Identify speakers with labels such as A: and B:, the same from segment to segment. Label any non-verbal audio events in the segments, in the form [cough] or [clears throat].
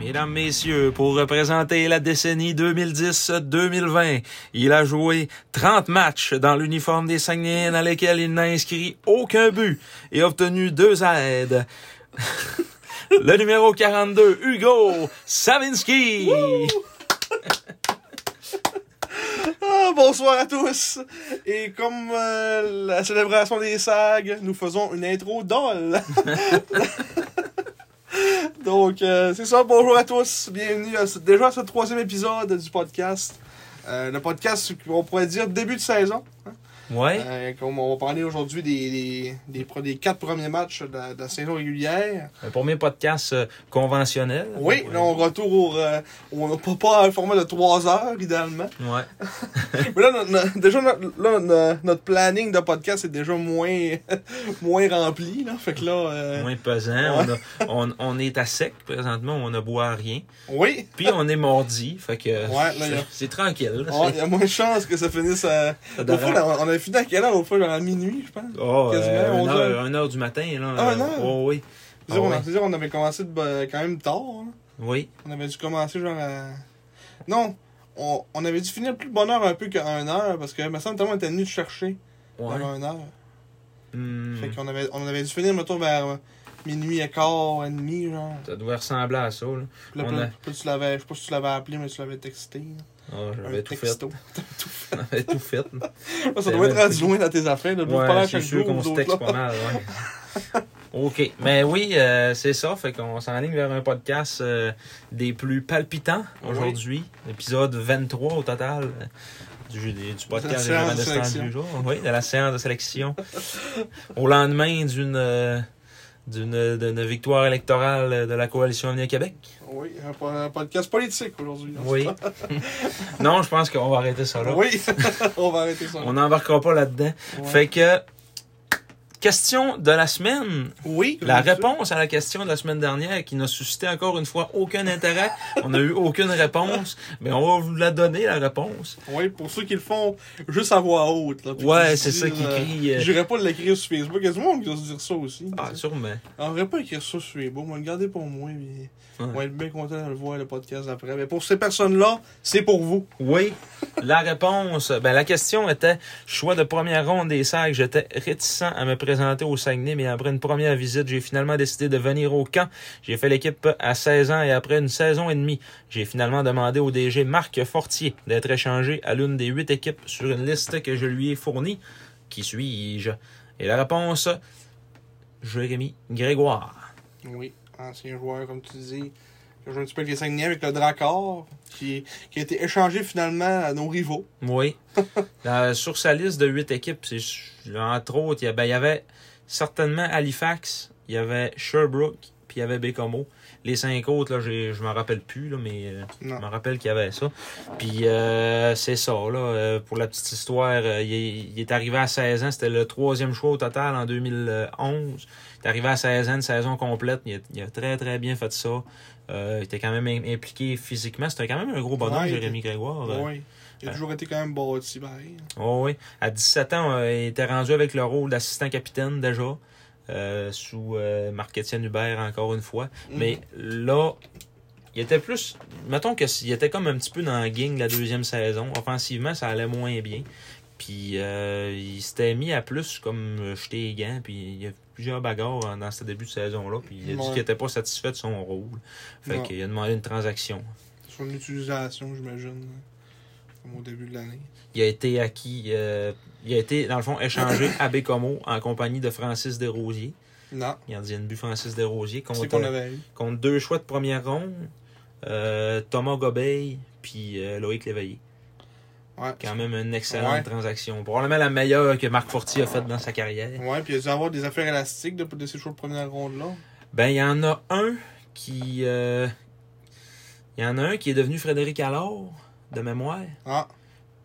A: Mesdames, Messieurs, pour représenter la décennie 2010-2020, il a joué 30 matchs dans l'uniforme des Saguenayens dans lesquels il n'a inscrit aucun but et obtenu deux aides. [laughs] Le numéro 42, Hugo Savinski.
B: Ah, bonsoir à tous! Et comme euh, la célébration des sags, nous faisons une intro doll! [laughs] Donc, euh, c'est ça, bonjour à tous, bienvenue à ce- déjà à ce troisième épisode du podcast. Euh, le podcast, on pourrait dire début de saison.
A: Ouais.
B: Euh, comme on va parler aujourd'hui des, des, des, pre- des quatre premiers matchs de la, de la saison régulière.
A: Un premier podcast euh, conventionnel.
B: Oui, là, on retourne au, euh, on pas pas un format de trois heures, idéalement.
A: Ouais.
B: Mais là, notre- notre- déjà, notre, là, notre- notre planning de podcast est déjà moins, [laughs] moins rempli. Là. Fait que là, euh,
A: Moins pesant. On, a- on- on est à sec présentement, on ne boit rien.
B: oui,
A: Puis on est mordi, fait que
B: là,
A: c'est-
B: y a-
A: c'est tranquille. là,
B: Ah,
A: c'est-
B: il y a moins de chances que ça finisse à...
A: ça
B: Au
A: dérape.
B: fond, là, on a fini à quelle heure? Au fond, genre à minuit, je pense.
A: Oh,
B: Quasiment
A: euh, une,
B: 11
A: heure,
B: heures.
A: une heure du matin, là.
B: Ah,
A: euh,
B: une heure?
A: oh, oui,
B: C'est-à-dire,
A: Ah
B: on, a-
A: ouais.
B: c'est-à-dire, on avait commencé de- ben, quand même tard. hein.
A: oui.
B: On avait dû commencer genre à... Non, on, on avait dû finir plus de bonne heure un peu qu'à 1 heure, parce que, me semble, tellement on était venu te chercher
A: Ouais.
B: vers 1 heure.
A: Hmm,
B: Fait qu'on avait, on avait dû finir, mettons, vers euh, minuit et quart, et demi, genre.
A: Ça devait ressembler à ça, là.
B: Puis là,
A: On
B: puis là,
A: a-
B: puis là, tu l'avais, je sais pas si tu l'avais appelé, mais tu l'avais texté. là.
A: Oh,
B: Un
A: J'avais tout fait.
B: texto.
A: J'avais tout fait. [laughs]
B: Là, [laughs] ça doit être rendu loin dans tes affaires, de bouffe pas
A: ouais,
B: l'air
A: c'est
B: chaque
A: sûr
B: jour,
A: qu'on
B: nous
A: se
B: autres,
A: texte
B: là.
A: pas mal, ouais.
B: [laughs]
A: OK. Mais oui, euh, c'est ça. Fait qu'on s'enligne vers un podcast euh, des plus palpitants
B: Oui.
A: aujourd'hui. Épisode 23 au total euh, du, des- du podcast
B: De la
A: des Gérants
B: séance de
A: d'estrade
B: sélection.
A: du jour. Oui, de la séance de sélection. au lendemain d'une... euh, d'une d'une victoire électorale de la coalition Avenir Québec.
B: Oui, un po- un podcast politique aujourd'hui. là. [laughs]
A: Oui. non, je pense qu'on va arrêter ça là.
B: Oui, [laughs] on va arrêter ça.
A: On n'embarquera pas là-dedans.
B: Ouais.
A: Fait que, question de la semaine.
B: oui,
A: La
B: comme
A: réponse à la question de la semaine dernière qui n'a suscité encore une fois aucun intérêt, on n'a eu aucune réponse, mais on va vous la donner, la réponse.
B: ça. Oui, pour ceux qui le font juste à voix haute. Là, puis
A: Ouais,
B: qui se
A: c'est ça
B: disent,
A: qui
B: euh,
A: crie. euh,
B: J'irais pas l'écrire sur Facebook. Il y a du monde qui doit se dire ça aussi.
A: Ah, sûrement.
B: On aurait pas écrire ça sur Facebook. On va le garder pour moi. Puis...
A: Ouais.
B: On va être bien content de le voir, le podcast après. Mais pour ces personnes-là, c'est pour vous.
A: Oui, la réponse. Ben, la question était choix de première ronde des sacs. J'étais réticent à me présenter au Saguenay, mais après une première visite, j'ai finalement décidé de venir au camp. J'ai fait l'équipe à 16 ans et après une saison et demie, j'ai finalement demandé au DG Marc Fortier d'être échangé à l'une des huit équipes sur une liste que je lui ai fournie. Qui suis-je? Et la réponse, Jérémy Grégoire.
B: Oui, ancien joueur, comme tu dis. Qui a joué un petit peu avec les Saguenay, avec le Dracor, qui, qui a été échangé finalement à nos rivaux.
A: Oui. [laughs] Euh, sur sa liste de huit équipes, c'est su- entre autres, il y, a- ben, il y avait certainement Halifax, il y avait Sherbrooke, puis il y avait Bécomo. Les cinq autres, là, j'ai- je m'en rappelle plus, là, mais euh, je
B: Non.
A: me rappelle qu'il y avait ça. Puis euh, c'est ça, là, euh, pour la petite histoire, euh, il, est, il est arrivé à 16 ans, c'était le troisième choix au total en 2011. Il est arrivé à 16 ans, une saison complète, il a, il a très très bien fait ça. Euh, il était quand même im- impliqué physiquement, c'était quand même un gros bonhomme,
B: Ouais, il était-
A: Jérémy Grégoire. Euh,
B: Oui. Il a
A: euh,
B: toujours été quand même bâti, ben, pareil.
A: Oh oui. À 17 ans, euh, il était rendu avec le rôle d'assistant capitaine déjà, euh, sous euh, Marc-Étienne Hubert encore une fois.
B: Mm-hmm.
A: Mais là, il était plus. Mettons que s'il était comme un petit peu dans la gang la deuxième saison. Offensivement, ça allait moins bien. Puis euh, il s'était mis à plus comme euh, jeter les gants. Puis il y a eu plusieurs bagarres en- dans ce début de saison-là. Puis il a dit
B: Ouais.
A: qu'il n'était pas satisfait de son rôle. Fait
B: Non.
A: qu'il a demandé une transaction.
B: Son utilisation, j'imagine. hein, Comme au début de l'année.
A: Il a été acquis, euh, il a été, dans le fond, échangé à Bécomo en compagnie de Francis Desrosiers.
B: Non.
A: Gardien de but Francis Desrosiers
B: C'est
A: contre,
B: qu'on avait eu.
A: contre deux choix de première ronde. euh, Thomas Gobeil puis euh, Loïc Léveillé.
B: Ouais.
A: Quand même une excellente
B: Ouais.
A: transaction. Probablement la meilleure que Marc Forti a faite dans sa carrière.
B: Ouais, puis il a dû avoir des affaires élastiques de, de ces choix de première ronde-là.
A: Ben, il y en a un qui. euh, Il y en a un qui est devenu Frédéric Allard, de mémoire.
B: Ah,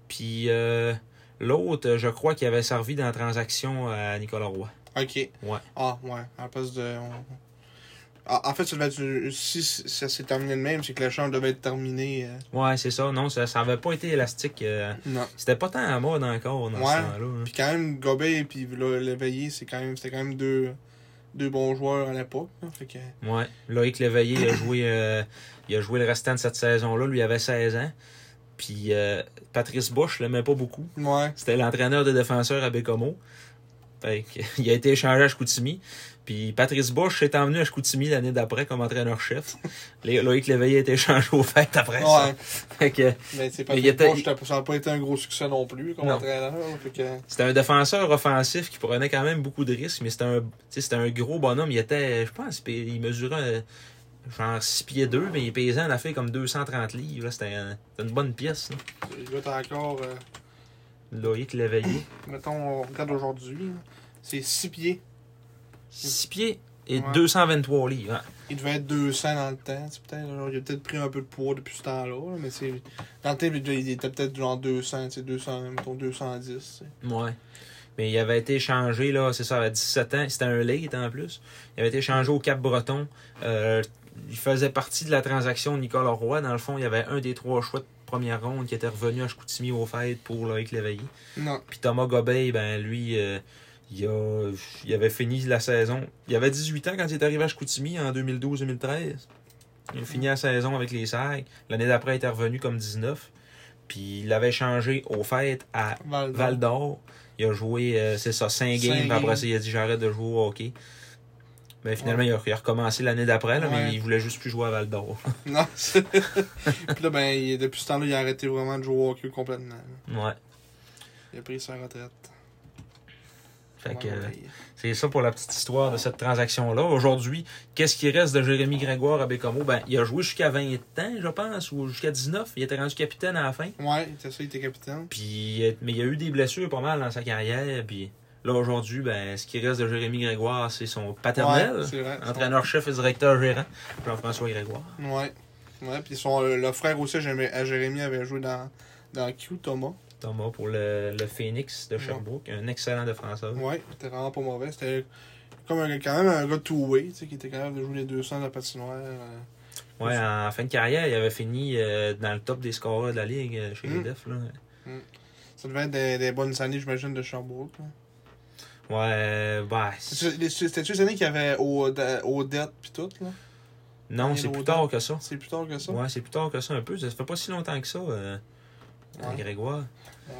A: Puis euh, l'autre, je crois qu'il avait servi dans la transaction à Nicolas Roy.
B: ok.
A: Ouais.
B: Ah, ouais. À la place de. on- Ah, en fait, ça devait être une- si ça s'est terminé de même, c'est que l'échange devait être terminé. euh,
A: Ouais, c'est ça. Non, ça n'avait pas été élastique. euh,
B: Non.
A: C'était pas tant à mode encore dans
B: Ouais.
A: ce temps-là. hein.
B: Puis quand même, Gobet et puis là, Léveillé, c'est quand même, c'était quand même deux, deux bons joueurs à l'époque. là. Fait que,
A: Ouais. Loïc Léveillé, il a joué, euh, il a joué le restant de cette saison-là. Lui, il avait 16 ans. Puis euh, Patrice Bush, je l'aimais pas beaucoup.
B: ouais.
A: C'était l'entraîneur des défenseurs à Bécomo. Fait que, [laughs] il a été échangé à Chicoutimi. Puis Patrice Bush s'est emmené à Chicoutimi l'année d'après comme entraîneur-chef. Les- Loïc Léveillé a été échangé au fait après ça.
B: Ouais.
A: Fait que,
B: Mais c'est pas
A: Mais il était-
B: ça n'a pas été un gros succès non plus comme
A: Non.
B: entraîneur. là. Fait que,
A: c'était un défenseur offensif qui prenait quand même beaucoup de risques, mais c'était un, tu sais, c'était un gros bonhomme. Il était, je pense, il mesurait euh, genre 6 pieds 2, mais il pesait en affaire comme 230 livres. là. C'était un- c'était une bonne pièce. là.
B: il doit être encore, euh,
A: Loïc Léveillé.
B: mettons, on regarde aujourd'hui, là, c'est 6 pieds.
A: 6 pieds et
B: Ouais.
A: 223 livres. hein.
B: Il devait être 200 dans le temps. tu sais, peut-être, genre, il a peut-être pris un peu de poids depuis ce temps-là. là, mais c'est dans le temps, il il était peut-être genre 200, tu sais, 200, mettons 210. tu sais.
A: hein. Ouais. Mais il avait été échangé, là, c'est ça, à 17 ans. C'était un late en plus. Il avait été échangé au Cap-Breton. Euh, il faisait partie de la transaction de Nicolas Roy. Dans le fond, il y avait un des trois choix de première ronde qui était revenu à Chicoutimi au fait pour Loïc Léveillé.
B: Non.
A: Puis Thomas Gobeil, ben lui, euh, il, a- il avait fini la saison. Il avait 18 ans quand il est arrivé à Chicoutimi en 2012-2013.
B: Mm.
A: Il a fini la saison avec les Sags. L'année d'après, il était revenu comme 19. Puis il l'avait changé au fait à
B: Val
A: Val d'Or. Il a joué, euh, c'est ça, 5
B: Cinq
A: games. puis
B: games.
A: après ça, il a dit j'arrête de jouer au hockey. Mais finalement, il, a, il a recommencé l'année d'après, là,
B: Ouais.
A: mais il voulait juste plus jouer à Val d'Or.
B: Non. c'est- [laughs] Puis là, ben, il- depuis ce temps-là, il a arrêté vraiment de jouer au hockey complètement. là.
A: ouais.
B: Il a pris sa retraite.
A: Fait que,
B: Ouais,
A: euh,
B: ouais.
A: c'est ça pour la petite histoire de cette transaction-là. Aujourd'hui, qu'est-ce qui reste de Jérémy Grégoire à Bécomo? Ben, il a joué jusqu'à 20 ans, je pense, ou jusqu'à 19. Il était rendu capitaine à la fin.
B: Ouais, il était ça, il était capitaine.
A: Puis, euh, mais il y a eu des blessures pas mal dans sa carrière. Puis là, aujourd'hui, ben, ce qui reste de Jérémy Grégoire, c'est son paternel.
B: Ouais, c'est vrai.
A: Entraîneur-chef et directeur-gérant, Jean-François Grégoire.
B: Ouais. Ouais, puis son, euh, le, le frère aussi à Jérémy- à Jérémy avait joué dans, dans Q, Thomas.
A: Thomas pour le, le Phoenix de Sherbrooke, un excellent défenseur.
B: Ouais, il était vraiment pas mauvais. C'était comme un, quand même un gars two-way, tu sais, qui était capable de jouer les 200 de la patinoire. euh.
A: Ouais, en fin de carrière, il avait fini euh, dans le top des scoreurs de la ligue euh, chez
B: Mm.
A: les Def. Là.
B: Ça devait être des, des bonnes années, j'imagine, de Sherbrooke. là.
A: Ouais, euh, bah, c'est-
B: C'est- les- C'était-tu les années qu'il y avait Odette pis tout, là?
A: non,
B: Et
A: c'est plus
B: l'automne.
A: tard que ça.
B: C'est plus tard que ça?
A: Ouais, c'est plus tard que ça un peu. Ça fait pas si longtemps que ça, euh, euh,
B: Ouais.
A: Grégoire.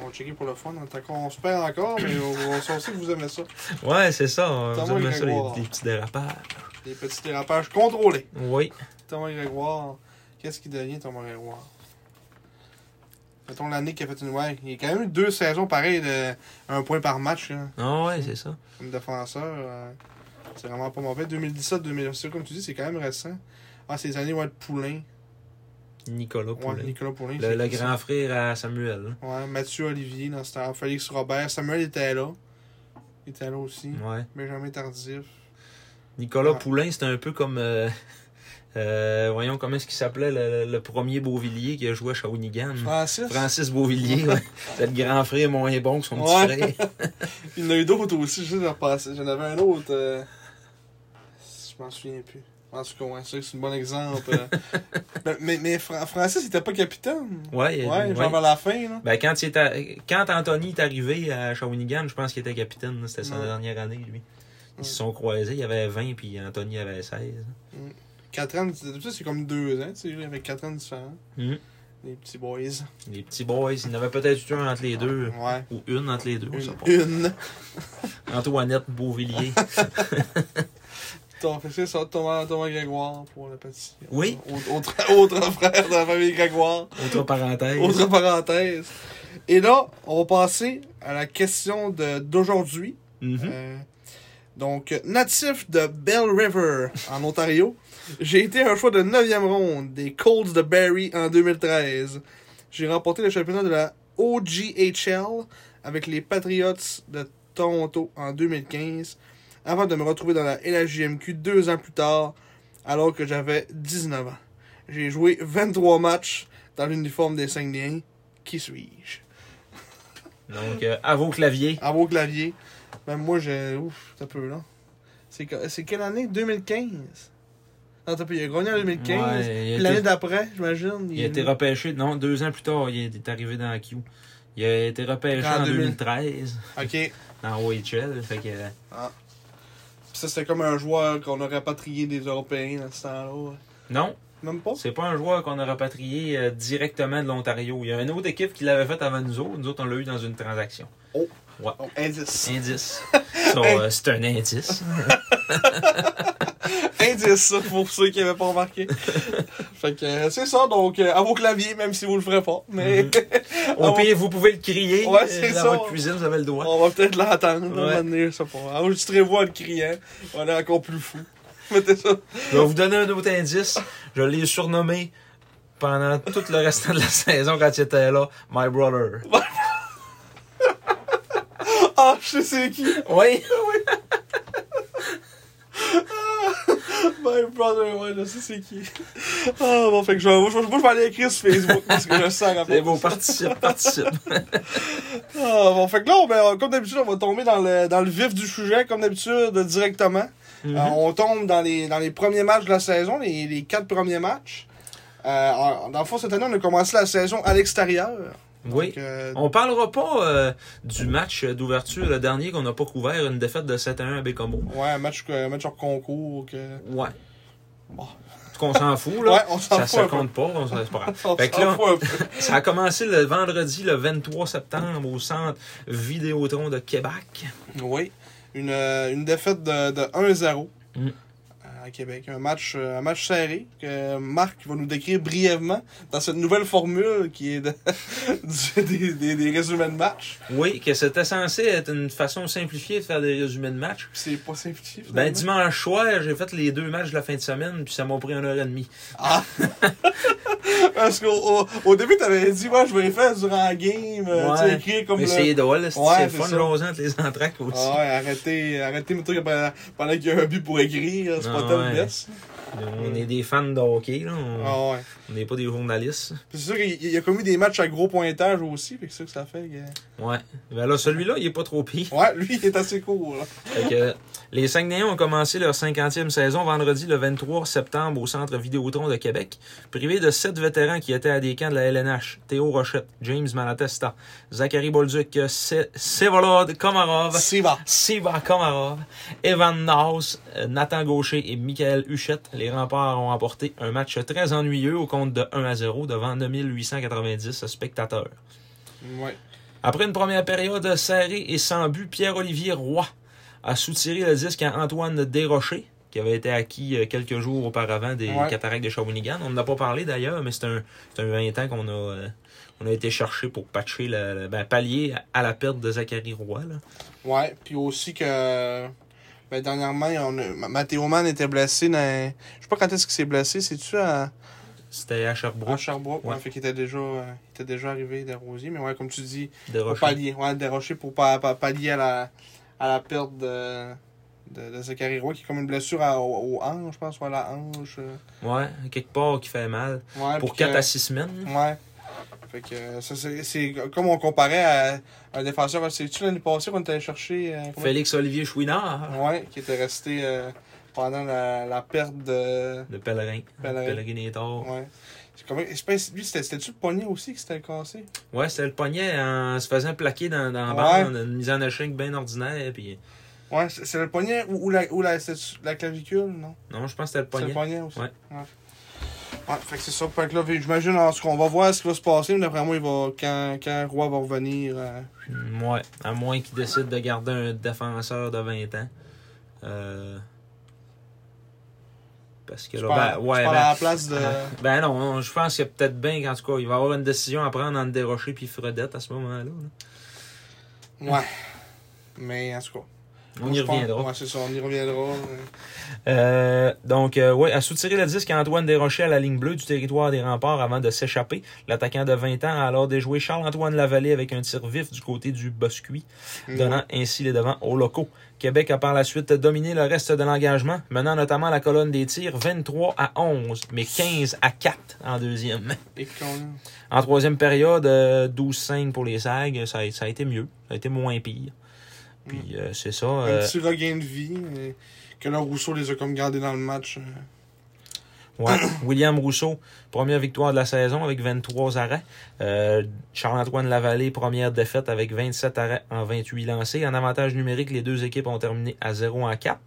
B: On va checker pour le fun. Tant qu'on se perd encore, mais on, on sait aussi que vous aimez ça.
A: Ouais, c'est ça. on
B: Thomas
A: aime ça, les,
B: Grégoire.
A: les petits dérapages.
B: Des petits dérapages contrôlés.
A: Oui.
B: Thomas Grégoire, qu'est-ce qui devient Thomas Grégoire? Mettons l'année qu'il a fait une. Ouais, il a quand même eu deux saisons pareilles de un point par match là,
A: Ah ouais, c'est ça.
B: comme défenseur. euh, c'est vraiment pas mauvais. 2017-2019, comme tu dis, c'est quand même récent. Ah, c'est les années ouais, de Poulain.
A: Nicolas Poulet.
B: Ouais, Nicolas Poulain.
A: le,
B: c'est-
A: le grand frère à Samuel. hein.
B: Ouais, Mathieu Olivier dans ce temps. Félix Robert. Samuel était là. Il était là aussi.
A: Ouais.
B: Benjamin Tardif.
A: Nicolas
B: Mm. Ouais.
A: Poulain, c'était un peu comme. euh, [laughs] euh, voyons comment est-ce qu'il s'appelait le, le premier Beauvillier qui a joué à Shawinigan.
B: Mm. Francis.
A: Francis Beauvillier, ouais. c'est le grand frère moins bon que son
B: Ouais.
A: petit frère.
B: Il y en a eu d'autres aussi, je sais, j'en passais. J'en avais un autre. euh, Je m'en souviens plus. En tout cas, ouais, c'est vrai que c'est un bon exemple.
A: [laughs]
B: euh. mais mais, mais Fra- Francis, il était pas capitaine.
A: Ouais,
B: Ouais,
A: il- ouais.
B: genre vers la fin, là.
A: Ben, quand, il est à- quand Anthony est arrivé à Shawinigan, je pense qu'il était capitaine. là. C'était sa
B: Ouais.
A: dernière année, lui. Ils
B: Ouais.
A: se sont croisés, il avait 20 puis Anthony avait 16.
B: 4 ans, de- d'habitude, c'est comme 2 ans, tu sais, là, avec 4 ans différents.
A: Mhm.
B: Les petits boys.
A: Les petits boys, il y en avait peut-être eu un entre les deux.
B: Ouais.
A: Ou une entre les deux, on sait
B: Une.
A: pas.
B: une.
A: Antoinette
B: [laughs]
A: Beauvillier.
B: Ton fait que c'est ça, Thomas, Thomas Grégoire pour le petit.
A: Oui.
B: Au- Autre, autre frère de la famille Grégoire.
A: Autre parenthèse.
B: Autre parenthèse. Et là, on va passer à la question de- d'aujourd'hui.
A: Mhm.
B: Euh, Donc, euh, natif de Bell River, en Ontario, j'ai été un choix de 9e ronde des Colts de Barrie en 2013. J'ai remporté le championnat de la OGHL avec les Patriots de Toronto en 2015, avant de me retrouver dans la LHJMQ deux ans plus tard, alors que j'avais 19 ans. J'ai joué 23 matchs dans l'uniforme des Saguenayens. Qui suis-je?
A: Donc, euh, à vos claviers.
B: À vos claviers. Même moi, j'ai. Ouf, t'as peu, là. C'est que- c'est quelle année 2015 Non, t'as peu, il a gagné en 2015.
A: Ouais, il a
B: puis l'année
A: été-
B: d'après, j'imagine.
A: Il a été repêché, non, deux ans plus tard, il est arrivé dans la Q. Il a été repêché
B: En
A: en
B: 2000.
A: 2013
B: Ok.
A: dans OHL. Fait que, euh,
B: Puis ça, c'était comme un joueur qu'on a rapatrié des Européens dans ce temps-là. ouais.
A: non,
B: Même pas
A: c'est pas un joueur qu'on a rapatrié euh, directement de l'l'Ontario. Il y a une autre équipe qui l'avait fait avant nous autres. Nous autres, on l'a eu dans une transaction.
B: Oh, indice.
A: [laughs] Indice. Ça, euh, c'est un indice.
B: indice, ça, pour ceux qui n'avaient
A: [laughs]
B: pas remarqué. fait que euh, c'est ça, donc euh, à vos claviers, même si vous le ferez pas. Mais
A: Mm-hmm.
B: [laughs]
A: Au
B: on, va-
A: pire, vous pouvez le crier
B: Ouais,
A: euh,
B: c'est
A: dans
B: ça.
A: votre cuisine, vous avez le droit.
B: on va peut-être l'entendre.
A: Ouais.
B: un moment donné, je sais pas. Enregistrez-vous en le criant. On est encore plus fou. [laughs] Mettez ça.
A: Je vais vous donner un autre indice. Je l'ai surnommé pendant tout le restant de la [laughs] saison quand il était là, My Brother.
B: Ah, je sais c'est qui. [laughs]
A: Oui.
B: My brother, ouais, je sais c'est qui. [laughs] Ah, bon, fait que je vais, moi, je vais- moi, je vais aller écrire sur Facebook parce que je le sens après.
A: C'est [laughs] beau, participe, participe.
B: Ah, bon, fait que là, on- ben, comme d'habitude, on va tomber dans le, dans le vif du sujet, comme d'habitude, directement.
A: Mhm.
B: Euh, on tombe dans les, dans les premiers matchs de la saison, les, les quatre premiers matchs. Euh, en- dans le fond, cette année, on a commencé la saison à l'extérieur.
A: Oui.
B: Donc, euh,
A: On parlera pas euh, du match d'ouverture, le dernier qu'on n'a pas couvert, une défaite de 7 à 1 à Bécomo.
B: ouais, un match, un match hors concours. Que...
A: Ouais.
B: Bon.
A: Qu'on s'en fout, là.
B: Ouais, on s'en
A: ça
B: fout.
A: se
B: un peu.
A: compte pas, on s'en- c'est pas grave.
B: [laughs] On
A: Fait que
B: s'en
A: là,
B: fout un peu.
A: ça a commencé le vendredi, le 23 septembre, au centre Vidéotron de Québec.
B: Oui. Une, euh, une défaite de, de 1-0
A: Mm.
B: euh, à Québec. Un match, euh, un match serré que Marc va nous décrire brièvement dans cette nouvelle formule qui est de- [laughs] du- des, des, des résumés de match.
A: Oui, que c'était censé être une façon simplifiée de faire des résumés de match.
B: Puis C'est pas simplifié.
A: Ben,
B: finalement.
A: dimanche soir, j'ai fait les deux matchs de la fin de semaine, puis ça m'a pris une heure et demie.
B: Ah! [laughs] Parce qu'au au, au début, t'avais dit, ouais, je vais les faire durant la game, euh, tu sais,
A: Ouais.
B: écrire comme
A: Mais
B: le-
A: c'est drôle, c'est
B: Ouais,
A: c'est le
B: c'est
A: fun
B: ça.
A: de jaser entre les entraques aussi.
B: Ah ouais, arrêtez, arrêtez mes trucs pendant, pendant qu'il y a un but pour écrire, c'est pas
A: Ah
B: tellement
A: ouais.
B: yes.
A: On est des fans de hockey, là. On
B: Ah ouais.
A: on n'est pas des journalistes.
B: Puis C'est sûr qu'il il y a commis des matchs à gros pointage aussi, fait que c'est ça que ça fait. que-
A: Ouais. Ben là, celui-là, il est pas trop pire.
B: Ouais, lui, il est assez court. Là.
A: Fait que, les Saguenayens ont commencé leur 50e saison vendredi le 23 septembre au centre Vidéotron de Québec, privé de sept vétérans qui étaient à des camps de la LNH. Théo Rochette, James Malatesta, Zachary Bolduc, Se- Sevolod Komarov,
B: C'est bon.
A: Siva Komarov, Evan Naus, euh, Nathan Gaucher et Michael Huchette. Les remparts ont remporté un match très ennuyeux au compte de 1 à 0 devant 9890 spectateurs.
B: Ouais.
A: Après une première période serrée et sans but, Pierre-Olivier Roy a soutiré le disque à Antoine Desrochers, qui avait été acquis euh, quelques jours auparavant des
B: Ouais.
A: cataractes de Shawinigan. On n'a pas parlé d'ailleurs, mais c'est un, c'est un 20 ans qu'on a, euh, on a été chercher pour patcher la- la- ben, pallier à la perte de Zachary Roy. là.
B: Ouais, puis aussi que. Ben, dernièrement, on a- Ma- Matteo Mann était blessé dans. Je sais pas quand est-ce qu'il s'est blessé, c'est-tu à,
A: C'était à
B: à
A: Sherbrooke,
B: Sherbrooke?
A: Ouais.
B: Ouais, fait qu'il était déjà, euh, il était déjà arrivé Desrosiers, mais ouais, comme tu dis, Ah, pour
A: Desrochers.
B: pallier, ouais, Desrochers pour pa- pa- pallier à la, à la perte de, de, de Zachary Roy, qui est comme une blessure à- au, au hanche, je pense, ou à la hanche. euh. Ouais,
A: Ouais, quelque part qui fait mal. Pour
B: Ah, puis
A: 4
B: que-
A: à 6 semaines.
B: Ouais. Fait que euh, ça, c'est c'est comme on comparait à un défenseur. C'est-tu l'année passée qu'on était allé chercher. euh, comment-
A: Félix Olivier Chouinard
B: Ouais, qui était resté euh, pendant la, la perte de.
A: de Pellerin.
B: Pellerin.
A: Pellerin est tard.
B: Ouais. C'est comment- je pense- Lui, c'était- c'était-tu le poignet aussi qui s'était cassé
A: Ouais, c'était le poignet en se faisant plaquer dans, dans la
B: Ouais.
A: bande, une mise en échec bien ordinaire. Puis...
B: Ouais, c'est c'est le poignet ou, ou la, ou la, c'est-tu la clavicule, non
A: Non, je pense que c'était le
B: C'est
A: poignet.
B: le poignet aussi.
A: Ouais.
B: Ouais, Ouais, fait que c'est ça. Fait que là, fait- j'imagine, en ce qu'on va voir ce qui va se passer, mais d'après moi, il va, quand, quand Roy va revenir. euh,
A: Mm, Ouais, à moins qu'il décide de garder un défenseur de 20 ans. Euh, Parce que
B: tu
A: là,
B: parles-
A: ben,
B: tu
A: ouais.
B: parles
A: Ben,
B: à la
A: [laughs]
B: place de.
A: ben non, non, je pense qu'il y a peut-être bien, en tout cas, il va y avoir une décision à prendre entre Desrochers puis Fredette à ce moment-là. là.
B: Ouais. Mais en tout cas.
A: On y
B: Je pense-
A: reviendra.
B: Ouais, c'est ça, on y reviendra.
A: Euh, donc, euh, ouais, a soutiré le disque à Antoine Desrochers à la ligne bleue du territoire des remparts avant de s'échapper. L'attaquant de 20 ans a alors déjoué Charles-Antoine Lavallée avec un tir vif du côté du Boscuit,
B: Mm.
A: donnant ainsi les devants aux locaux. Québec a par la suite dominé le reste de l'engagement, menant notamment la colonne des tirs 23 à 11, mais 15 à 4 en deuxième.
B: euh, Et qu'on-
A: En troisième période, euh, 12-5 pour les SAG, ça a, ça a été mieux, ça a été moins pire. Puis euh, c'est ça.
B: Un
A: euh,
B: petit regain de vie. euh, Que là, Rousseau les a comme gardés dans le match. euh.
A: Ouais. [clears throat] William Rousseau, première victoire de la saison avec 23 arrêts. Euh, Charles-Antoine Lavallée, première défaite avec 27 arrêts en 28 lancés. En avantage numérique, les deux équipes ont terminé à 0 en 4.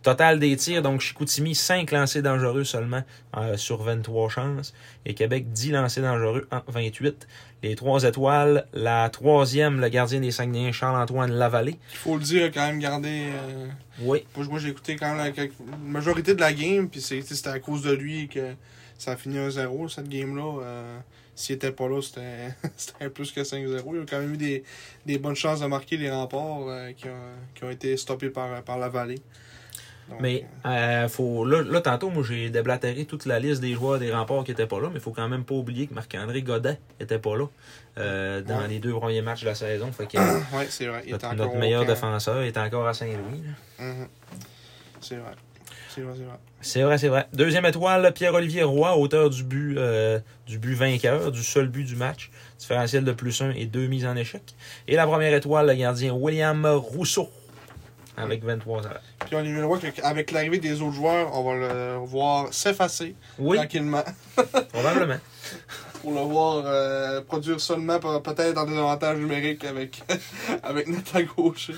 A: Total des tirs, donc Chicoutimi, 5 lancés dangereux seulement euh, sur 23 chances. Et Québec, 10 lancés dangereux en 28. Les trois étoiles, la troisième, le gardien des Saguenayens, Charles-Antoine Lavallée.
B: Il faut le dire, a quand même gardé. euh,
A: Oui.
B: Moi, je- moi, j'ai écouté quand même la, quelques- la majorité de la game, puis c'est- c'était à cause de lui que ça a fini 1-0, cette game-là. euh, S'il était pas là, c'était [laughs] c'était plus que 5-0. Il y a quand même eu des, des bonnes chances de marquer les remparts euh, qui, ont, qui ont été stoppés par, par la vallée. Donc,
A: Mais euh, faut, là, là, tantôt, moi, j'ai déblatéré toute la liste des joueurs des remparts qui n'étaient pas là, mais il faut quand même pas oublier que Marc-André Godet n'était pas là euh, dans
B: Ouais.
A: les deux premiers matchs de la saison. Fait que,
B: euh, ouais, c'est vrai. [coughs] Il était
A: notre,
B: encore
A: notre meilleur
B: au camp.
A: défenseur est encore à Saint-Louis. là.
B: Mhm. C'est vrai. C'est vrai, c'est vrai.
A: C'est vrai, c'est vrai. Deuxième étoile, Pierre-Olivier Roy, auteur du but, euh, du but vainqueur, du seul but du match, différentiel de plus 1 et deux mises en échec. Et la première étoile, le gardien William Rousseau, avec 23 arrêts.
B: Puis on le voit qu'avec l'arrivée des autres joueurs, on va le voir s'effacer
A: Oui,
B: tranquillement. [laughs]
A: probablement.
B: pour le voir euh, produire seulement pe- peut-être en désavantage numérique avec, [laughs] avec Nathan Gaucher.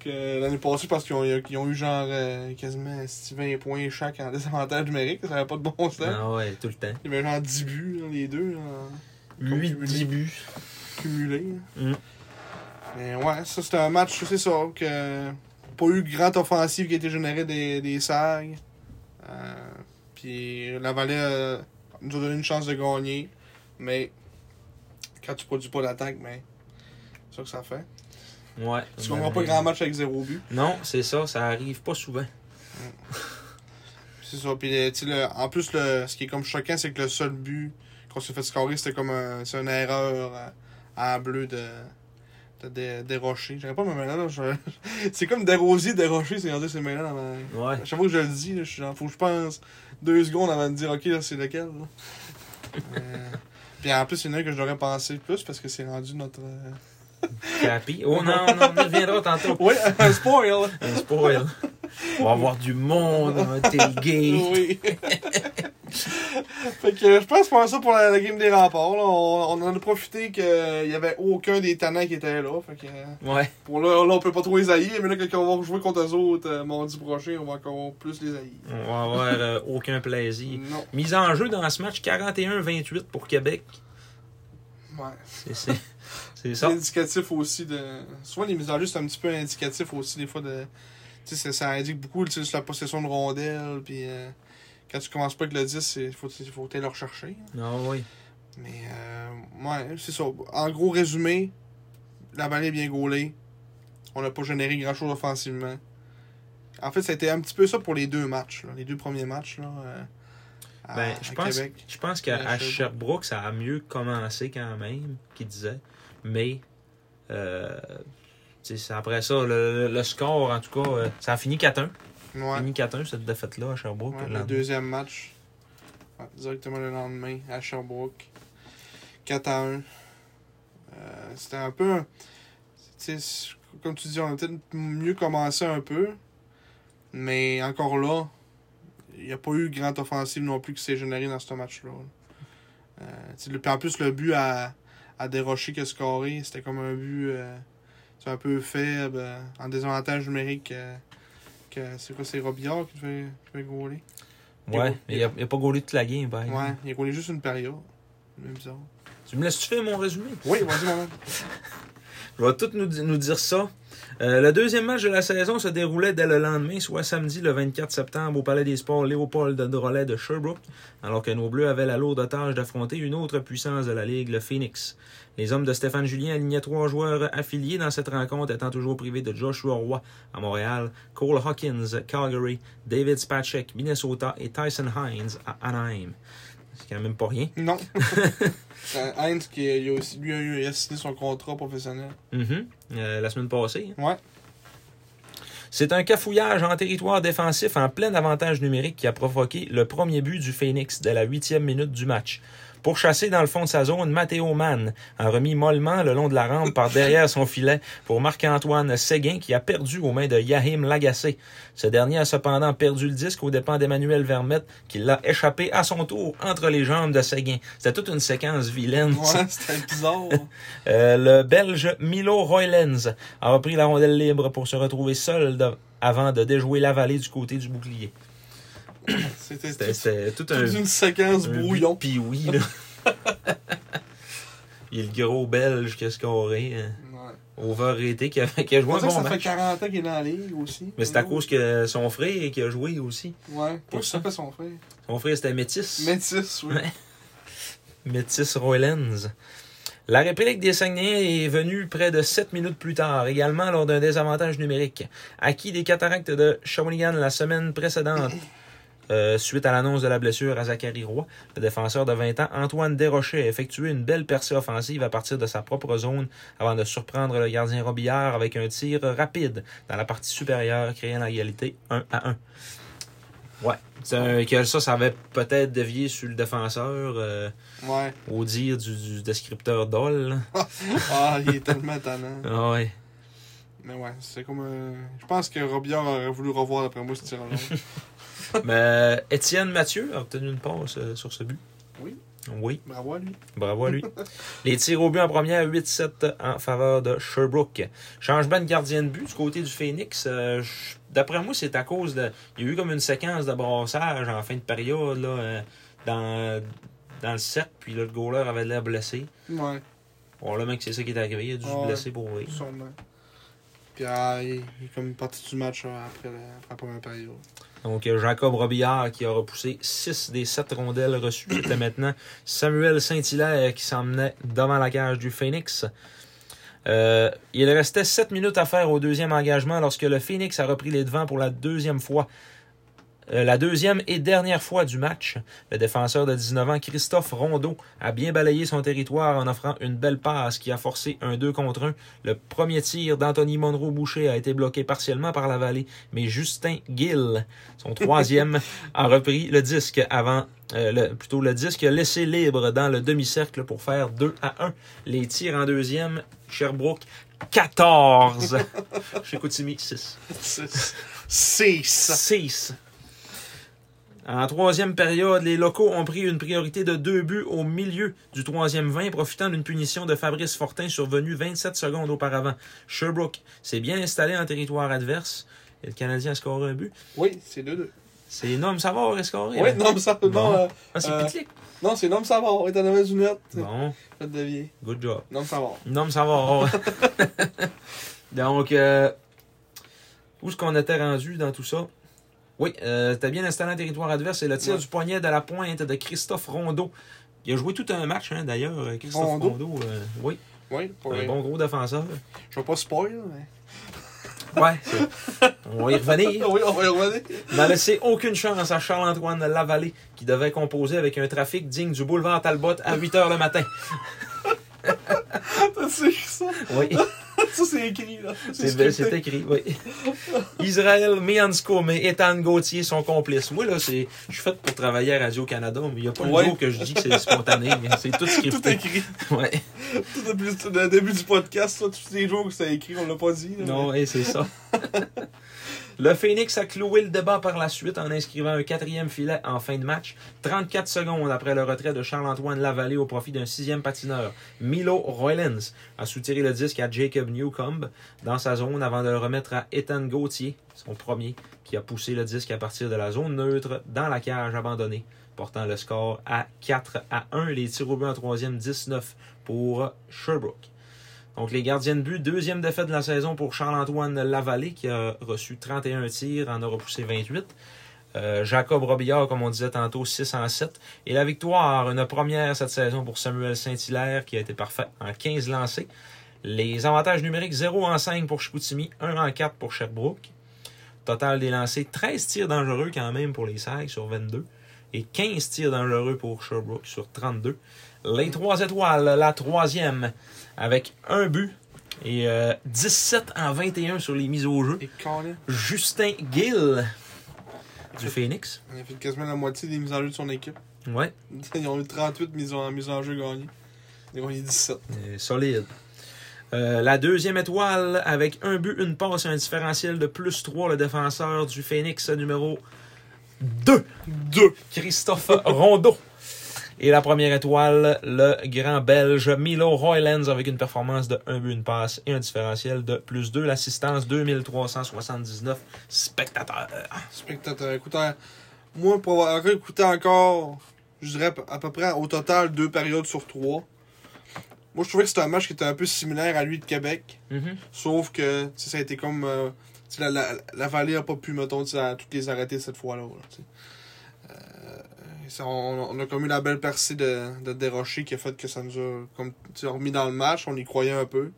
B: que L'année passée, parce qu'ils ont, ils ont eu genre euh, quasiment 20 points chaque en désavantage numérique, ça n'avait pas de bon sens.
A: Ah ouais, tout le temps.
B: Il y avait genre 10 buts, hein, les deux, hein,
A: 8
B: Cumulé.
A: débuts.
B: cumulés. hein.
A: Mm.
B: Mais ouais, ça c'était un match, c'est ça, que pas eu de grande offensive qui a été générée des, des sags. Euh, Puis la Vallée euh, nous a donné une chance de gagner. Mais quand tu produis pas d'attaque, mais c'est ça que ça fait.
A: Ouais.
B: Tu comprends pas grand match avec zéro but.
A: Non, c'est ça, ça arrive pas souvent.
B: Puis C'est ça. Puis, euh, tu sais, le- en plus, le, ce qui est comme choquant, c'est que le seul but qu'on s'est fait scorer, c'était comme un, c'est une erreur euh, en bleu de, de, de, des rochers. J'aurais pas me mêler là. je- [laughs] c'est comme des rosiers, des rochers, c'est rendu, c'est mêlant dans ma-
A: Ouais.
B: À chaque fois que je le dis, là, je suis genre, faut que je pense deux secondes avant de dire, ok, là, c'est lequel. là. Euh, puis en plus, il y en a un que j'aurais pensé plus parce que c'est rendu notre. euh,
A: Capi. Oh
B: [laughs]
A: non, non, on y reviendra tantôt.
B: Oui, [laughs] un spoil!
A: Un spoil. On va avoir du monde, on va
B: [laughs]
A: tailgate.
B: Oui. fait que je pense pour ça pour la, la game des remparts. là. On, on en a profité qu'il n'y avait aucun des tannins qui était là. Fait que
A: Ouais.
B: pour là, là, on peut pas trop les haïr, mais là, quand on va jouer contre eux autres euh, mardi prochain, on va encore plus les haïr.
A: On va avoir euh, aucun plaisir.
B: Non.
A: Mise en jeu dans ce match 41-28 pour Québec.
B: Ouais.
A: C'est- C'est c'est
B: C'est [laughs]
A: ça.
B: indicatif aussi de. Souvent, les mises en jeu, c'est un petit peu indicatif aussi, des fois, de. Tu sais, ça- ça indique beaucoup tu sais, sur la possession de rondelles, puis euh, quand tu commences pas avec le 10, il faut il faut aller le rechercher.
A: Non, Ah oui.
B: Mais euh, ouais, c'est ça. En gros résumé, la balle est bien gaulée. On n'a pas généré grand chose offensivement. En fait, ça a été un petit peu ça pour les deux matchs, là, les deux premiers matchs là, euh, à,
A: Ben,
B: à
A: je pense,
B: Québec.
A: je pense qu'à
B: Ouais,
A: à Sherbrooke,
B: Sherbrooke.
A: ça a mieux commencé quand même, qu'il disait. Mais, euh, tu sais, c'est après ça, le, le score, en tout cas, euh, ça a fini 4-1.
B: Ouais,
A: Fini 4-1, cette défaite-là à Sherbrooke.
B: ouais,
A: le
B: le
A: lendemain.
B: deuxième match, ouais, directement le lendemain à Sherbrooke. 4 à 1. Euh, C'était un peu. un- tu sais, c- Comme tu dis, on a peut-être mieux commencé un peu. Mais encore là, il n'y a pas eu grande offensive non plus qui s'est générée dans ce match-là. Euh, tu sais, le- puis en plus, le but à, à Desrochers qui a scoré, c'était comme un but euh, tu sais, un peu faible, euh, en désavantage numérique. euh, que- c'est quoi, c'est Robillard qui fait, qui fait gauler?
A: Ouais, mais il n'a pas gaulé toute la game, par exemple.
B: Ouais, il a gaulé juste une période. C'est bizarre.
A: Tu me laisses-tu faire mon résumé?
B: Oui, vas-y, maman.
A: Il va tout nous, di- nous dire ça. Euh, le deuxième match de la saison se déroulait dès le lendemain, soit samedi le 24 septembre, au Palais des Sports Léopold de Drolet de Sherbrooke, alors que nos Bleus avaient la lourde tâche d'affronter une autre puissance de la Ligue, le Phoenix. Les hommes de Stéphane Julien alignaient trois joueurs affiliés dans cette rencontre, étant toujours privés de Joshua Roy à Montréal, Cole Hawkins, Calgary, David Spacek, Minnesota et Tyson Hines à Anaheim. C'est quand même pas rien.
B: [laughs] Non. Euh, Heinz, qui, il a aussi, lui, a eu- il a signé son contrat professionnel.
A: Mhm. Euh, la semaine passée. hein.
B: Ouais.
A: C'est un cafouillage en territoire défensif en plein avantage numérique qui a provoqué le premier but du Phoenix dès la huitième minute du match. Pourchassé dans le fond de sa zone, Matteo Mann a remis mollement le long de la rampe par derrière son filet pour Marc-Antoine Séguin qui a perdu aux mains de Yahim Lagacé. Ce dernier a cependant perdu le disque aux dépens d'Emmanuel Vermette qui l'a échappé à son tour entre les jambes de Séguin. C'était toute une séquence vilaine. ça.
B: Ouais, [laughs] c'était bizarre.
A: Euh, le Belge Milo Roylens a repris la rondelle libre pour se retrouver seul de- avant de déjouer la vallée du côté du bouclier.
B: C'était
A: C'était-
B: tout-
A: C'était tout un,
B: toute une séquence
A: un
B: brouillon.
A: Puis oui, là. [laughs] Il est le gros Belge qui a scoré. euh,
B: Ouais.
A: Overrated qui a, qui a
B: Je
A: joué un
B: que
A: bon
B: ça fait
A: match.
B: 40 ans qu'il est dans la ligue aussi.
A: Mais c'est à cause que son frère qui a joué aussi.
B: Ouais.
A: Pour
B: Pourquoi
A: ça.
B: ça fait son frère
A: Son frère c'était métis.
B: Métis, oui.
A: Ouais. Métis Roylands. La réplique des Saguenayens est venue près de 7 minutes plus tard, également lors d'un désavantage numérique. Acquis des cataractes de Shawinigan la semaine précédente, euh, suite à l'annonce de la blessure à Zachary Roy, le défenseur de 20 ans, Antoine Desrochers a effectué une belle percée offensive à partir de sa propre zone avant de surprendre le gardien Robillard avec un tir rapide dans la partie supérieure, créant l'égalité 1 à 1. Ouais, c'est un- que ça, ça avait peut-être dévié sur le défenseur. euh,
B: Ouais.
A: au dire du, du descripteur Doll.
B: Ah, il est tellement talent.
A: Ah
B: [laughs]
A: ouais.
B: Mais ouais, c'est comme un- Je pense que Robillard aurait voulu revoir d'après moi ce [laughs] tir-là.
A: Mais euh, Étienne Mathieu a obtenu une passe euh, sur ce but.
B: Oui.
A: Oui,
B: Bravo à lui.
A: bravo
B: [laughs]
A: à lui. Les tirs au but en première, 8-7 en faveur de Sherbrooke. Changement de gardien de but du côté du Phoenix. euh, je- D'après moi, c'est à cause de. Il y a eu comme une séquence de brassage en fin de période là, euh, dans, dans le set, puis là, le goaler avait l'air blessé.
B: Ouais,
A: Probablement que c'est ça qui est arrivé. Il a dû se
B: Ah Ouais.
A: blesser pour rire.
B: sûrement. Puis ah, il, il est comme parti du match euh, après, la- après la première période. [laughs]
A: Donc, euh, Jacob Robillard qui a repoussé 6 des 7 rondelles reçues. C'était maintenant Samuel Saint-Hilaire qui s'emmenait devant la cage du Phoenix. Euh, il restait 7 minutes à faire au deuxième engagement lorsque le Phoenix a repris les devants pour la deuxième fois. Euh, la deuxième et dernière fois du match, le défenseur de 19 ans Christophe Rondeau a bien balayé son territoire en offrant une belle passe qui a forcé un 2 contre 1. Le premier tir d'Anthony Monroe Boucher a été bloqué partiellement par la vallée, mais Justin Gill son
B: [laughs]
A: troisième a repris le disque avant, euh, le- plutôt le disque laissé libre dans le demi-cercle pour faire 2 à 1. Les tirs en deuxième, Sherbrooke
B: [laughs]
A: 14. Chez Koutimi 6.
B: C'est ça.
A: 6. En troisième période, les locaux ont pris une priorité de deux buts au milieu du troisième 20, profitant d'une punition de Fabrice Fortin survenue 27 secondes auparavant. Sherbrooke s'est bien installé en territoire adverse et le Canadien a scoré un but.
B: Oui, c'est 2-2.
A: C'est énorme savoir, a scoré.
B: Oui,
A: hein?
B: non, mais ça.
A: Bon.
B: Non, euh,
A: Ah, c'est
B: Euh,
A: Pitlick.
B: non c'est Nom Savard. Il est en avait du net.
A: Bon,
B: Pas de devier.
A: good job.
B: Nom Savard.
A: Non, mais ça [laughs] va. Donc, euh, où est-ce qu'on était rendu dans tout ça? Oui, euh, t'as bien installé un territoire adverse et le tir
B: Ouais.
A: du poignet de la pointe de Christophe Rondeau. Il a joué tout un match, hein, d'ailleurs, euh, Christophe Rondeau.
B: Rondeau?
A: euh, oui,
B: Oui, pour
A: un
B: vrai.
A: Euh, bon gros [laughs] défenseur.
B: Je vais pas spoil, mais.
A: Ouais, c'est- on va y revenir.
B: Ah oui, on va y [laughs] revenir.
A: n'a laissé aucune chance à Charles-Antoine Lavallée, qui devait composer avec un trafic digne du boulevard Talbot à 8 h le matin.
B: T'as su ça?
A: [laughs] Oui.
B: Ça, c'est écrit, là.
A: C'est
B: scripté.
A: c'est écrit, oui. Israël Mianskoum et Ethan Gauthier sont complices. Moi, là, c'est, je suis fait pour travailler à Radio-Canada, mais il n'y a pas le
B: Ouais.
A: jour que je dis que c'est spontané, mais c'est tout
B: [laughs] Tout
A: scripté.
B: écrit.
A: ouais.
B: Tout depuis tout le début du podcast, là, tous les jours que c'est écrit, on l'a pas dit. là.
A: Non, et c'est ça. [laughs] le Phoenix a cloué le débat par la suite en inscrivant un quatrième filet en fin de match, 34 secondes après le retrait de Charles-Antoine Lavallée au profit d'un sixième patineur. Milo Roylens a soutiré le disque à Jacob Newcomb dans sa zone avant de le remettre à Ethan Gauthier, son premier, qui a poussé le disque à partir de la zone neutre dans la cage abandonnée, portant le score à 4 à 1. Les tirs au but en troisième, 19 pour Sherbrooke. Donc, les gardiens de but, deuxième défaite de la saison pour Charles-Antoine Lavallée, qui a reçu 31 tirs, en a repoussé 28. Euh, Jacob Robillard, comme on disait tantôt, 6 en 7. Et la victoire, une première cette saison pour Samuel Saint-Hilaire, qui a été parfait en 15 lancés. Les avantages numériques, 0 en 5 pour Chicoutimi, 1 en 4 pour Sherbrooke. Total des lancés, 13 tirs dangereux quand même pour les Sags sur 22. Et 15 tirs dangereux pour Sherbrooke sur 32. Les 3 étoiles, la troisième, avec un but et euh, 17 en 21 sur les mises au jeu.
B: Et Colin,
A: Justin Gill du Phoenix.
B: il a fait quasiment la moitié des mises en jeu de son équipe.
A: Ouais,
B: Ils ont eu 38 mises en, mises en jeu gagnées. Ils ont eu 17.
A: euh, solide. Euh, la deuxième étoile avec un but, une passe et un différentiel de plus 3, le défenseur du Phoenix numéro 2,
B: 2.
A: Christophe Rondeau. Et la première étoile, le grand belge Milo Roylands avec une performance de 1 but, une passe et un différentiel de plus 2. L'assistance 2379 spectateurs.
B: Spectateur, écoutez, moi, pour avoir écouté encore, je dirais à peu près au total deux périodes sur trois, moi, je trouvais que c'était un match qui était un peu similaire à lui de Québec.
A: Mhm.
B: Sauf que, tu sais, ça a été comme. euh, tu sais, la, la, la vallée a pas pu, mettons, tu sais, à toutes les arrêter cette fois-là. là, tu sais. Euh, ça, on, on a comme eu la belle percée de, de Desrochers qui a fait que ça nous a comme, tu sais, remis dans le match. On y croyait un peu.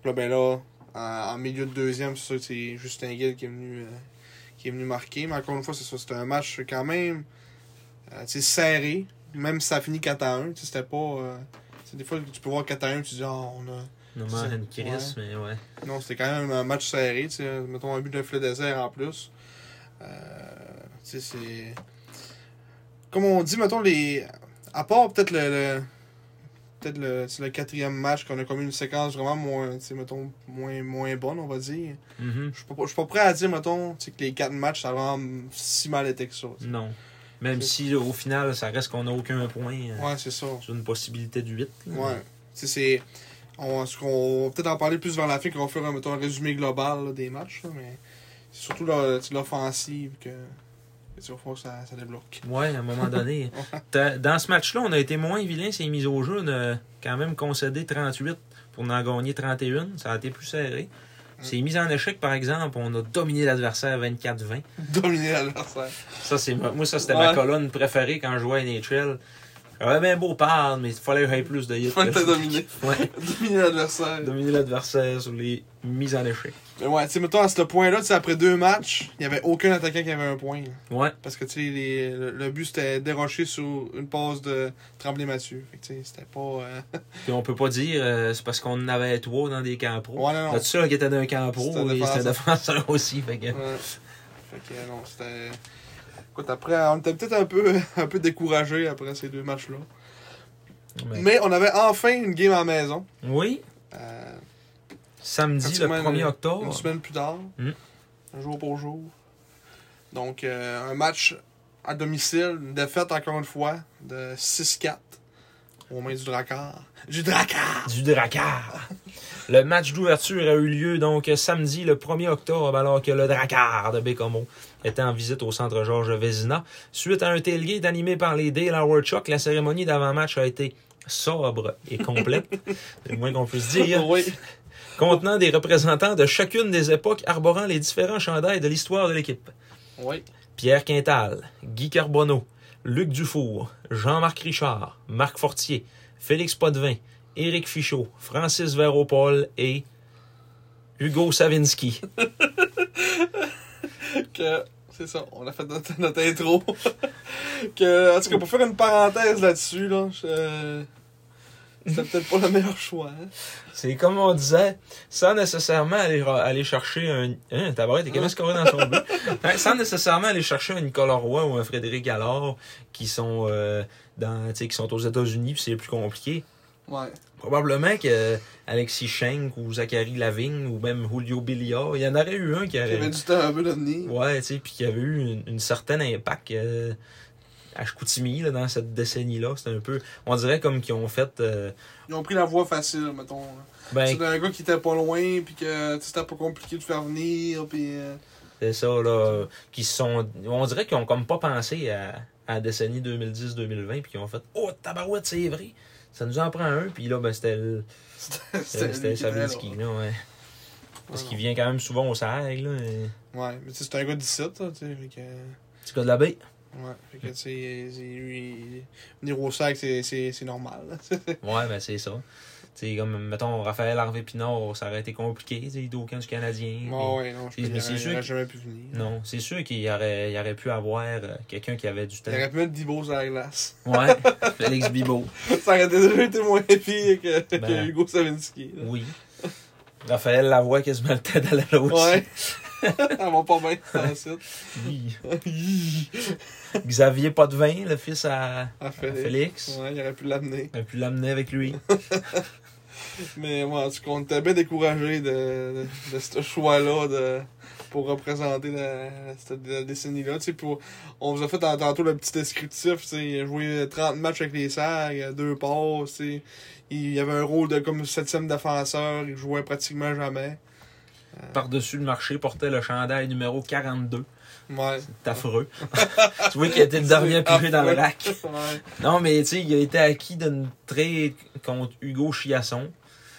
B: Puis là, ben là, en, en milieu de deuxième, c'est sûr que c'est Justin Gill qui est venu, euh, qui est venu marquer. Mais encore une fois, c'est ça. C'était un match quand même euh, tu sais, serré. Même si ça finit 4 à 1. tu sais, C'était pas. euh, tu sais, des fois, tu peux voir 4 à 1 tu dis, Ah, on a.
A: Non,
B: C'est-
A: une crise, mais ouais.
B: Non, c'était quand même un match serré. tu sais, Mettons un but de filet désert en plus. Euh, tu sais, c'est. Comme on dit, mettons, les. À part peut-être le. le- Peut-être le, c'est le quatrième match qu'on a commis une séquence vraiment moins, tu sais, mettons, moins, moins bonne, on va dire.
A: Mhm.
B: Je suis pas, je suis pas prêt à dire, mettons, tu sais, que les quatre matchs, ça a vraiment si mal été que ça. tu sais.
A: Non. Même si au final, ça reste qu'on n'a aucun point. euh,
B: Ouais, c'est ça.
A: sur une possibilité du 8.
B: Ouais. Tu sais, c'est. On, ce qu'on va peut-être en parler plus vers la fin quand on fera mettons, un résumé global là, des matchs, là, mais c'est surtout là, tu sais, l'offensive que, que tu vas voir que ça, ça débloque. [laughs]
A: Ouais, à un moment donné. T'as- Dans ce match-là, on a été moins vilain, c'est mise au jeu. On a quand même concédé 38 pour en gagner 31. Ça a été plus serré.
B: Mm.
A: C'est mis en échec, par exemple. On a dominé l'adversaire 24-20.
B: Dominer l'adversaire.
A: Ça, c'est ma- Moi, ça, c'était ma
B: Ouais.
A: colonne préférée quand je jouais à NHL. J'avais bien Ah ben, beau parle, mais il fallait que j'aie plus de hits.
B: Faut que t'aies dominé.
A: Ouais.
B: [laughs] Dominer l'adversaire.
A: Dominer l'adversaire sur les mises en échec.
B: Mais ouais, tu sais, mettons, à ce point-là, tu sais, après deux matchs, il n'y avait aucun attaquant qui avait un point. là.
A: Ouais.
B: Parce que, tu sais, les- le, le but, c'était déroché sur une passe de Tremblay-Mathieu. Fait que, tu sais, c'était pas... euh,
A: Puis on peut pas dire, euh, c'est parce qu'on en avait trois dans des camps pro.
B: Ouais, non, non.
A: Notre seul qui était d'un camp pro,
B: C'était un
A: et c'était
B: défenseur.
A: défenseur aussi. Fait que...
B: Ouais. [laughs] Fait que euh, non, c'était. Écoute, après, on était peut-être un peu, [laughs] un peu découragé après ces deux matchs-là.
A: Mais-
B: Mais on avait enfin une game à la maison.
A: Oui,
B: Euh,
A: samedi le
B: Pratiquement,
A: 1er
B: euh,
A: octobre.
B: Une semaine plus tard.
A: Mm.
B: Un jour pour jour. Donc, euh, un match à domicile, une défaite encore une fois de 6-4 aux mains du Dracard. Du Dracard!
A: Du Drakkar. Le match d'ouverture a eu lieu donc samedi le 1er octobre alors que le Drakkar de Bécomo était en visite au centre Georges Vézina. Suite à un tailgate animé par les Dale Howard Chuck, la cérémonie d'avant-match a été sobre et complète, [laughs] c'est le moins qu'on puisse dire,
B: oui.
A: contenant des représentants de chacune des époques arborant les différents chandails de l'histoire de l'équipe.
B: Oui.
A: Pierre Quintal, Guy Carbonneau, Luc Dufour, Jean-Marc Richard, Marc Fortier, Félix Potvin, Éric Fichot, Francis Véropol et Hugo Savinski.
B: que c'est ça, on a fait notre, [laughs] notre intro. que, en tout cas, pour faire une parenthèse là-dessus, là, je- c'était peut-être pas le meilleur choix. hein.
A: C'est comme on disait, sans nécessairement aller, aller chercher un... Hein, tabaret, t'es quand même scoré dans son [laughs] but. Hein, sans nécessairement aller chercher un Nicolas Roy ou un Frédéric Allard qui sont, euh, dans, tu sais, qui sont aux États-Unis, puis c'est plus compliqué.
B: Ouais.
A: Probablement que euh, Alexis Schenk ou Zachary Lavigne ou même Julio Billiard, il y en aurait eu un qui
B: Il y avait
A: aurait.
B: du temps un peu de venir.
A: Ouais, tu sais, puis qui avait eu une, une certaine impact euh, à Chicoutimi là, dans cette décennie-là. C'était un peu. On dirait comme qu'ils ont fait. euh,
B: Ils ont pris la voie facile, mettons. là.
A: ben,
B: C'était un gars qui était pas loin, puis que tu sais, c'était pas compliqué de faire venir, puis. euh, [laughs]
A: c'est ça, là. euh, Qui sont. On dirait qu'ils ont comme pas pensé à, à la décennie 2010-2020, puis qu'ils ont fait Oh, tabarouette, c'est vrai. Ça nous en prend un, puis là, ben, c'était le-
B: C'était
A: Euh, c'était
B: lui qui était là.
A: Sablinski, là, ouais. Parce
B: Ouais,
A: qu'il vient quand même souvent au Sahel, là. et-
B: Ouais, mais tu sais, c'est un gars d'ici, là, tu sais. Fait que...
A: Petit gars de la baie.
B: Ouais, fait que tu sais, c'est- lui, venir au sac, c'est- c'est c'est normal. là.
A: Ouais, ben c'est ça. Tu sais, comme, mettons, Raphaël Harvey Pinard, ça aurait été compliqué, tu sais, il était au camp du Canadien. puis-
B: Ouais, ouais, non, je
A: Mais c'est sûr
B: n'aurais
A: que-
B: jamais pu venir.
A: Non, c'est sûr qu'il aurait, il aurait pu avoir euh, quelqu'un qui avait du temps.
B: Il aurait pu mettre Dibo sur la glace.
A: Ouais,
B: [laughs]
A: Félix Bibo.
B: Ça aurait déjà été moins pire que, que
A: Ben.
B: Hugo Savinski. là.
A: Oui. Raphaël Lavoie, quasiment le tête à la hausse.
B: Ouais. [laughs] Ça va pas bien, ça, ensuite.
A: Oui. Xavier Potvin, le fils à,
B: En
A: à
B: fait,
A: Félix.
B: Ouais, il aurait pu l'amener.
A: Il a pu l'amener avec lui.
B: Mais ouais, en tout cas, on était bien découragés de, de, de ce choix-là de, pour représenter la, cette la décennie-là. Tu sais, pour- on vous a fait tant- tantôt le petit descriptif, tu sais, jouer 30 matchs avec les Sags, deux passes, tu sais. il y avait un rôle de comme septième défenseur, il jouait pratiquement jamais.
A: Par-dessus le marché, portait le chandail numéro 42.
B: Ouais.
A: C'est
B: [laughs]
A: affreux. tu vois qu'il était le dernier pigé dans le lac.
B: Ouais.
A: Non, mais tu sais, il a été acquis d'une trade contre Hugo Chiasson,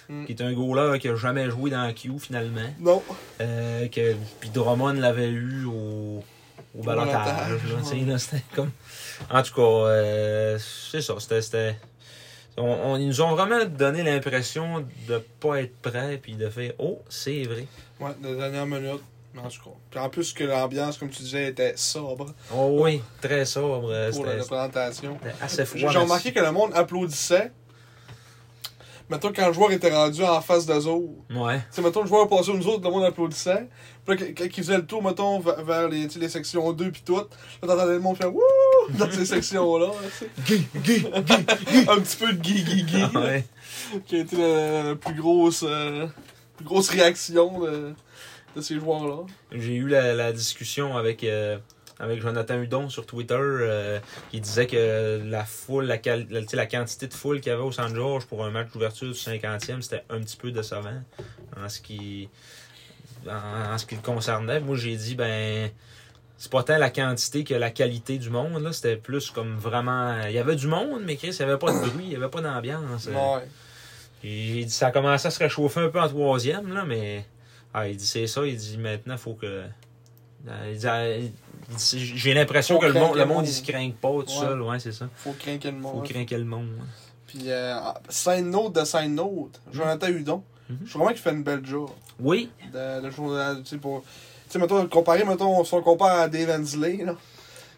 B: Mm.
A: qui est un goaler qui a jamais joué dans la Q finalement.
B: Non.
A: Euh, que, puis Drummond l'avait eu au, au balotage.
B: balotage,
A: là, tu sais,
B: ouais.
A: là, c'était comme... En tout cas, euh, c'est ça. C'était, c'était- On, on- ils nous ont vraiment donné l'impression de pas être prêts puis de faire Oh, c'est vrai.
B: Ouais, de dernière minute. Mais en tout cas. Puis en plus que l'ambiance, comme tu disais, était sobre
A: Oh oui, très sobre. euh,
B: pour
A: C'était,
B: la présentation.
A: c'était assez froid.
B: J'ai j'ai remarqué que le monde applaudissait. Mettons, quand le joueur était rendu en face d'eux autres. [laughs]
A: Ouais.
B: Tu sais, mettons, le joueur passait aux nous autres, le monde applaudissait. Puis là, quand quand il faisait le tour, mettons, v- vers les, tu sais, les sections 2 puis tout, là, t'entendais le monde faire « Wouh! » [laughs] dans ces sections-là. là, tu sais. Un petit peu de gui gui gui là,
A: Ah Ouais.
B: qui a été la, la plus, grosse, euh, plus grosse réaction de, de ces joueurs-là.
A: J'ai eu la, la discussion avec, euh, avec Jonathan Hudon sur Twitter euh, qui disait que la foule, la, quali- la- tu sais, la quantité de foule qu'il y avait au San George pour un match d'ouverture du 50e, c'était un petit peu décevant en ce qui, en, en ce qui le concernait. Moi, j'ai dit, ben. C'est pas tant la quantité que la qualité du monde, là. C'était plus comme vraiment. Il y avait du monde, mais Chris, il n'y avait pas de bruit, il n'y avait pas d'ambiance. euh.
B: Ouais.
A: Puis J'ai dit, ça a commencé à se réchauffer un peu en troisième, là, mais. Ah, il dit, c'est ça, il dit, maintenant, faut que. Ah, Il dit, ah, il dit, c'est- j'ai l'impression
B: Faut
A: que le monde,
B: craquer
A: le
B: le
A: monde,
B: monde.
A: il se craint pas tout
B: Ouais.
A: seul, ouais, c'est ça.
B: Faut craquer le
A: Faut
B: monde.
A: craquer le monde. ouais.
B: Puis, euh, scène note de scène note, Jonathan Hudon.
A: Mhm.
B: Je suis vraiment qu'il fait une belle job.
A: Oui,
B: de, de journal, tu sais, pour... Tu sais, mettons, comparé, mettons, si on compare à Dave Hensley, là,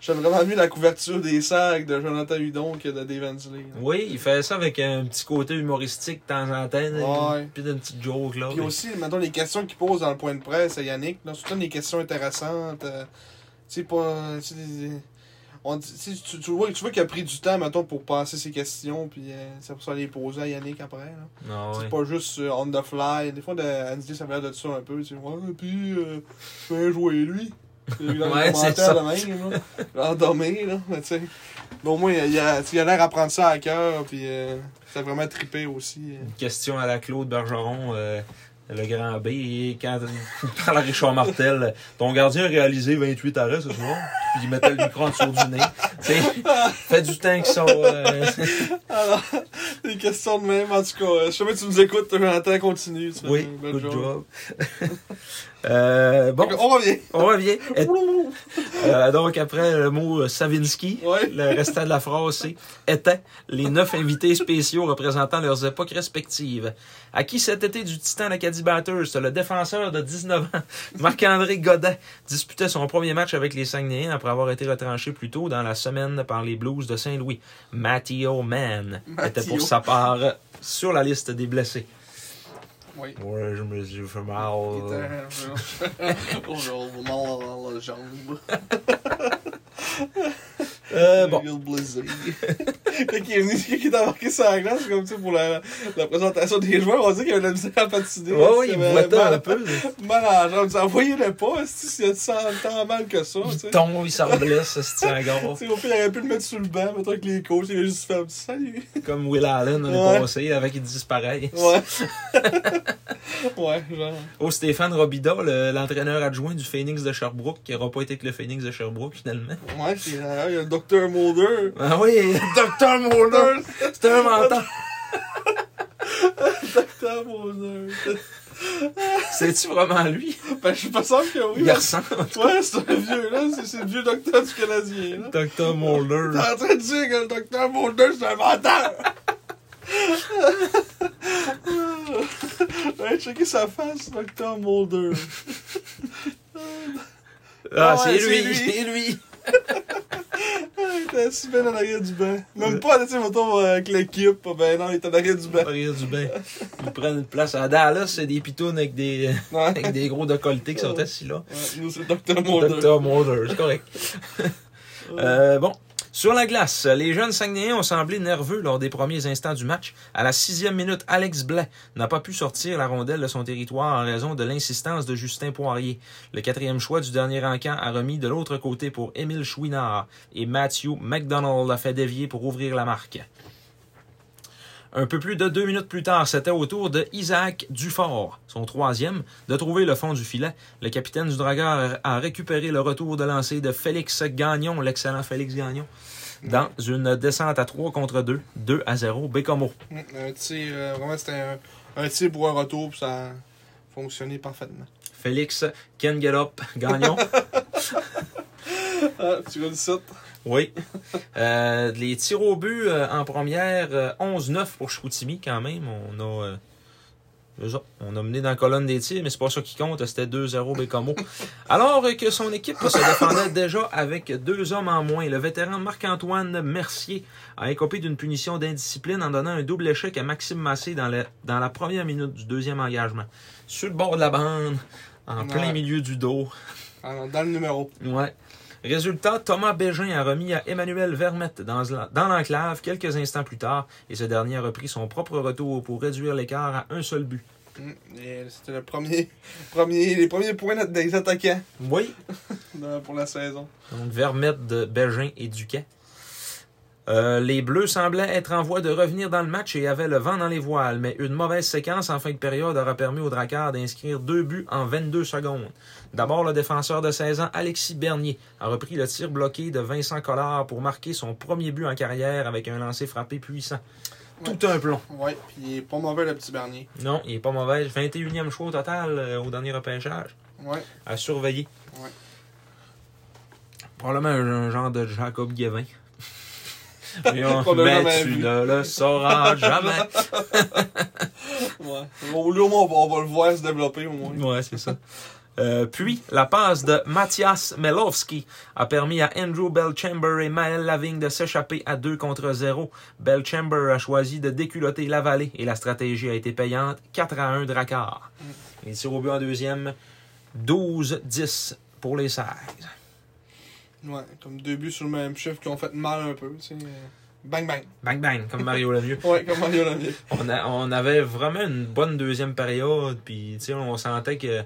B: j'aime vraiment mieux la couverture des sacs de Jonathan Hudon que de Dave Hensley. là.
A: oui, il fait ça avec un petit côté humoristique de temps en temps, là,
B: Ouais.
A: puis d'une petite joke, là.
B: Puis aussi, mettons, les questions qu'il pose dans le point de presse à Yannick, là, c'est toutes des questions intéressantes. euh, tu sais, pas... tu sais, des- on dit- tu, sais, tu, tu vois, tu vois qu'il a pris du temps, mettons, pour passer ses questions, puis euh, c'est pour ça les poser à Yannick après, là.
A: Ah, ouais.
B: C'est pas juste euh, on the fly. Des fois, de, Andy, ça va de ça un peu. Tu sais, ouais, puis, euh, fais jouer lui. Il y a
A: Ouais,
B: ouais,
A: c'est
B: c'est ça. De même, là. L'endormi, là. Mais tu sais, mais au moins, il y a, tu sais, il a l'air à prendre ça à cœur. Puis, euh, ça a vraiment trippé aussi.
A: [laughs]
B: euh.
A: Une question à la Claude Bergeron, euh, le grand B, et quand [laughs] quand la Richard Martel, ton gardien a réalisé 28 arrêts ce soir, puis il mettait le micro en dessous du nez. Tu sais, fait du temps qu'ils sont. euh, [laughs]
B: Alors, des questions de même, en tout cas. euh, Je sais pas si tu nous écoutes, Jonathan, continue. tu fais
A: oui,
B: une belle
A: good
B: job.
A: job. [laughs] Euh, bon,
B: Donc, on revient.
A: on revient. Et- euh, donc, après le mot euh, Savinski,
B: Ouais.
A: le restant de la phrase, c'est étaient les neuf invités spéciaux représentant leurs époques respectives. À qui cet été du Titan l'Acadie Batters, le défenseur de 19 ans, [laughs] Marc-André Godet, disputait son premier match avec les Saguenayens après avoir été retranché plus tôt dans la semaine par les Blues de Saint-Louis. Matteo Mann était
B: Matteo.
A: pour sa part sur la liste des blessés.
B: [laughs] Oui.
A: Ouais, je me suis fait
B: Il était- euh,
A: mal.
B: [laughs] Bonjour, [laughs] mal dans la jambe.
A: Euh, bon.
B: Real Blizzard. [laughs] Quand il est venu, quand il est embarqué sur la glace, comme ça, pour la, la présentation des joueurs, on dit qu'il avait de la misère à patiner.
A: Ouais, ouais, il
B: avait
A: boitait
B: mal-
A: un
B: [laughs]
A: peu.
B: Mal à la jambe. Envoyez-le pas, si s'il y a de tant mal que ça, tu
A: Il
B: sais.
A: tombe, il s'en blesse,
B: [laughs]
A: c'est un gars.
B: Tu sais, au pire, il aurait pu le mettre sur le banc, mettons avec les coachs, il a juste fait un petit salut.
A: Comme Will Allen l'année
B: Ouais.
A: passée, avec il disparaît.
B: Ouais. [laughs] ouais, genre.
A: Oh, Stéphane Robida, le- l'entraîneur adjoint du Phoenix de Sherbrooke, qui n'aura pas été que le Phoenix de Sherbrooke finalement.
B: Ouais, c'est, il y a le [laughs] docteur Mulder.
A: Ah oui, Dr. Mulder, c'est un menteur.
B: Tabarnak.
A: C'est-tu vraiment lui?
B: Ben, je suis pas sûr que oui.
A: Il ressemble.
B: mais- Ouais, c'est un vieux, là. C'est- C'est le vieux docteur du Canadien, là.
A: Dr.
B: T'es
A: Mulder.
B: en train de dire que le docteur Mulder, c'est un menteur! [laughs] ouais, checker sa face, docteur Mulder.
A: Ah,
B: Ah
A: c'est
B: ouais, c'est
A: lui,
B: lui.
A: c'est lui.
B: Ah, Il était assis bien en arrière du banc. Même pas, tu sais, mettons, euh, avec l'équipe. Ben non, il était en arrière du banc.
A: Maria Dubin. Ils prennent une place à Dallas, c'est des pitounes avec des, [laughs]
B: Ouais.
A: avec des gros décolletés qui sont assis là.
B: Ouais, nous, c'est le docteur Mulder.
A: Dr. Mulder, c'est correct. Euh, bon. Sur la glace, les jeunes Saguenayens ont semblé nerveux lors des premiers instants du match. À la sixième minute, Alex Blais n'a pas pu sortir la rondelle de son territoire en raison de l'insistance de Justin Poirier. Le quatrième choix du dernier encamp a remis de l'autre côté pour Émile Chouinard et Matthew McDonald a fait dévier pour ouvrir la marque. Un peu plus de deux minutes plus tard, c'était au tour de Isaac Dufort, son troisième, de trouver le fond du filet. Le capitaine du Dragueur a récupéré le retour de lancer de Félix Gagnon, l'excellent Félix Gagnon, dans une descente à 3 contre 2, 2 à 0, Bécomo.
B: Mm, Un tir, euh, vraiment, c'était un, un tir pour un retour, puis ça a fonctionné parfaitement.
A: Félix Ken Get Up Gagnon.
B: Ah, tu vois le site?
A: Oui. [laughs] Euh, les tirs au but euh, en première, euh, 11-9 pour Chicoutimi quand même. On a, euh, eux autres, on a mené dans la colonne des tirs, mais c'est pas ça qui compte. C'était 2-0 Bécamo. Alors euh, que son équipe se défendait déjà avec deux hommes en moins, le vétéran Marc-Antoine Mercier a écopé d'une punition d'indiscipline en donnant un double échec à Maxime Massé dans la, dans la première minute du deuxième engagement. Sur le bord de la bande, en plein
B: Ouais.
A: milieu du dos.
B: Ah, dans le numéro.
A: Ouais. Résultat, Thomas Bégin a remis à Emmanuel Vermette dans, dans l'enclave quelques instants plus tard et ce dernier a repris son propre retour pour réduire l'écart à un seul but.
B: Mm, et C'était le premier, premier, les premiers points des attaquants
A: Oui.
B: euh, pour la saison.
A: Donc Vermette de Bégin et Duquet. Euh, les Bleus semblaient être en voie de revenir dans le match et avaient le vent dans les voiles, mais une mauvaise séquence en fin de période aura permis aux Drakkar d'inscrire deux buts en 22 secondes. D'abord, le défenseur de 16 ans, Alexis Bernier, a repris le tir bloqué de Vincent Collard pour marquer son premier but en carrière avec un lancer frappé puissant. Tout un plomb.
B: Ouais, puis il est pas mauvais, le petit Bernier.
A: Non, il est pas mauvais. 21e choix au total euh, au dernier repêchage
B: Ouais.
A: à surveiller.
B: Ouais.
A: Probablement un, un genre de Jacob Guévin.
B: Qu'on a
A: mais
B: jamais
A: tu
B: vu.
A: ne le sauras jamais.
B: Ouais. Au lieu, au moins, on va, on va le voir se développer, au moins.
A: Ouais, c'est ça. Euh, puis, la passe de Matthias Melowski a permis à Andrew Bellchamber et Maël Lavigne de s'échapper à 2 contre 0. Bellchamber a choisi de déculotter la vallée et la stratégie a été payante. 4 à 1 Drakkar. Les tirs au but en deuxième, 12-10 pour les 16.
B: Ouais, comme deux buts sur le même chiffre qui ont fait mal un peu, tu sais. euh, Bang, bang.
A: Bang bang, comme Mario Lemieux.
B: Ouais, comme Mario Lemieux.
A: on, a- on avait vraiment une bonne deuxième période, puis tu sais, on sentait que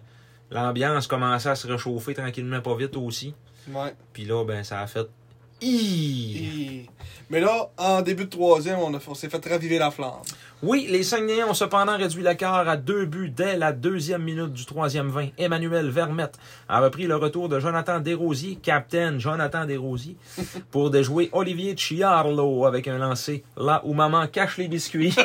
A: l'ambiance commençait à se réchauffer tranquillement, pas vite aussi.
B: Ouais.
A: Puis là, ben, ça a fait. Hi!
B: Et- Mais là, en début de troisième, on, a- on s'est fait raviver la flamme. [laughs]
A: Oui, les Saguenayens ont cependant réduit l'écart à deux buts dès la deuxième minute du troisième 20. Emmanuel Vermette a repris le retour de Jonathan Desrosiers, capitaine Jonathan [laughs] Desrosiers, pour déjouer Olivier Chiarlo avec un lancer là où maman cache les biscuits.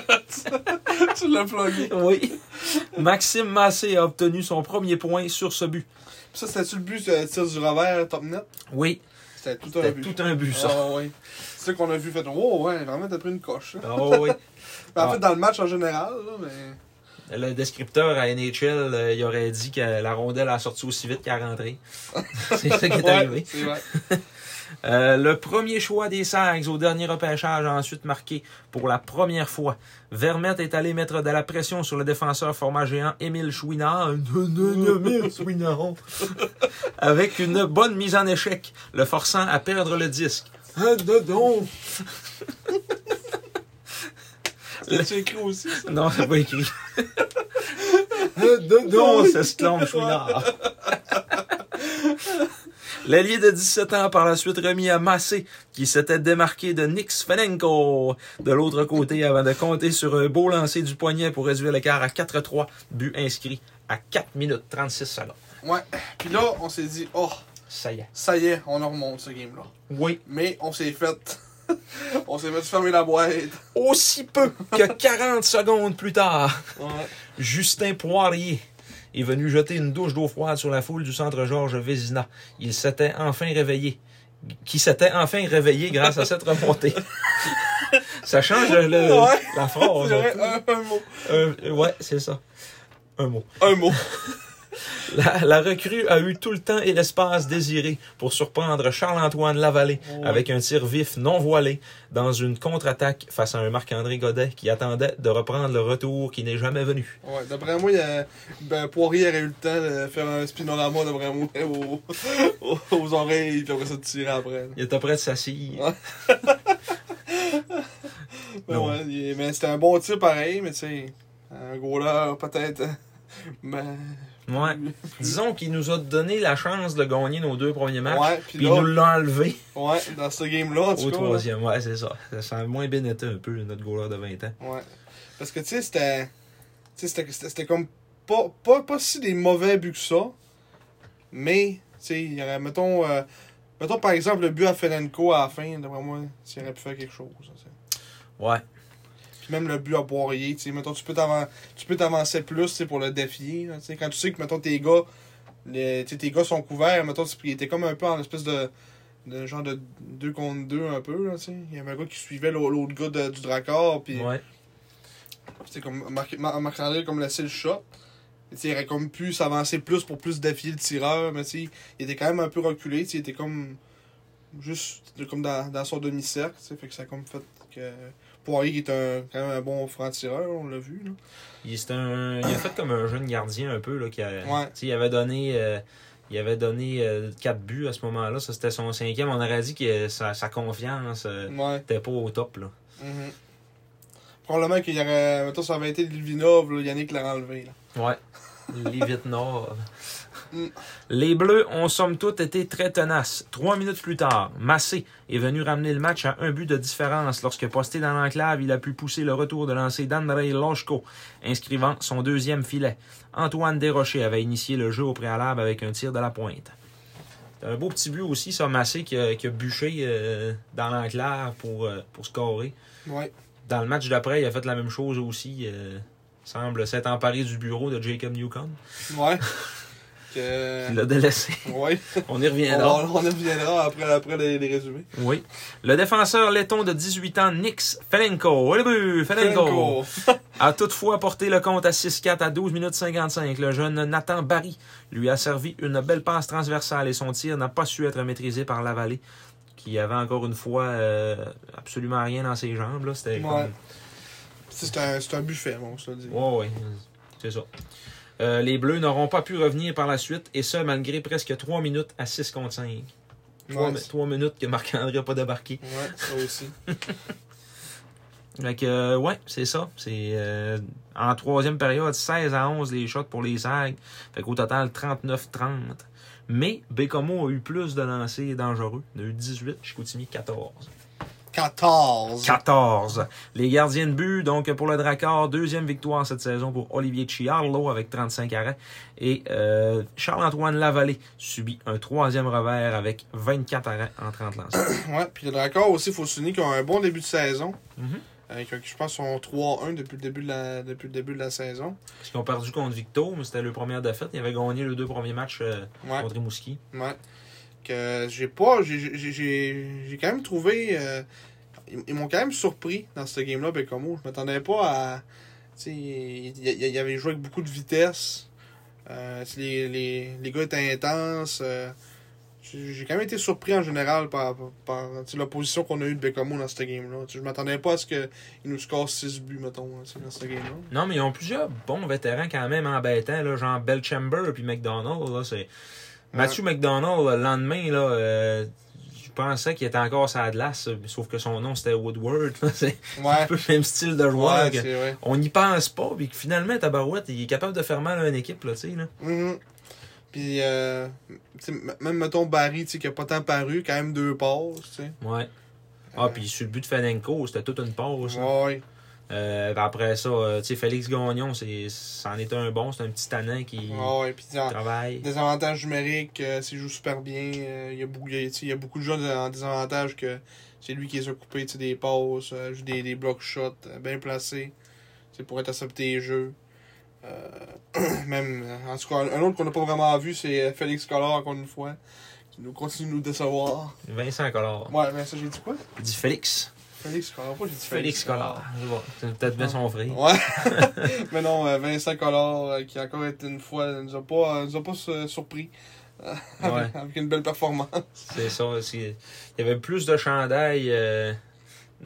B: tu l'as plugué.
A: [laughs] Oui. [laughs] Maxime Massé a obtenu son premier point sur ce but.
B: Ça, c'était-tu le but euh, tir du revers top net?
A: Oui,
B: C'était tout un
A: c'était
B: but.
A: tout un but, ça.
B: Ah ouais. C'est ça qu'on a vu, fait « Oh ouais, vraiment, t'as pris une coche. hein.
A: Ah oui.
B: Ben, En
A: Ah.
B: fait, dans le match en général, là, mais...
A: Le descripteur à NHL, euh, il aurait dit que la rondelle a sorti aussi vite qu'elle est rentrée. [laughs] C'est ça qui est
B: Ouais,
A: arrivé.
B: c'est vrai.
A: Euh, le premier choix des Sags au dernier repêchage a ensuite marqué pour la première fois. Vermette est allé mettre de la pression sur le défenseur format géant Émile [laughs] Chouinard. Émile Chouinard. Avec une bonne mise en échec, le forçant à perdre le disque. Ah,
B: [laughs]
A: dedon.
B: C'était écrit aussi, ça.
A: Non, c'est pas écrit. Non, c'est Stlom Chouinard. L'allié de 17 ans a par la suite remis à Massé, qui s'était démarqué de Nix Fenenko de l'autre côté avant de compter sur un beau lancer du poignet pour réduire l'écart à 4-3, but inscrit à 4 minutes 36 secondes.
B: Ouais. Puis là, on s'est dit « Oh,
A: Ça y est.
B: ça y est, on en remonte, ce game-là.
A: Oui, »
B: Mais on s'est fait [laughs] On s'est mis fermer la boîte.
A: Aussi peu que 40 secondes plus tard,
B: [laughs] Ouais.
A: Justin Poirier est venu jeter une douche d'eau froide sur la foule du centre Georges Vézina. Il s'était enfin réveillé. Qui s'était enfin réveillé grâce à cette [laughs] remontée. Ça change le-
B: Ouais.
A: la
B: C'est
A: phrase.
B: vrai, un, un mot.
A: Euh, euh, ouais, c'est ça. Un mot.
B: Un mot.
A: La, la recrue a eu tout le temps et l'espace désiré pour surprendre Charles-Antoine Lavallée
B: Ouais.
A: avec un tir vif non voilé dans une contre-attaque face à un Marc-André Godet qui attendait de reprendre le retour qui n'est jamais venu.
B: Ouais, d'après moi, il y a- ben, Poirier aurait eu le temps de faire un spinorama, d'après moi, [laughs] aux, aux- aux oreilles, puis après ça, de tirer après. là.
A: Il était prêt de s'asseoir.
B: Ouais. Mais,
A: Non.
B: ouais, il est- mais c'était un bon tir pareil, mais tu sais, un gros là, peut-être. [laughs] Ben,
A: Ouais. Disons qu'il nous a donné la chance de gagner nos deux premiers matchs.
B: ouais, puis
A: Puis il nous
B: là,
A: l'a enlevé
B: ouais, dans ce game-là, en
A: au
B: tout cas. là,
A: troisième. Ouais, c'est ça. Ça sent moins bien été un peu, notre goaler de 20 ans.
B: Ouais. Parce que, tu sais, c'était. Tu sais, c'était- c'était c'était comme. Pas, pas, pas si des mauvais buts que ça. Mais, tu sais, il y aurait, mettons. euh, mettons, par exemple, le but à Felenko à la fin, d'après moi, il aurait pu faire quelque chose. tu sais.
A: Ouais.
B: Puis même le but à Poirier, tu sais, mettons, tu peux t'avan- tu peux t'avancer plus, tu sais, pour le défier. là, tu sais. Quand tu sais que, mettons, tes gars. les- tu sais, tes gars sont couverts, mettons, tu- ils étaient comme un peu en espèce de. de genre de 2 contre 2 un peu, là, tu sais. Il y avait un gars qui suivait l'au- l'autre gars de- du Dracor, puis.
A: Ouais.
B: C'est comme Marc Mar- Marc-André a comme laissé le shot. Et tu sais, il aurait comme pu s'avancer plus pour plus défier le tireur, mais tu sais, il était quand même un peu reculé, tu sais, il était comme juste comme dans, dans son demi-cercle, tu sais, fait que ça a comme fait que Poirier qui est un, quand même un bon franc-tireur, on l'a vu là.
A: Il, c'est un, il a fait comme un jeune gardien un peu. Là, qui a,
B: Ouais.
A: tu sais, Il avait donné, euh, il avait donné euh, quatre buts à ce moment-là. Ça, c'était son cinquième. On aurait dit que sa, sa confiance euh,
B: Ouais.
A: n'était pas au top. Là.
B: mhm. Probablement qu'il y aurait mettons ça avait été Livinov, là, Yannick l'aurait enlevé là.
A: Ouais. [laughs] Les Nord.
B: Mm.
A: Les Bleus ont somme toute été très tenaces. Trois minutes plus tard, Massé est venu ramener le match à un but de différence. Lorsque posté dans l'enclave, il a pu pousser le retour de lancer d'Andrei Loshko, inscrivant son deuxième filet. Antoine Desrochers avait initié le jeu au préalable avec un tir de la pointe. C'était un beau petit but aussi, ça, Massé, qui a, qui a bûché euh, dans l'enclave pour, euh, pour scorer.
B: Ouais.
A: Dans le match d'après, il a fait la même chose aussi. euh, semble s'être emparé du bureau de Jacob Newcomb. [laughs]
B: Ouais. que...
A: Il l'a délaissé.
B: Ouais.
A: [laughs] On y
B: On,
A: reviendra.
B: on y reviendra après, après les, les résumés.
A: Oui. Le défenseur laiton de 18 ans, Nix Felenko, le but, Felenko,
B: Felenko.
A: a toutefois porté le compte à 6-4 à 12 minutes 55. Le jeune Nathan Barry lui a servi une belle passe transversale et son tir n'a pas su être maîtrisé par la vallée, qui avait encore une fois euh, absolument rien dans ses jambes. là. C'était
B: Ouais.
A: comme-
B: Tu sais, C'est un, c'est un buffet, bon, je te le dis.
A: Ouais, ouais, c'est ça. Euh, les Bleus n'auront pas pu revenir par la suite, et ce, malgré presque 3 minutes à 6 contre 5. 3,
B: Ouais, c'est-
A: minutes que Marc-André n'a pas débarqué.
B: ouais, ça aussi.
A: Fait que, euh, ouais, c'est ça. C'est euh, en troisième période, 16 à 11 les shots pour les Sags. Fait qu'au total, 39-30. Mais Bécomo a eu plus de lancers dangereux. Il a eu 18, Chicoutimi 14.
B: 14.
A: 14. Les gardiens de but, donc pour le Dracard, deuxième victoire cette saison pour Olivier Chiarlo avec 35 arrêts. Et euh, Charles-Antoine Lavallée subit un troisième revers avec 24 arrêts en 30 lancers.
B: Ouais, puis le Dracor aussi, il faut souligner qu'ils ont un bon début de saison.
A: Mhm.
B: Euh, qu'ils- je pense qu'ils sont 3-1 depuis, le début de la- depuis le début de la saison.
A: Parce qu'ils ont perdu contre Victo, mais c'était leur première défaite. Ils avaient gagné les deux premiers matchs euh,
B: Ouais,
A: contre Rimouski.
B: ouais. Que j'ai pas. j'ai- J'ai j'ai- j'ai quand même trouvé. euh, ils ils m'ont quand même surpris dans ce game-là, Bécamo. Je m'attendais pas à. Tu sais, il il- il avait joué avec beaucoup de vitesse. Euh, tu sais, les, les, les gars étaient intenses. euh, J'ai j'ai quand même été surpris en général par, par, tu sais, l'opposition qu'on a eue de Bécamo dans ce game-là. Tu sais, Je m'attendais pas à ce qu'il nous score 6 buts, mettons, là, tu sais, dans ce game-là.
A: Non, mais ils ont plusieurs bons vétérans quand même embêtants, là, genre Belchamber puis McDonald. Là, c'est... Matthew McDonald, le lendemain, là, euh, je pensais qu'il était encore sur la glace, euh, sauf que son nom c'était Woodward. [laughs] là. c'est un
B: Ouais,
A: peu le même style de joueur.
B: ouais
A: que-
B: c'est vrai.
A: on n'y pense pas, puis que finalement, Tabarouette, il est capable de faire mal à une équipe. Là, tu sais, là.
B: Mhm. Puis, euh, tu sais, m- même mettons Barry, tu sais, qui a pas tant paru, quand même deux passes. tu sais.
A: Ouais. Ah, puis sur le but de Fanenko, c'était toute une pause.
B: Ouais.
A: après ça, euh, tu sais, Félix Gagnon, c'est... c'en était un bon, c'est un petit tannant qui
B: Ouais, puis tu sais, en-
A: travaille.
B: des avantages numériques, euh, s'ils jouent super bien. euh, Il y, a beaucoup- il y a- tu sais, il y a beaucoup de gens en désavantage que C'est lui qui les a coupés, tu sais, des passes, euh, joue des, des block shots euh, bien placés. C'est pour intercepter les jeux. Euh, [clears throat] même, euh, en tout cas, un autre qu'on n'a pas vraiment vu, c'est euh, Félix Collard, encore une fois, qui nous continue de nous décevoir.
A: Vincent Collard.
B: Ouais, mais ça, j'ai dit quoi
A: Il dit Félix.
B: Félix Collard, pas j'ai dit
A: Félix Collard. C'est bon. C'est peut-être bien son frère.
B: Ouais. [laughs] Mais non, euh, Vincent Collard, euh, qui encore été une fois, nous a pas, euh, nous a pas euh, surpris. [laughs] euh,
A: Ouais.
B: Avec une belle performance.
A: C'est ça. c'est- Il y avait plus de chandail euh,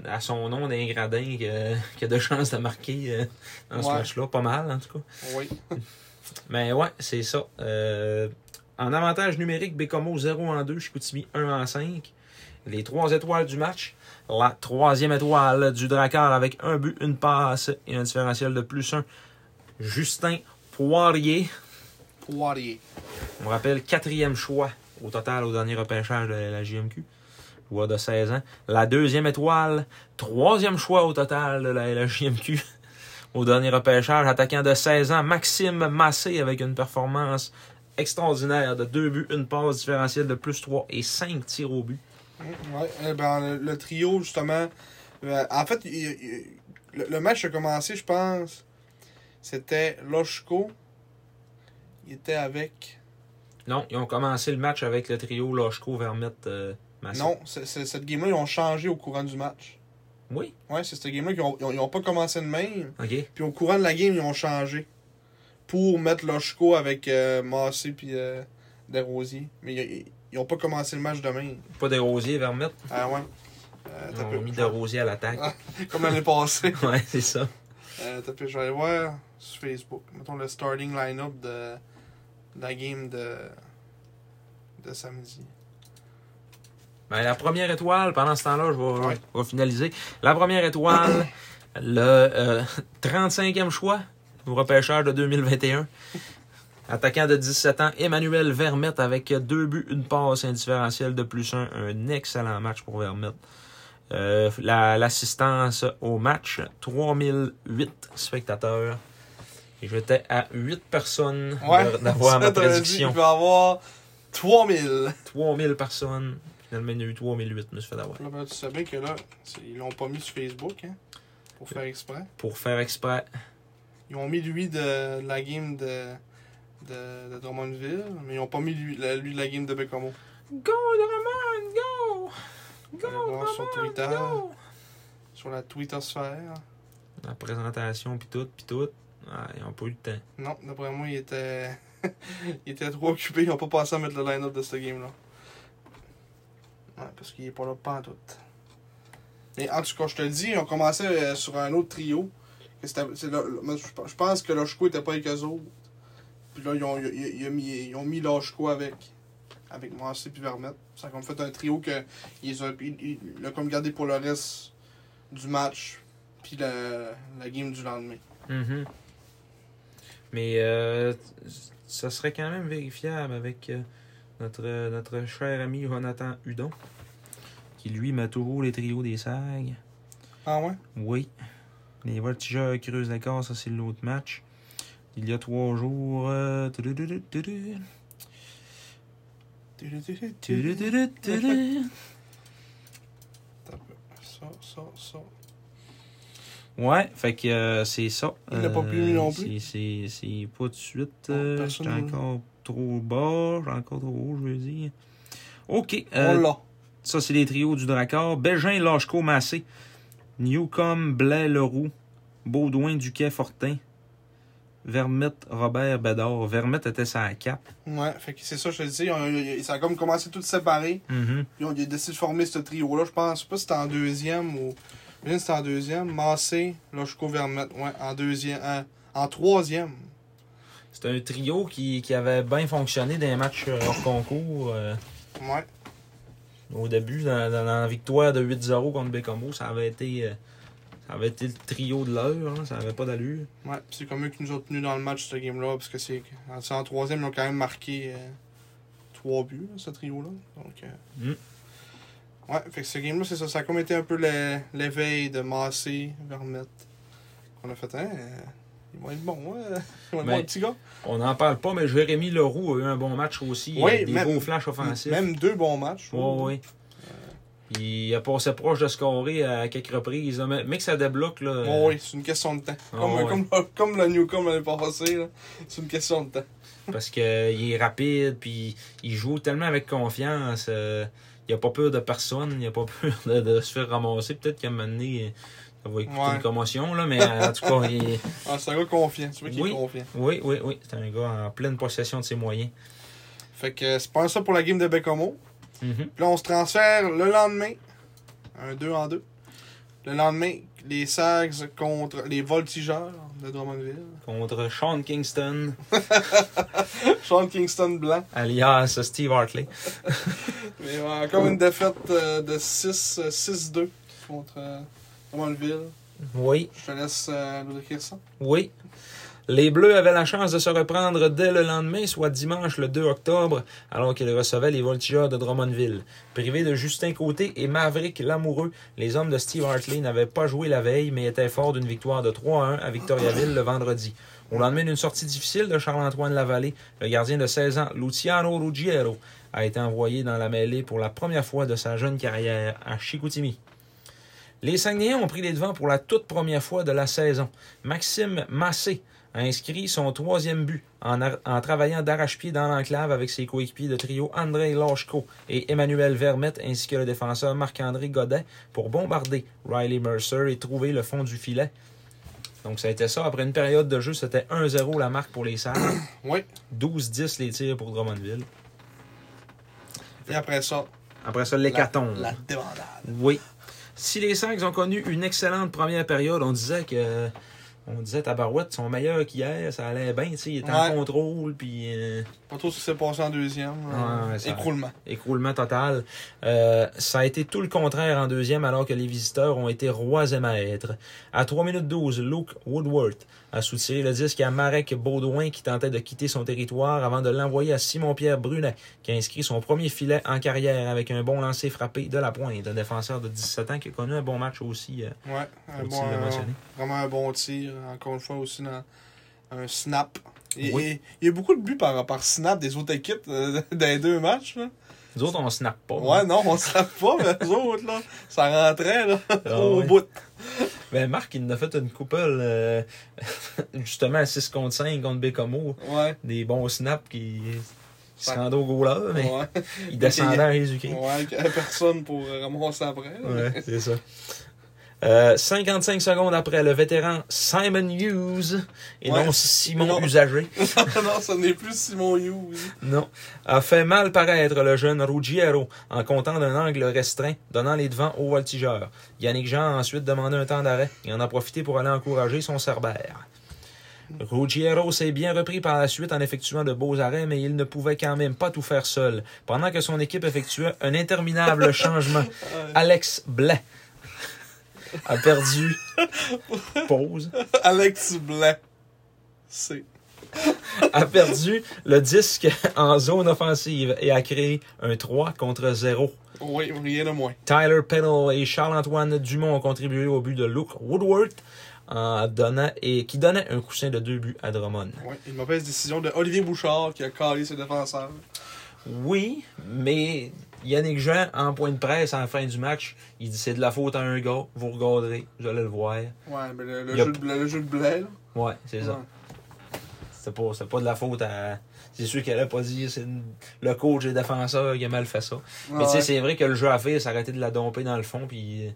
A: à son nom d'un gradin que, que de chances de marquer euh, dans ce
B: Ouais.
A: match-là. Pas mal, en tout cas.
B: Oui.
A: Mais ouais, c'est ça. Euh, en avantage numérique, Bécomo 0 en 2, Chicoutimi 1 en 5. Les trois étoiles du match. La troisième étoile du Drakkar avec un but, une passe et un différentiel de plus 1. Justin Poirier.
B: Poirier.
A: On rappelle, quatrième choix au total au dernier repêchage de la JMQ. Joueur de 16 ans. La deuxième étoile. Troisième choix au total de la LHJMQ. [laughs] Au dernier repêchage, attaquant de 16 ans, Maxime Massé avec une performance extraordinaire de deux buts, une passe différentielle de plus 3 et 5 tirs au but.
B: Mm, Ouais. Eh ben, le, le trio, justement. euh, en fait, il- il- le, le match a commencé, je pense. C'était Loshko. Il était avec.
A: Non, ils ont commencé le match avec le trio Lochko, Vermette, euh, Massé.
B: Non, Ah, c'est- c'est- cette game-là, ils ont changé au courant du match.
A: Oui,
B: Ouais, c'est cette game-là qu'ils ont, ils ont- ils ont pas commencé de même.
A: ok.
B: Puis au courant de la game, ils ont changé pour mettre Loshko avec euh, Massé puis euh, Desrosiers. Mais ils, ils- ils ont pas commencé le match demain.
A: Pas des Rosiers, Vermette.
B: Ah ouais. Euh,
A: Ils
B: t'as
A: ont
B: peu- Ah.
A: mis des Rosiers à l'attaque.
B: [laughs] Comme
A: [laughs]
B: l'année passée.
A: Ouais, c'est ça.
B: Euh, t'as peu, je vais aller voir sur Facebook. Mettons le starting line-up de, de la game de, de samedi.
A: Ben, la première étoile, pendant ce temps-là, je vais,
B: Ouais.
A: je vais finaliser. La première étoile, le euh, 35e choix au repêchage de 2021. Attaquant de 17 ans, Emmanuel Vermette avec deux buts, une passe, un différentiel de plus un. Un excellent match pour Vermette. Euh, la- L'assistance au match, 3008 spectateurs. Et j'étais à 8 personnes de- d'avoir ma
B: [laughs] Ça, t'aurais dit,
A: prédiction.
B: Il va y avoir
A: [laughs]
B: 3000.
A: 3000 personnes. Finalement, il y en a eu 3008, je me suis fait avoir.
B: Là, ben, tu savais que là, c'est- ils l'ont pas mis sur Facebook, hein, pour
A: Euh,
B: faire exprès.
A: Pour faire exprès,
B: Ils ont mis lui de, de la game de, de, de Drummondville, mais ils ont pas mis lui, la- lui de la game de Bécamo.
A: Go, Drummond, go! Go,
B: Allez voir sur
A: Drummond,
B: Twitter.
A: go!
B: Sur la Twittersphère.
A: La présentation, puis tout, puis tout. Ah, ils n'ont pas eu le temps.
B: Non, d'après moi, il était. [laughs] il était trop occupé, ils ont pas pensé à mettre le line-up de cette game-là. Ouais, parce qu'il est pas là pas en tout. Mais en tout cas, je te le dis, on commençait euh, sur un autre trio. que c'était- c'est le- le- moi, je pe- je pense que Loshko était pas avec eux autres. Puis là, ils ont, ils- ils- ils ont mis, ils ont mis Loshko avec, avec Massé puis Vermette. Ça a comme fait un trio que ils ont, il, il- il l'a comme gardé pour le reste du match. Puis la, la game du lendemain.
A: Mhm. Mais euh, ça serait quand même vérifiable avec euh, notre, euh, notre cher ami Jonathan Hudon, qui lui met toujours les trios des sages.
B: Ah ouais?
A: Oui. Les voltigeurs creusent la case, ça c'est l'autre match. Il y a trois jours. euh, tudududududu. Tudududududu.
B: Attends un peu. Ça, ça, ça.
A: Ouais, fait que euh, c'est ça.
B: Il l'a pas
A: Euh,
B: pu lui non
A: c'est-
B: plus.
A: C'est c'est pas de suite.
B: Non,
A: euh,
B: personne
A: J'étais
B: ne-
A: encore trop bas, j'étais encore trop haut, je veux dire. Ok, euh,
B: On l'a.
A: ça c'est les trios du Drakkar. Bégin, Lachko, Massé. Newcombe, Blais, Leroux. Baudouin, Duquet, Fortin. Vermette, Robert, Bédard. Vermette était sa cape.
B: Ouais, fait que c'est ça, je te dis. ils ont- ils- Ça a comme commencé tout séparé.
A: Mhm.
B: Ils ont, ils ont décidé de former ce trio-là. Je pense pas si c'était en deuxième ou. Imagine si c'était en deuxième. Massé, Lochko, Vermette. Ouais, en deuxième. euh, en troisième.
A: C'est un trio qui, qui avait bien fonctionné dans les matchs euh, hors concours. euh,
B: Ouais.
A: Au début, dans, dans- dans la victoire de 8-0 contre Bécamo, ça avait été euh, ça avait été le trio de l'heure, hein, ça avait pas d'allure.
B: Ouais, pis c'est comme eux qui nous ont tenus dans le match, ce game-là. Parce que c'est. En, c'est en troisième, ils ont quand même marqué. euh, trois buts, là, ce trio-là. Donc. euh,
A: Mm.
B: Ouais, fait que ce game-là, c'est ça. Ça a comme été un peu le- l'éveil de Massé, Vermette. Qu'on a fait, hein. euh, Ils vont être bons, hein. [laughs] Ils vont être
A: Mais-
B: bons, les petits gars.
A: On n'en parle pas, mais Jérémy Leroux a eu un bon match aussi,
B: Oui,
A: avec des
B: même-
A: beaux flashs offensifs.
B: Même deux bons matchs.
A: Ouais, ouais. Il a passé proche de scorer à quelques reprises. là. Mais, mais que ça débloque, là.
B: Bon, oui, c'est une question de temps.
A: Ah,
B: Comme,
A: euh, ouais.
B: comme, comme, le Newcombe l'année passée, là. c'est une question de temps.
A: parce qu'il est rapide, puis il joue tellement avec confiance. euh, il n'a pas peur de personne, il n'a pas [laughs] peur de, de se faire ramasser. Peut-être qu'à un moment donné, ça va écouter
B: Ouais.
A: une commotion, là, mais en tout cas, il est-
B: Ah, c'est un gars confiant, tu vois qu'il
A: Oui.
B: est confiant.
A: oui, oui, oui, c'est un gars en pleine possession de ses moyens.
B: Fait que euh, c'est pas ça pour la game de Becomo.
A: Mhm.
B: Puis là, on se transfère le lendemain, un 2 en 2. Le lendemain, les Sags contre les Voltigeurs de Drummondville.
A: Contre Sean Kingston,
B: [laughs] Sean Kingston blanc.
A: alias Steve Hartley.
B: Mais ouais, encore une défaite euh, de 6, euh, 6-2 contre euh, Drummondville.
A: Oui,
B: Je te laisse euh, nous décrire ça.
A: oui. Les Bleus avaient la chance de se reprendre dès le lendemain, soit dimanche le 2 octobre, alors qu'ils recevaient les voltigeurs de Drummondville. Privés de Justin Côté et Maverick Lamoureux, les hommes de Steve Hartley n'avaient pas joué la veille, mais étaient forts d'une victoire de 3-1 à Victoriaville le vendredi. Au lendemain d'une sortie difficile de Charles-Antoine Lavallée, le gardien de 16 ans, Luciano Ruggiero, a été envoyé dans la mêlée pour la première fois de sa jeune carrière à Chicoutimi. Les Saguenayens ont pris les devants pour la toute première fois de la saison. Maxime Massé a inscrit son troisième but en, ar- en travaillant d'arrache-pied dans l'enclave avec ses coéquipiers de trio André Lachko et Emmanuel Vermette ainsi que le défenseur Marc-André Godet pour bombarder Riley Mercer et trouver le fond du filet. Donc ça a été ça. Après une période de jeu, c'était 1-0 la marque pour les [clears throat] Sagues.
B: Oui.
A: 12-10 les tirs pour Drummondville.
B: Et après ça,
A: Après ça,
B: la,
A: l'hécatombe.
B: la débandade.
A: Oui. Si les Saints ont connu une excellente première période, on disait que. On disait Tabarouette, ils sont meilleurs qu'hier, ça allait bien, tu sais, ils étaient en
B: Ouais.
A: contrôle, puis euh,
B: Pas trop ce qui s'est passé en deuxième. euh,
A: Ouais, ouais, ça-
B: écroulement.
A: écroulement total. Euh, ça a été tout le contraire en deuxième, alors que les visiteurs ont été rois et maîtres. À 3 minutes 12, Luke Woodworth a soutiré le disque à Marek Baudouin, qui tentait de quitter son territoire avant de l'envoyer à Simon-Pierre Brunet, qui a inscrit son premier filet en carrière avec un bon lancer frappé de la pointe. Un défenseur de 17 ans qui a connu un bon match aussi. euh,
B: Ouais. Un
A: faut-il
B: bon,
A: le
B: un-
A: mentionner?
B: vraiment un bon tir. Encore une fois, aussi dans un snap. Et-
A: Oui.
B: et- il y a beaucoup de buts par, par snap des autres équipes euh, [laughs] dans les deux matchs. Là.
A: Nous autres, on snap pas.
B: Ouais, non, on se rappe pas, mais les autres, là, ça rentrait, là,
A: Ah
B: [laughs] au
A: ouais.
B: bout.
A: Ben, Marc, il nous a fait une coupole, euh, [laughs] justement, à 6 contre 5 contre Bécomo.
B: Ouais.
A: Des bons snaps qui, qui se
B: Ouais.
A: rendaient au goaler, mais
B: Ouais.
A: ils descendaient à Jésus-Christ.
B: Ouais, qu'il y avait personne pour euh, ramasser après. là.
A: Ouais, c'est ça. Euh, 55 secondes après, le vétéran Simon Hughes, et
B: Ouais.
A: non Simon
B: Non.
A: Usager,
B: [laughs] non, ce n'est plus Simon Hughes.
A: non, a fait mal paraître le jeune Ruggiero en comptant d'un angle restreint, donnant les devants aux voltigeurs. Yannick Jean a ensuite demandé un temps d'arrêt et en a profité pour aller encourager son cerbère. Ruggiero s'est bien repris par la suite en effectuant de beaux arrêts, mais il ne pouvait quand même pas tout faire seul, pendant que son équipe effectuait un interminable changement. Alex Blais a perdu. Pause.
B: Alex Blanc. C'est.
A: A perdu le disque [laughs] en zone offensive et a créé un 3 contre 0.
B: Oui, rien de moins.
A: Tyler Pennell et Charles-Antoine Dumont ont contribué au but de Luke Woodworth en donnant et qui donnait un coussin de deux buts à Drummond.
B: Ouais, une mauvaise décision de Olivier Bouchard qui a calé ses défenseurs.
A: Oui, mais Yannick Jean, en point de presse, à la fin du match, il dit c'est de la faute à un gars, vous regarderez, vous allez le voir.
B: Ouais, mais le, le
A: Yep.
B: jeu, de, Blanc- le jeu de Blanc, là.
A: Ouais, c'est ça.
B: Ouais.
A: C'était pas, c'était pas de la faute à. C'est sûr qu'elle a pas dit c'est une- le coach et le défenseur qui a mal fait ça. Mais tu sais,
B: Ouais.
A: c'est vrai que le jeu à faire, c'est arrêté de la domper dans le fond, puis euh,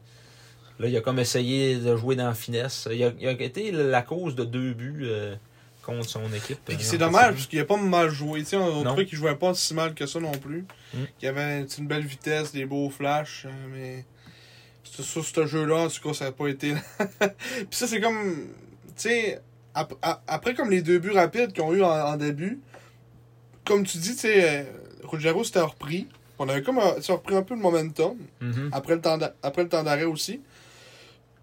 A: là, il a comme essayé de jouer dans la finesse. Il a, il a été la cause de deux buts euh, contre son équipe.
B: Puis
A: Euh,
B: c'est
A: en
B: dommage
A: fait,
B: parce qu'il a pas mal joué. Tu sais, on on
A: Non.
B: trouvait qu'il jouait pas si mal que ça non plus.
A: Mm.
B: Qu'il avait tu sais, une belle vitesse, des beaux flashs, euh, mais c'est- sur ce jeu-là, en tout cas, ça n'a pas été. [laughs] Puis ça, c'est comme. Tu sais, ap- a- après comme les deux buts rapides qu'ils ont eu en, en début, comme tu dis, tu sais, euh, Ruggiero s'était repris. On avait comme un- tu sais, repris un peu le momentum
A: c'est- Mhm.
B: après le temps d'a- après le temps d'arrêt aussi.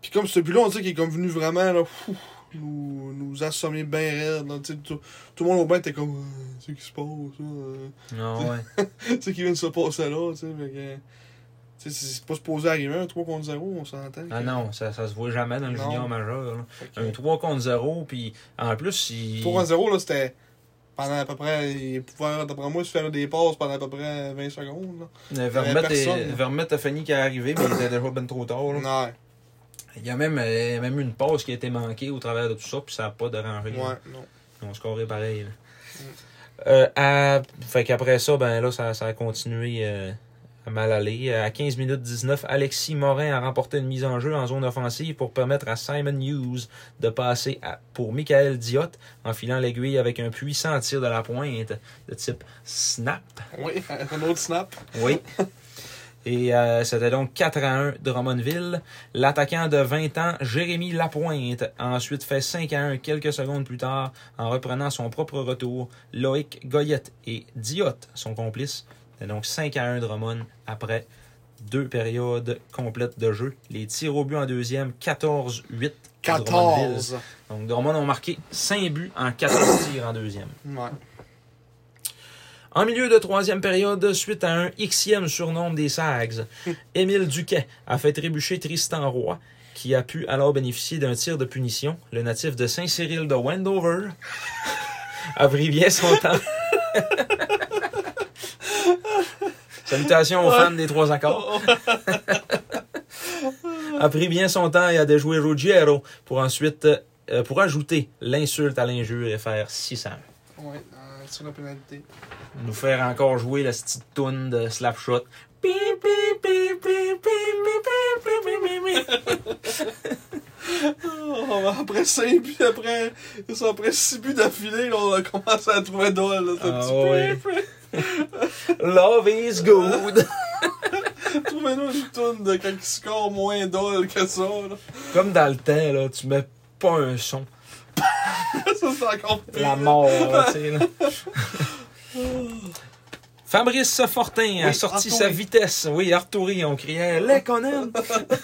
B: Puis comme ce but-là, on dirait qu'il est comme venu vraiment là, fou, nous, nous assommer bien raide. là, tu sais, tout, tout le monde au bain était comme Euh, c'est qui se passe là, euh,
A: Ah, ouais.
B: tu sais qui vient de se passer là, tu sais, fait que, tu sais, c'est c'est pas supposé arriver un 3 contre 0, on s'entend.
A: Ah
B: que-
A: non, ça, ça se voit jamais dans le
B: Non.
A: junior majeur. là.
B: fait que,
A: Un 3 contre 0, puis en plus, il.
B: 3 contre 0 là, c'était pendant à peu près. Il pouvait, d'après moi, se faire des passes pendant à peu près 20 secondes. là.
A: Euh,
B: avait
A: Vermette, est-
B: personne.
A: Vermette a fini qui est arrivé, mais il était déjà ben trop tard. là.
B: Ouais.
A: Il y a même, euh, il y a même une passe qui a été manquée au travers de tout ça, puis ça n'a pas dérangé. là.
B: Ouais, non.
A: Ils ont scoré pareil. là. Euh, à- Fait qu'après ça, ben là, ça, ça a continué euh, à mal aller. Euh, À 15 minutes 19, Alexis Morin a remporté une mise en jeu en zone offensive pour permettre à Simon Hughes de passer à- pour Michael Diot en filant l'aiguille avec un puissant tir de la pointe de type snap.
B: Oui, [laughs] un autre snap.
A: Oui. [laughs] Et euh, c'était donc 4 à 1 Drummondville. L'attaquant de 20 ans, Jérémy Lapointe, a ensuite fait 5 à 1 quelques secondes plus tard en reprenant son propre retour. Loïc Goyette et Diot, son complice. C'était donc 5 à 1 Drummond après deux périodes complètes de jeu. Les tirs au but en deuxième, 14-8. Drummondville.
B: 14.
A: Donc Drummond ont marqué 5 buts en 14 tirs en deuxième.
B: Ouais.
A: En milieu de troisième période, suite à un Xème surnombre des Sags, Émile Duquet a fait trébucher Tristan Roy, qui a pu alors bénéficier d'un tir de punition. Le natif de Saint-Cyril de Wendover [laughs] a pris bien son temps. Salutations aux fans des trois accords. a pris bien son temps et a déjoué Ruggiero pour ensuite euh, pour ajouter l'insulte à l'injure et faire 600
B: Ouais, euh, sur la pénalité.
A: nous faire encore jouer la petite toune de Slapshot. Pi, pi, pi, pi, pi, pi, pi, pi, pi, pi.
B: Oh, après 5 buts, après, ça, après 6 buts d'affilée, là, on a commencé à trouver drôle. Là, ce
A: Ah
B: petit peu.
A: Love is good.
B: Trouvez-nous une toune de quand il score moins drôle que ça. Là. [laughs]
A: Comme dans le temps, là, tu mets pas un son.
B: ça, c'est encore pire.
A: La mort, là, tu sais. là. [laughs] Fabrice Fortin a
B: Oui,
A: sorti
B: Arturi.
A: sa vitesse. Oui, Arturi, on criait Les qu'on aime!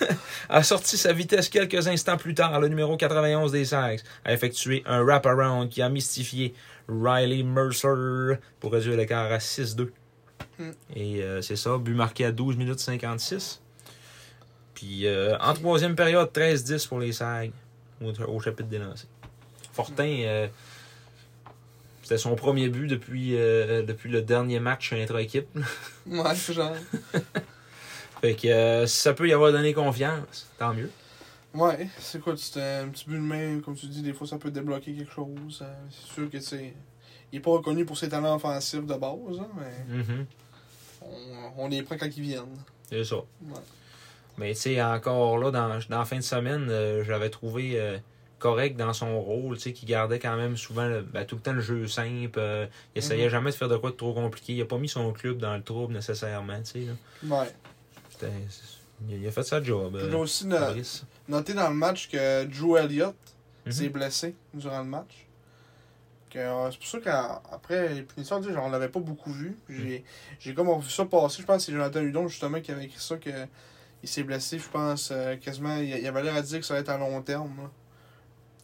A: [laughs] a sorti sa vitesse quelques instants plus tard. Le numéro 91 des Sags a effectué un wraparound qui a mystifié Riley Mercer pour réduire l'écart à 6-2.
B: Mm.
A: Et euh, c'est ça, but marqué à 12 minutes 56. Puis euh, en troisième période, 13-10 pour les Sags au, au chapitre des lancers. Fortin, euh, c'était son premier but depuis, euh, depuis le dernier match intra-équipe.
B: Ouais, c'est genre.
A: Fait que euh, si ça peut y avoir donné confiance, tant mieux.
B: Ouais, c'est quoi, c'est un petit but de main, comme tu dis, des fois ça peut débloquer quelque chose. euh, C'est sûr que c'est. Il est pas reconnu pour ses talents offensifs de base, hein, mais
A: Mhm,
B: on, on les prend quand ils viennent.
A: C'est ça.
B: Ouais.
A: Mais tu sais, encore là, dans, dans la fin de semaine, euh, j'avais trouvé euh, correct dans son rôle, tu sais, qu'il gardait quand même souvent le- ben, tout le temps le jeu simple. euh, il essayait jamais de faire de quoi de trop compliqué. Il a pas mis son club dans le trouble nécessairement, tu sais. là.
B: Ouais.
A: C'était- Il il a fait sa job.
B: Je
A: euh,
B: dois aussi no-
A: Fabrice.
B: noter dans le match que Drew Elliott
A: Mhm.
B: s'est blessé durant le match. Que, euh, c'est pour ça qu'après les punitions, tu sais, genre, on l'avait pas beaucoup vu. J'ai, j'ai comme vu ça passer. Je pense que c'est Jonathan Hudon justement qui avait écrit ça que il s'est blessé, je pense, euh, quasiment. Il, il avait l'air à dire que ça allait être à long terme. là.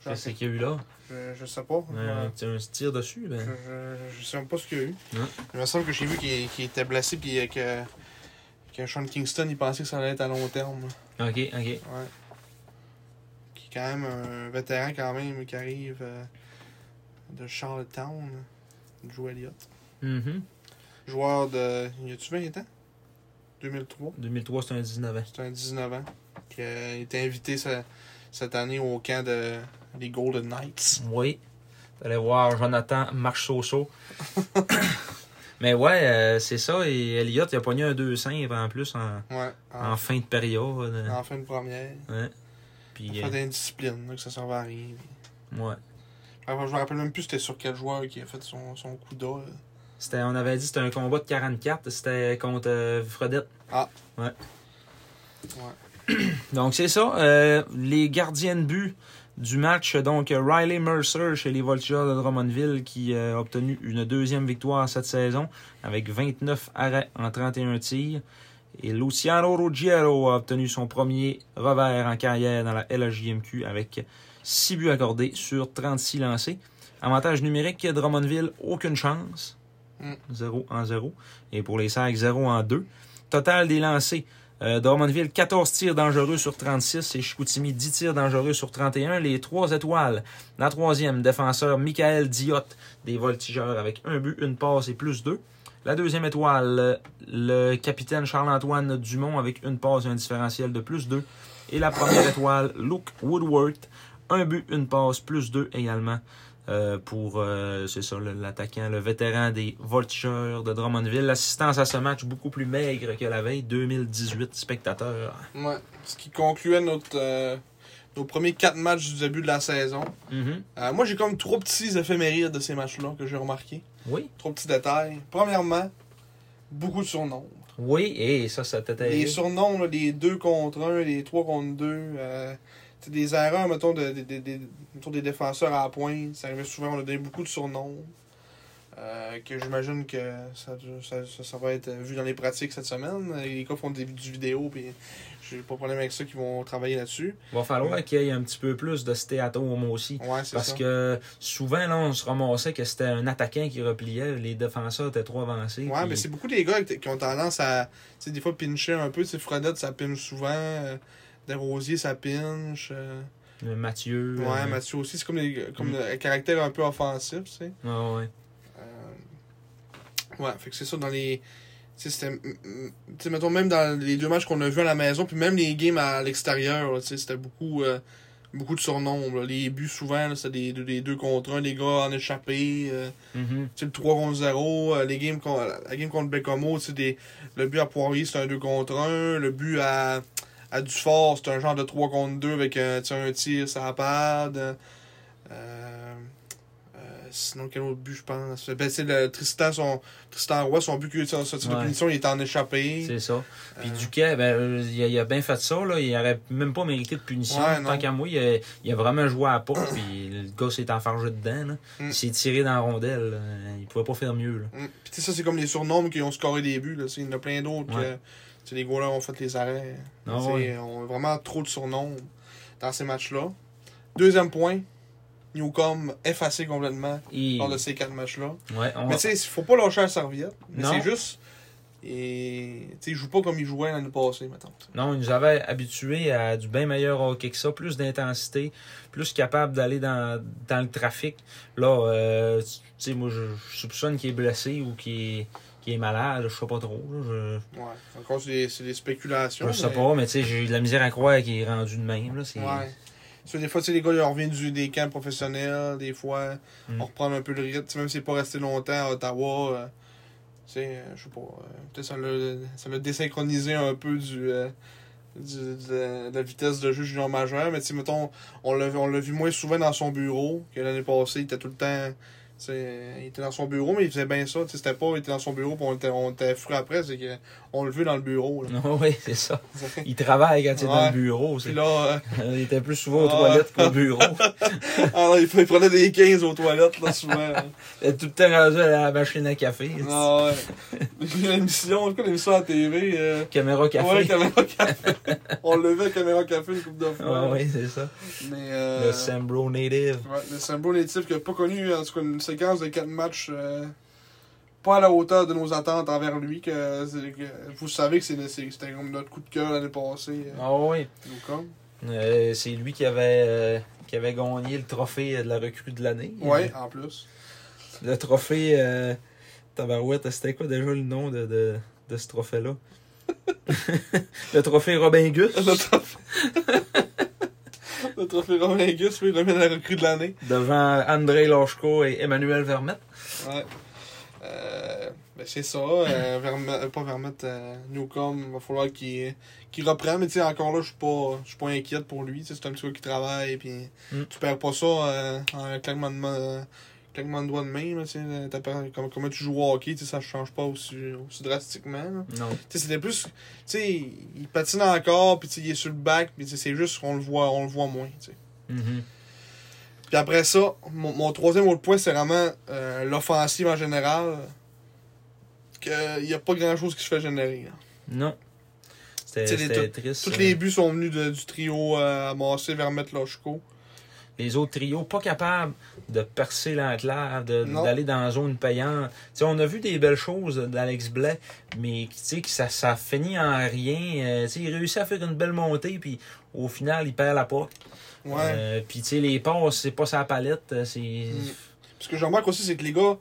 B: Genre,
A: Qu'est-ce qu'il y a eu là?
B: je, je sais pas.
A: Un, petit- un tir dessus,
B: Je,
A: ben.
B: je, je sais même pas ce qu'il y a eu.
A: Ouais.
B: Il me semble que j'ai vu qu'il, qu'il était blessé puis euh, que, que Sean Kingston il pensait que ça allait être à long terme.
A: Ok, ok.
B: Ouais. Qui est quand même un vétéran quand même qui arrive euh, de Charlottetown, Drew Elliott.
A: Mhm.
B: Joueur de. Y a-tu 20 ans 2003.
A: 2003, c'était un hein. 19 ans.
B: C'est un 19 ans. Qui a été invité ce- cette année au camp de les Golden Knights.
A: Oui. T'allais voir Jonathan Marchosso. [coughs] Mais ouais, euh, c'est ça. Et Elliott, il a pogné un 2-5 en plus en,
B: Ouais.
A: en
B: En,
A: fin de période.
B: en fin de première.
A: Ouais.
B: Il
A: Puis,
B: Ah, fait
A: euh,
B: d'indiscipline, là, que ça servait à rien.
A: ouais.
B: Après, je me rappelle même plus c'était sur quel joueur qui a fait son, son coup d'or.
A: C'était- on avait dit que c'était un combat de 44. C'était contre euh, Fredette.
B: Ah.
A: Ouais. donc, c'est ça. euh, les gardiens de but du match. Donc, euh, Riley Mercer chez les Voltigeurs de Drummondville qui euh, a obtenu une deuxième victoire cette saison avec 29 arrêts en 31 tirs. Et Luciano Ruggiero a obtenu son premier revers en carrière dans la LHJMQ avec 6 buts accordés sur 36 lancés. Avantage numérique, Drummondville, aucune chance.
B: Mm.
A: 0 en 0. Et pour les Sacs, 0 en 2. Total des lancés, Euh, Drummondville, 14 tirs dangereux sur 36 et Chicoutimi, 10 tirs dangereux sur 31. Les trois étoiles. La troisième, défenseur Michael Diot des Voltigeurs avec un but, une passe et plus deux. La deuxième étoile, le capitaine Charles-Antoine Dumont avec une passe et un différentiel de plus deux. Et la première étoile, Luke Woodworth, un but, une passe, plus deux également. euh, pour, euh, c'est ça, le- l'attaquant, le vétéran des Voltigeurs de Drummondville. L'assistance à ce match beaucoup plus maigre que la veille, 2018 spectateurs.
B: Ouais. Ce qui concluait notre, euh, nos premiers quatre matchs du début de la saison.
A: Mhm.
B: Euh, moi, j'ai comme trois petits éphémérides de ces matchs-là que j'ai remarqué.
A: Oui,
B: Trois petits détails. Premièrement, beaucoup de surnoms.
A: oui, et ça, ça
B: Les
A: t'était...
B: surnoms, là, les 2 contre 1, les 3 contre 2, euh, t'sais, des erreurs, mettons, de, de- de- de- mettons, des défenseurs à la pointe. Ça arrivait souvent, on a donné beaucoup de surnoms. euh, que j'imagine que ça, ça, ça- ça va être vu dans les pratiques cette semaine. Les gars font des, du vidéo, puis j'ai pas de problème avec ça, qu'ils vont travailler là-dessus.
A: Va falloir qu'il y ait un petit peu plus de stéatome aussi.
B: Ouais, c'est
A: Parce
B: ça.
A: que souvent, là, on se ramassait que c'était un attaquant qui repliait, les défenseurs étaient trop avancés.
B: Ouais,
A: puis-
B: mais c'est beaucoup des gars qui qui ont tendance à, tu sais, des fois pincher un peu. Tu sais, Fredette, ça pinche souvent. euh, Desrosiers, ça pinche. euh,
A: Euh, Mathieu.
B: ouais,
A: euh,
B: Mathieu aussi, c'est comme, des, gars- comme
A: Mm.
B: un caractère un peu offensif, tu sais.
A: ah ouais.
B: Euh, Ouais, fait que c'est ça dans les. Tu sais, c'était- mm, mm, tu sais, mettons, même dans les deux matchs qu'on a vus à la maison, puis même les games à l'extérieur, là, tu sais, c'était beaucoup, euh, beaucoup de surnoms. là. Les buts, souvent, là, c'était des, des deux contre un, les gars en échappé. euh,
A: Mhm.
B: tu sais, le 3 contre 0, euh, les games con- la game contre Bécomo, tu sais, des- le but à Poirier, c'est un 2 contre 1, le but à, à Dufort, c'est un genre de 3 contre 2 avec un, tu sais, un tir, ça la pad. Euh, euh, sinon, quel autre but, je pense? Ben, tu sais, le Tristan, son, Tristan Roy, son but, que- son, son tir de
A: Ouais.
B: punition, il est en échappé.
A: C'est ça. Puis
B: Euh.
A: Duquet, ben, euh, il, a, il a bien fait ça. Là. Il aurait même pas mérité de punition.
B: Ouais, non.
A: Tant qu'à moi, il a, il a vraiment joué à pas. Puis le gars s'est enfargé dedans. là.
B: Mm.
A: Il s'est tiré dans la rondelle. là. Il pouvait pas faire mieux. là.
B: Mm. Puis tu sais, ça, c'est comme les surnoms qui ont scoré des buts. Là. tu sais, Il y en a plein d'autres.
A: Ouais.
B: que, tu sais, les goalers ont fait les arrêts.
A: Ah
B: Tu sais,
A: ouais.
B: On a vraiment trop de surnoms dans ces matchs-là. Deuxième point, Newcomb effacé complètement
A: Et-
B: lors de ces quatre matchs-là.
A: Ouais, on-
B: Mais tu sais, il faut pas lâcher la serviette. Mais
A: Non.
B: c'est juste. Et tu sais, il joue pas comme il jouait l'année passée, mettons.
A: Non, il nous avait habitués à du bien meilleur hockey que ça, plus d'intensité, plus capable d'aller dans, dans le trafic. Là, euh, tu sais, moi, je, je soupçonne qu'il est blessé ou qu'il est, qu'il est malade, je sais pas trop. là, je,
B: Ouais. Encore, c'est des, c'est des
A: je
B: spéculations.
A: sais
B: mais-
A: pas, mais tu sais, j'ai eu de la misère à croire qu'il est rendu de même. Là, c'est-
B: Ouais. Tu sais, des fois, tu sais, les gars, ils reviennent du, des camps professionnels, des fois,
A: Mm.
B: on reprend un peu le rythme, Tu sais, même s'il n'est pas resté longtemps à Ottawa, euh, tu sais, euh, je sais pas, euh, peut-être ça l'a- ça l'a désynchronisé un peu du, euh, du- de, de la vitesse de jeu junior majeur, mais tu sais, mettons, on l'a on l'a vu moins souvent dans son bureau que l'année passée, il était tout le temps, tu sais, il était dans son bureau, mais il faisait bien ça, tu sais, c'était pas, il était dans son bureau, puis on était, on était fru après, c'est que on le veut dans le bureau, là.
A: [laughs] Non, oui, c'est
B: [laughs]
A: ça. Il travaille quand il est dans
B: Ouais.
A: le bureau. c'est-
B: Puis là, euh,
A: [laughs]
B: [laughs]
A: il était plus souvent aux
B: Ah.
A: toilettes qu'au
B: [laughs]
A: bureau.
B: ah non, il il prenait des 15 aux toilettes, là, souvent.
A: Il était tout le temps rendu à la machine à café. tu sais.
B: Ah ouais. [laughs] l'émission, en tout cas, l'émission à la TV. euh,
A: Caméra café.
B: Ouais, Caméra Café. [laughs] On le levait à Caméra Café une couple de fois.
A: [laughs] Ah oui, c'est ça.
B: Mais, euh,
A: Le Sambro Native.
B: ouais, le Sambo natif qui n'a pas connu, hein, en tout cas, une séquence de quatre matchs euh, pas à la hauteur de nos attentes envers lui. Que, c'est- que- vous savez que c'est- c'est- c'était comme notre coup de cœur l'année passée. euh,
A: Ah oui.
B: Newcombe.
A: Euh, c'est lui qui avait, euh, qui avait gagné le trophée euh, de la recrue de l'année.
B: Ouais, en
A: [laughs]
B: plus. [laughs]
A: Le trophée euh, Tabarouette, c'était quoi déjà le nom de, de, de ce
B: [laughs]
A: trophée-là? [laughs] le trophée Robin Gus
B: Le trophée. Le trophée Romain Gus, oui, il remet la recrue de l'année.
A: devant André Loshko et Emmanuel Vermette.
B: Ouais. Euh, ben c'est ça. Euh, Verme- euh, pas Vermette, euh, Newcombe, il va falloir qu'il qu'il reprenne. Mais tu sais, encore là, je suis pas, je suis pas inquiète pour lui. Tu sais, C'est un petit gars qui travaille. Puis
A: Mm.
B: Tu perds pas ça euh, en un claquement de, main- euh, claquement de doigts de main. Là, tu sais, euh, t'as pas- comme, comment tu joues au hockey, tu sais, ça change pas aussi, aussi drastiquement. là.
A: Non.
B: Tu sais, C'était plus. tu sais, Il patine encore, puis tu sais, il est sur le bac. puis tu sais, C'est juste qu'on le voit, on le voit moins. tu sais.
A: Mhm.
B: Puis après ça, mon, mon troisième autre point, c'est vraiment euh, l'offensive en général. Qu'il n'y a pas grand chose qui se fait générer. là.
A: Non. C'était
B: Tu sais, les-
A: c'était triste.
B: Tous
A: ça.
B: les buts sont venus de- du trio euh, amassé vers Metlochko.
A: les autres trios pas capables de percer l'enclave, de-
B: Non.
A: d'aller dans la zone payante. Tu sais, on a vu des belles choses d'Alex Blais, mais tu sais, que ça, ça finit en rien. Euh, tu sais, il réussit à faire une belle montée, puis au final, il perd la porte.
B: Ouais.
A: Euh, puis tu sais, les passes, c'est pas sa palette. euh, C'est.
B: Parce Mm. que je remarque aussi, c'est que les gars,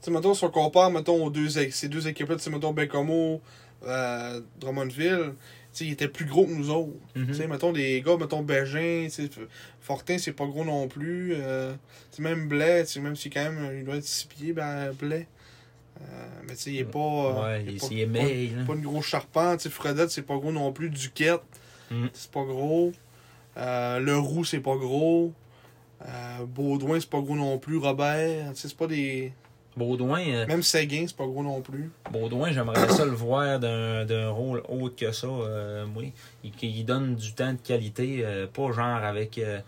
B: tu sais, mettons, si on compare, mettons, aux deux, é- ces deux équipes-là, tu sais, mettons, Bencomo, euh, Drummondville, tu sais, ils étaient plus gros que nous autres.
A: Mhm.
B: Tu sais, mettons, les gars, mettons, Bégin, tu sais, F- Fortin, c'est pas gros non plus. Euh, tu sais, même Blais, tu sais, même si quand même, euh, il doit être six pieds, ben, Blais. Euh, mais tu sais, il est pas... euh,
A: Mm. ouais,
B: il est
A: il
B: pas-
A: s'y émaille, là.
B: pas une grosse charpente. Tu sais, Fredette, c'est pas gros non plus. Duquette,
A: Mm.
B: c'est pas gros. Euh, le Roux, c'est pas gros. Euh, Baudouin, c'est pas gros non plus. Robert, tu sais, c'est pas des.
A: Baudouin, euh,
B: Même Séguin, c'est pas gros non plus.
A: Baudouin, j'aimerais ça le voir d'un d'un rôle autre que ça, euh, moi. Il, qu'il donne du temps de qualité, euh, pas genre avec. euh,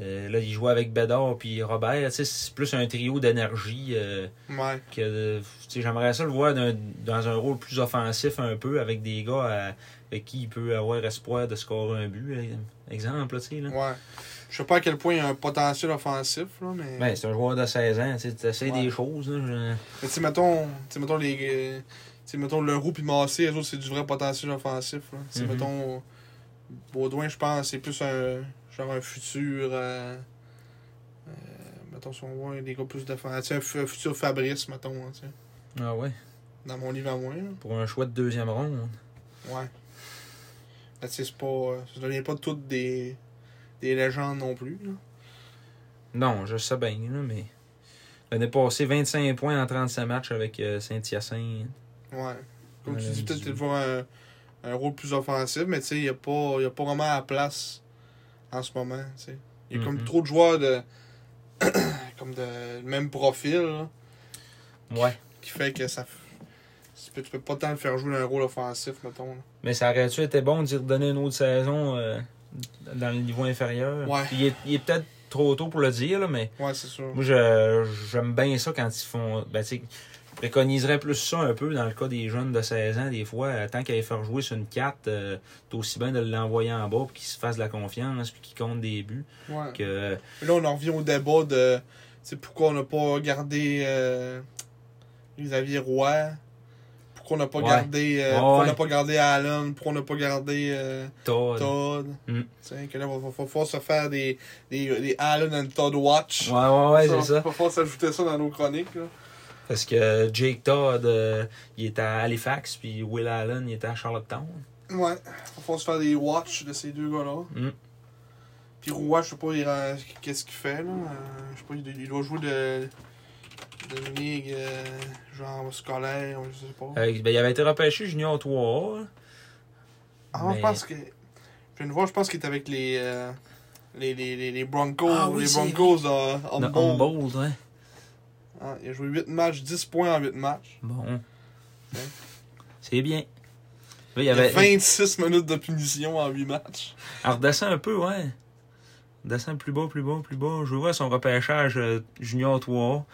A: euh, là, il joue avec Bédard puis Robert. Tu sais, C'est plus un trio d'énergie. euh,
B: Ouais.
A: que euh, tu sais, J'aimerais ça le voir d'un- dans un rôle plus offensif un peu, avec des gars euh, avec qui il peut avoir espoir de scorer un but. euh, Exemple, là, tu sais. Là.
B: Ouais. Je sais pas à quel point il y a un potentiel offensif, là, mais.
A: Ben, c'est un joueur de 16 ans, tu essaies
B: Ouais.
A: des choses. là, je-
B: Mais tu sais, mettons, tu sais, mettons les. euh, Tu sais, mettons le Roux puis Massé, eux autres, c'est du vrai potentiel offensif, là. Tu sais,
A: Mhm.
B: mettons. Baudouin, je pense, c'est plus un. Genre un futur. euh, euh, mettons, si on voit des gars plus défensifs. Tu sais, un, fu- un futur Fabrice, mettons, hein, tu sais.
A: Ah ouais,
B: Dans mon livre à moi, là.
A: pour un choix de deuxième ronde.
B: Ouais. Mais tu sais, c'est pas. euh, Ça devient pas toutes des. Des légendes non plus, là.
A: Non, je sais bien, là, mais. L'année passée, 25 points en 35 matchs avec euh, Saint-Hyacinthe.
B: Ouais. Comme tu
A: Euh,
B: dis, peut-être
A: du-
B: qu'il faut un, un rôle plus offensif, mais tu sais, il n'y a, pas- y a pas vraiment la place en ce moment. Il y a
A: Mhm.
B: comme trop de joueurs de. [clears throat] comme de même profil, là,
A: Ouais.
B: qui fait que ça. f- Tu peux, tu peux pas tant le faire jouer dans un rôle offensif, mettons. là.
A: Mais ça aurait-tu été bon d'y redonner une autre saison euh, dans le niveau inférieur?
B: Ouais.
A: Puis Il est, il est peut-être trop tôt pour le dire, là, mais
B: Ouais, c'est sûr.
A: moi, je- j'aime bien ça quand ils font. Ben, tu sais, je préconiserais plus ça un peu dans le cas des jeunes de 16 ans, des fois. euh, Tant qu'à les faire jouer sur une carte, euh, t'es aussi bien de l'envoyer en bas pour qu'ils se fassent de la confiance puis qu'ils comptent des buts.
B: Ouais.
A: Que, euh,
B: Mais Là, on en revient au débat de. tu sais, pourquoi on n'a pas gardé euh, Xavier Roy Pourquoi on n'a pas
A: Ouais.
B: gardé. euh,
A: Ouais,
B: pourquoi on n'a
A: ouais.
B: pas gardé Allen Pourquoi on n'a pas gardé. euh,
A: Todd.
B: Todd.
A: Mm.
B: Tu sais, que là, va, va, va falloir se faire des, des, des Allen and Todd Watch.
A: Ouais, ouais, ouais, c'est ça.
B: Va falloir s'ajouter ça dans nos chroniques. Là.
A: Parce que Jake Todd, euh, il est à Halifax, puis Will Allen, il était à Charlottetown.
B: Ouais. Va falloir se faire des watch de ces deux gars-là.
A: Mm.
B: Puis Roy, je sais pas il rend- qu'est-ce qu'il fait. là. Euh, je sais pas, il, il doit jouer de, de ligue euh, genre scolaire, je sais pas.
A: Euh, ben, il avait été repêché junior hein. 3
B: ah,
A: mais-
B: je pense que. Je viens de voir, je pense qu'il est avec les. euh, les, les, les, les Broncos,
A: Ah oui,
B: les
A: c'est
B: Broncos de
A: de
B: Humboldt.
A: Humboldt, ouais.
B: Ah, il a joué 8 matchs, 10 points en 8 matchs.
A: Bon.
B: Ouais.
A: C'est bien. Là, il
B: Il y a
A: avait...
B: 26 minutes de punition en 8 matchs.
A: Elle redescend un peu, ouais. Elle Redescend plus bas, plus bas, plus bas. Je vois son repêchage euh, junior 3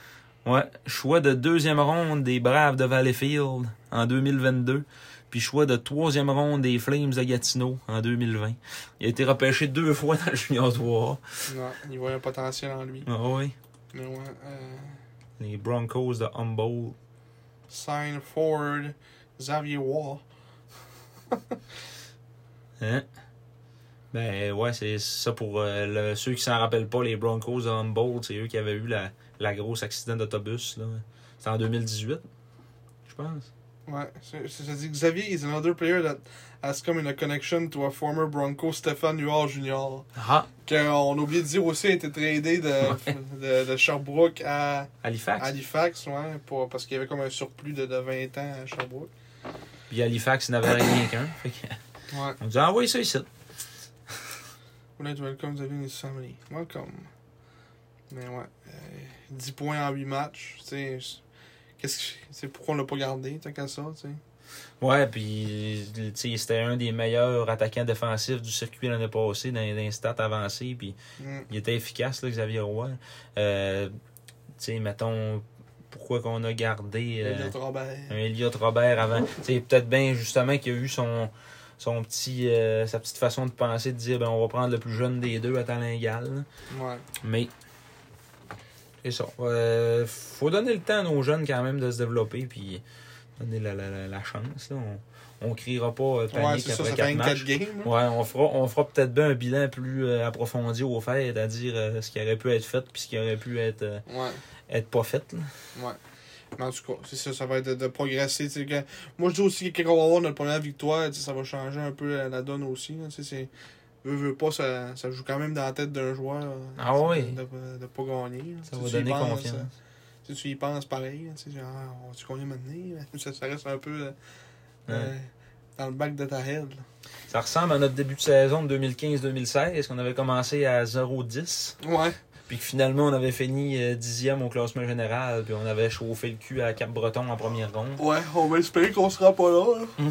A: Ouais, choix de deuxième ronde des Braves de Valleyfield en 2022. Puis choix de troisième ronde des Flames de Gatineau en 2020. Il a été repêché deux fois dans le junior 3
B: Non, il voit un potentiel en lui.
A: Ah oui.
B: Mais ouais, euh,
A: Les Broncos de Humboldt.
B: sign forward Xavier Wall.
A: Hein? Ben ouais, c'est ça pour euh, le- ceux qui s'en rappellent pas, les Broncos de Humboldt, c'est eux qui avaient eu la, la grosse accident d'autobus. là. C'était en 2018, je pense.
B: Ouais, c'est- c'est- ça dit Xavier is another player that has come in a connection to a former Bronco Stéphane Huard Jr.
A: Ah!
B: Qu'on a oublié de dire aussi a été tradé de, de, de Sherbrooke à
A: Halifax.
B: Halifax, ouais, pour, parce qu'il y avait comme un surplus de, de 20 ans à Sherbrooke.
A: Puis Halifax n'avait rien qu'un. Fait que-
B: Ouais.
A: On dit envoyez ça ici.
B: Would like to welcome Xavier and his family. Welcome. Mais ouais. euh, 10 points en 8 matchs. Tu sais, je- qu'est-ce que c'est pourquoi on l'a pas gardé, tant qu'à ça, tu sais.
A: Ouais, puis tu sais, c'était un des meilleurs attaquants défensifs du circuit l'année passée dans, dans les stats avancées. Puis
B: Mm.
A: il était efficace, là, Xavier Roy. Euh, tu sais, mettons, pourquoi qu'on a gardé. euh,
B: Elliot Robert.
A: un Elliot Robert avant. C'est peut-être bien justement qu'il a eu son, son petit, euh, sa petite façon de penser, de dire ben, on va prendre le plus jeune des deux à talent égal.
B: Ouais.
A: Mais c'est ça. Euh, faut donner le temps à nos jeunes quand même de se développer puis donner la, la, la, la chance. là. On, on criera pas euh,
B: Ouais,
A: panique
B: c'est ça,
A: après
B: ça fait
A: quatre
B: une
A: matchs.
B: 4 games.
A: Ouais, on fera, on fera peut-être bien un bilan plus euh, approfondi au fait, à dire euh, ce qui aurait pu être fait puis ce qui aurait pu être, euh,
B: là. Ouais.
A: être pas fait. là.
B: Ouais. Mais en tout cas, c'est ça, ça va être de, de progresser. tu sais, quand- Moi, je dis aussi que quand on va avoir notre première victoire, tu sais, ça va changer un peu la, la donne aussi. là, tu sais, c'est Veux, veux pas, ça, ça joue quand même dans la tête d'un joueur. là,
A: Ah
B: tu sais,
A: oui.
B: De, de, de pas gagner. là.
A: Ça
B: Si
A: va
B: tu y
A: donner
B: penses,
A: confiance.
B: euh, Si tu y penses pareil, là, tu sais, genre, ah, on va-tu gagner maintenant? [laughs] Ça, ça reste un peu euh, euh, dans le bac de ta head. là.
A: Ça ressemble à notre début de saison de 2015-2016, qu'on avait commencé à 0-10,
B: Ouais.
A: puis que finalement on avait fini euh, dixième au classement général, puis on avait chauffé le cul à Cap-Breton en première ronde.
B: Ouais, on va espérer qu'on sera pas là. Mm.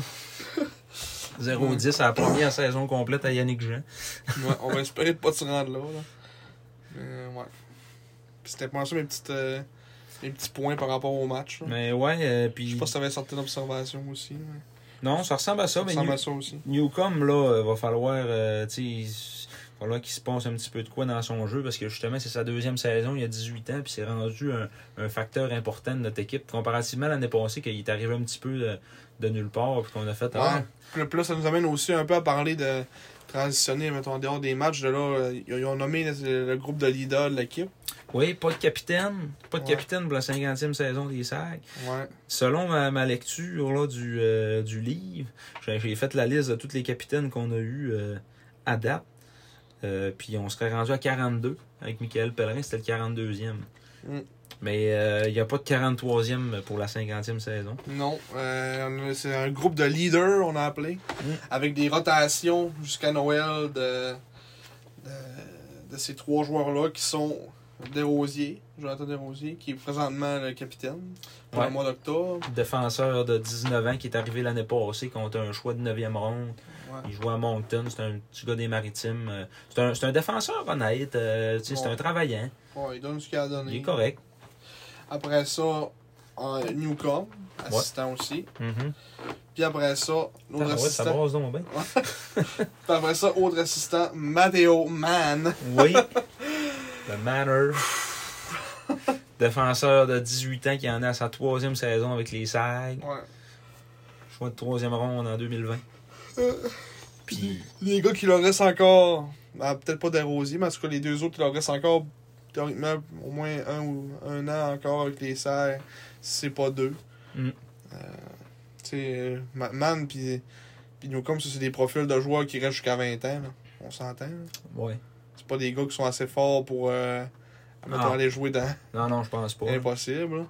A: 0-10 à la première saison complète à Yannick Jean.
B: [laughs] Ouais, on va espérer pas se rendre là. là. Mais ouais. Puis c'était pas ça mes, petites, euh, mes petits points par rapport au match. là.
A: Mais ouais, euh,
B: Je
A: puis...
B: sais pas si t'avais sorti l'observation aussi. Mais...
A: Non, ça ressemble à ça,
B: Ça
A: mais
B: ressemble
A: New-
B: à ça aussi.
A: Newcomb, là, euh, va falloir, euh, tu sais, il s- va falloir qu'il se passe un petit peu de quoi dans son jeu parce que justement, c'est sa deuxième saison, il y a 18 ans, puis c'est rendu un, un facteur important de notre équipe. Comparativement à l'année passée, qu'il est arrivé un petit peu de, de nulle part, puis qu'on a fait. ah,
B: Ouais. Puis là- puis là, ça nous amène aussi un peu à parler de transitionner, mettons, en dehors des matchs. De là, euh, ils ont nommé le, le groupe de leaders de l'équipe.
A: oui, pas de capitaine, pas de
B: Ouais.
A: capitaine pour la 50e saison des Sacs.
B: Ouais.
A: Selon ma, ma lecture là, du, euh, du livre, j'ai j'ai fait la liste de tous les capitaines qu'on a eu à date. Euh, puis on serait rendu à 42 avec Michael Pellerin, c'était le 42e.
B: Mm.
A: Mais euh, il n'y a pas de 43e pour la 50e saison.
B: Non. euh, on a- c'est un groupe de leaders, on a appelé.
A: Mm.
B: Avec des rotations jusqu'à Noël de, de, de ces trois joueurs-là qui sont Desrosiers, Jonathan Desrosiers, qui est présentement le capitaine pour
A: Ouais.
B: le mois d'octobre.
A: Défenseur de 19 ans qui est arrivé l'année passée contre un choix de 9e ronde.
B: Ouais.
A: Il joue à Moncton, c'est un petit gars des maritimes. Euh, C'est un, c'est un défenseur honnête, euh, tu sais, c'est
B: Ouais.
A: un travaillant,
B: Ouais, il donne ce qu'il a donné.
A: il est correct.
B: Après ça, en Newcom, assistant aussi.
A: Mhm.
B: Puis après ça,
A: Ah
B: l'autre
A: ouais, ça
B: assistant.
A: brasse donc bien.
B: Puis après ça, autre assistant, Matteo Mann.
A: Oui. [laughs] Le Manor. Défenseur de 18 ans qui en est à sa troisième saison avec les SAG.
B: Ouais.
A: Choix de troisième ronde en 2020. Puis,
B: Les gars qui leur reste encore, ben, peut-être pas Desrosiers, mais en tout cas, les deux autres qui leur reste encore, théoriquement, au moins un ou un an encore avec les serres, si c'est pas deux.
A: Mm.
B: Euh, tu sais, euh, Ma- Man puis puis Newcombe, ça, c'est des profils de joueurs qui restent jusqu'à 20 ans. là. On s'entend. là.
A: ouais.
B: C'est pas des gars qui sont assez forts pour euh, mettons,
A: Non.
B: aller jouer dans
A: Non, non, je
B: [laughs]
A: pense Ah. pas.
B: Impossible. Là.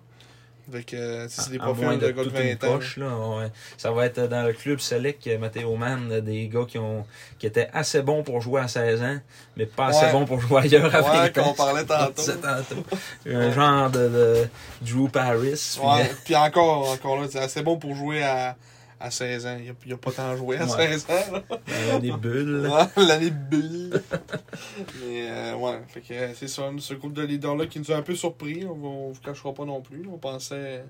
B: Fait que, euh, tu sais, c'est des
A: À- à moins
B: profils de, gars de
A: toute une
B: 20 ans.
A: poche, là, ouais. Ça va être dans le club select euh, Matteo Mann, euh, des gars qui ont qui étaient assez bons pour jouer à 16 ans, mais pas assez
B: Ouais.
A: bons pour jouer [laughs] ailleurs à 20
B: Ouais, qu'on
A: ans.
B: parlait tantôt.
A: C'est tantôt. Un genre de, de Drew Paris. puis-
B: Ouais, puis encore, encore là, c'est assez bon pour jouer à, à 16 ans. Il n'y a, pas tant joué à
A: Ouais.
B: 16 ans. là.
A: euh, des bulles. là.
B: Ouais, L'année bulle. Mais euh, ouais, fait que euh, c'est ça, nous, ce groupe de leaders-là qui nous a un peu surpris. On ne vous cachera pas non plus. On pensait,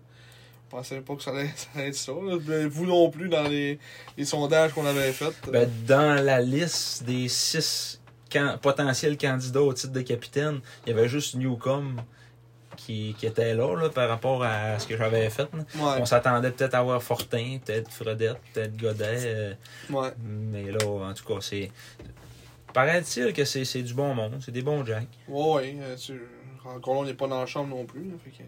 B: on pensait pas que ça allait, [laughs] ça allait être ça. là. Ben, Vous non plus dans les, les sondages qu'on avait faits.
A: Ben, dans la liste des six can- potentiels candidats au titre de capitaine, il y avait juste Newcomb qui, qui était là, là, par rapport à ce que j'avais fait. là.
B: ouais,
A: On s'attendait peut-être à avoir Fortin, peut-être Fredette, peut-être Godet. euh,
B: ouais.
A: mais là, en tout cas, c'est. Paraît-il que c'est c'est du bon monde, c'est des bons Jack.
B: Ouais, ouais, euh, tu- Encore là, on n'est pas dans la chambre non plus. là, fait que-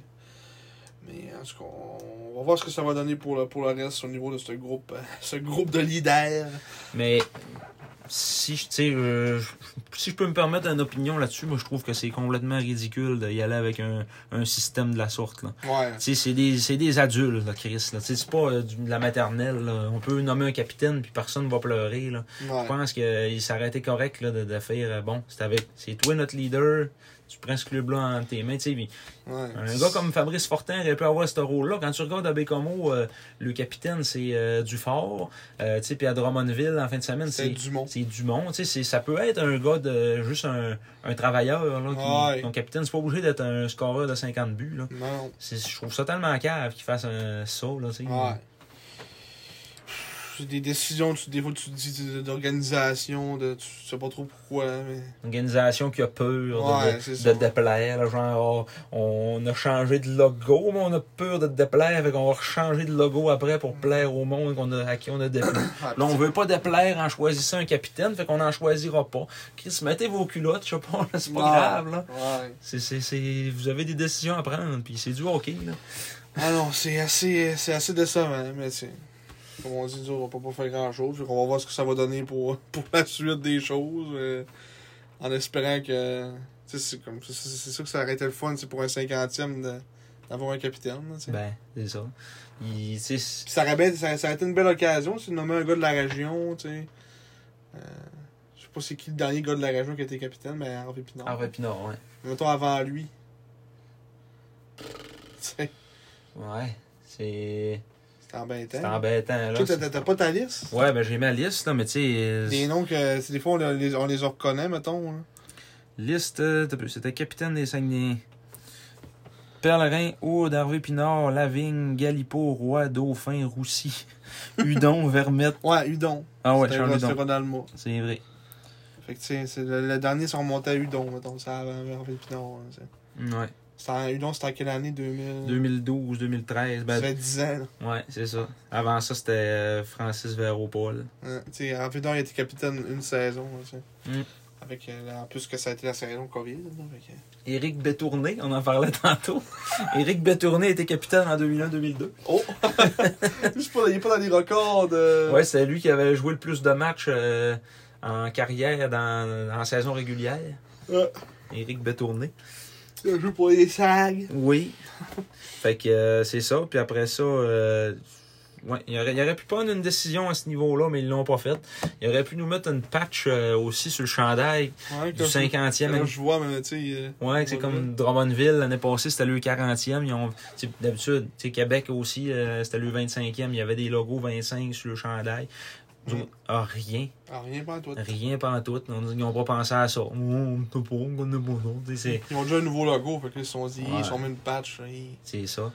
B: Mais en tout cas, on on va voir ce que ça va donner pour le, pour le reste au niveau de ce groupe, euh, [laughs] ce groupe de leaders.
A: Mais si je, tu sais, euh, je- si je peux me permettre une opinion là-dessus, moi je trouve que c'est complètement ridicule d'y aller avec un, un système de la sorte. Là.
B: Ouais.
A: Tu sais, c'est des, c'est des adultes, là, Chris. Là. Tu sais, C'est pas euh, du- de la maternelle. là. On peut nommer un capitaine, puis personne va pleurer. Là. Je
B: ouais.
A: pense qu'il s'arrêtait correct là, de, de faire euh, bon, c'est avec c'est toi notre leader, tu prends ce club-là en tes mains. Tu sais, puis
B: ouais.
A: un gars comme Fabrice Fortin aurait pu avoir ce rôle-là. Quand tu regardes à Bécomo, euh, le capitaine, c'est euh, Dufort. Euh, tu sais, puis à Drummondville, en fin de semaine,
B: C'est
A: c'est
B: Dumont.
A: c'est Dumont, tu sais, c'est- ça peut être un gars de juste un, un travailleur, là, qui,
B: Ouais.
A: ton capitaine, c'est pas obligé d'être un scoreur de 50 buts, là.
B: Non.
A: Mm. C'est- Je trouve ça tellement cave qu'il fasse un saut, là, tu sais.
B: Ouais. tu- des décisions, tu, des fois tu dis tu- d'organisation, de, tu sais pas trop pourquoi, là, mais.
A: Une organisation qui a peur de,
B: Ouais,
A: de-
B: c'est
A: de
B: ça.
A: déplaire. là, genre, oh, on a changé de logo, mais on a peur de te déplaire. Fait qu'on va changer de logo après pour plaire au monde qu'on a, à qui on a déplu.
B: [coughs] Ah,
A: Là, on veut pas déplaire en choisissant un capitaine, fait qu'on n'en choisira pas. Chris, mettez vos culottes, je sais pas, là, c'est pas
B: Ouais.
A: grave, là.
B: Ouais.
A: C'est, c'est, c'est, vous avez des décisions à prendre, puis c'est du hockey, là.
B: Ah non, c'est assez, c'est assez décevant, hein, mais c'est. Comme on dit, nous autres, on peut pas faire grand chose. On va voir ce que ça va donner pour, [laughs] pour la suite des choses. euh, en espérant que. tu sais, c'est comme c'est- C'est c'est sûr que ça aurait été le fun, c'est pour un cinquantième de- d'avoir un capitaine. là, tu sais.
A: Ben, c'est ça. Il, tu sais, c'est-
B: Puis ça aurait, bien- ça, ça aurait été une belle occasion, tu sais, de nommer un gars de la région, tu sais. Euh, je sais pas c'est qui le dernier gars de la région qui a été capitaine, mais Harvey Pinard.
A: Harvey Pinard, ouais.
B: Mettons avant lui. [laughs] Tu sais,
A: Ouais, c'est,
B: C'était embêtant.
A: c'est embêtant, là.
B: Toi, t'as- t'as- t'as pas ta liste?
A: Ouais, ben j'ai ma liste, là, mais tu sais, euh,
B: Des noms que c'est- des fois on les, on les reconnaît, mettons. hein.
A: liste, euh, t'as peu, c'était capitaine des Saguenay. Perlerin, Aude, Harvey Pinard, Lavigne, Galipo, Roy, Dauphin, [laughs] Roussy, Hudon, Vermette.
B: Ouais, Udon.
A: Ah ouais,
B: C'était-
A: Charles
B: C'était
A: Hudon.
B: Ronaldo.
A: C'est vrai.
B: Fait que tu sais, c'est le, le dernier, c'est remonté à Udon, mettons. C'est avant Hervé Pinard. hein, c'est-
A: Ouais.
B: c'est en- Udon, c'était en quelle année 2000
A: 2012, 2013.
B: Ça
A: Ben,
B: fait 10 ans. là.
A: ouais, c'est ça. Avant ça, c'était euh, Francis Véropol.
B: Hein, tu sais, Hervé Pinard, il était capitaine une saison. là, tu sais.
A: Mm.
B: Avec, euh, la- en plus que ça a été la saison Covid. là, euh, fait que-
A: Éric Bétourné, on en parlait [laughs] tantôt. Éric Bétourné était capitaine en 2001-2002.
B: [laughs] Oh Je sais pas, il est pas dans les records de.
A: Ouais, c'est lui qui avait joué le plus de matchs euh, en carrière dans, en saison régulière.
B: Ouais.
A: Éric Bétourné.
B: Il a joué euh, pour les SAG.
A: Oui. [laughs] fait que euh, c'est ça. Puis après ça, euh, ouais, il, aurait, il aurait pu prendre une décision à ce niveau-là, mais ils l'ont pas faite. Il aurait pu nous mettre une patch euh, aussi sur le chandail
B: Ouais,
A: du
B: comme-
A: 50e
B: comme Je vois, mais tu sais. euh,
A: hein. Ouais, que c'est
B: Ouais.
A: comme Drummondville, l'année passée, c'était le 40e. Ils ont, tu sais, d'habitude, tu sais, Québec aussi, euh, c'était le 25e. Il y avait des logos 25 sur le chandail. Nous
B: Mm.
A: autres, ah, rien,
B: ah, rien pas à toi.
A: rien pendant tout. Ils n'ont pas pensé à ça. Oh, on peut pas, on connaît pas, non. Tu sais, c'est-
B: Ils ont déjà un nouveau logo, fait que là, ils se sont dit,
A: Ouais.
B: ils sont mis une patch. hein, ils-
A: C'est ça.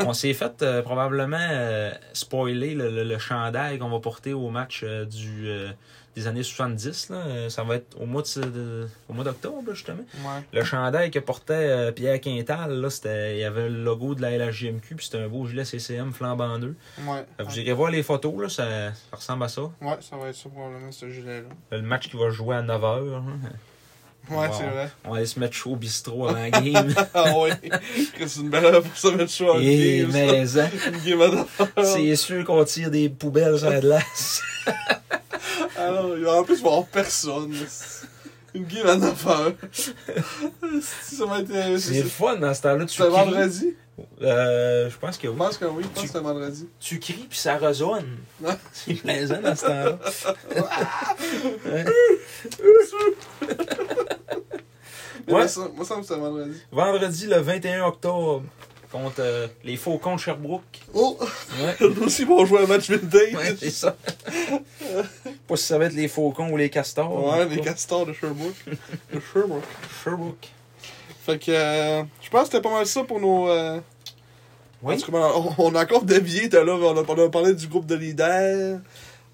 A: On s'est fait euh, probablement euh, spoiler le, le- le chandail qu'on va porter au match euh, du, euh, des années 70. Là. Euh, Ça va être au mois de- de- au mois d'octobre, là, justement.
B: Ouais.
A: Le chandail que portait euh, Pierre Quintal, là, c'était, il y avait le logo de la LHJMQ, puis c'était un beau gilet CCM flambant neuf.
B: Ouais.
A: Euh, Vous irez voir les photos, là, ça, ça ressemble à ça.
B: Ouais, ça va être ça probablement, ce gilet-là.
A: Le match qui va se jouer à 9h.
B: Ouais,
A: Wow.
B: c'est vrai. [laughs]
A: On va aller se mettre chaud au bistrot avant la game.
B: ah ouais. Chris, C'est une belle heure pour se mettre chaud en
A: Et
B: game. ça.
A: mais, hein,
B: Une game à d'affaires.
A: [laughs] c'est sûr qu'on tire des poubelles sur la glace.
B: Ah non, il va- en plus, il va y avoir personne. Une game à d'affaires. ça va être. euh,
A: C'est
B: C'est
A: le fun dans ce temps-là. Tu
B: c'est
A: cries.
B: vendredi?
A: Euh, je pense que
B: Je
A: oui.
B: pense que oui, je pense
A: Tu-
B: que c'est vendredi.
A: Tu cries puis ça résonne.
B: Ouais.
A: [laughs] C'est plaisant dans ce temps-là. Ouais.
B: Moi,
A: Ouais.
B: ça moi, ça me semble que c'est vendredi.
A: Vendredi le 21 octobre contre euh, les Faucons de Sherbrooke.
B: Oh!
A: Ouais.
B: [laughs] Nous aussi, ils vont jouer un match vintage.
A: Ouais, c'est ça. Pas si ça va être les Faucons ou les Castors.
B: Ouais,
A: mais
B: les castors de Sherbrooke. De Sherbrooke.
A: Sherbrooke.
B: Fait que euh, je pense que c'était pas mal ça pour nos. euh,
A: Oui.
B: en tout cas, on, on a encore dévié, t'as là, on a, on a parlé du groupe de leaders.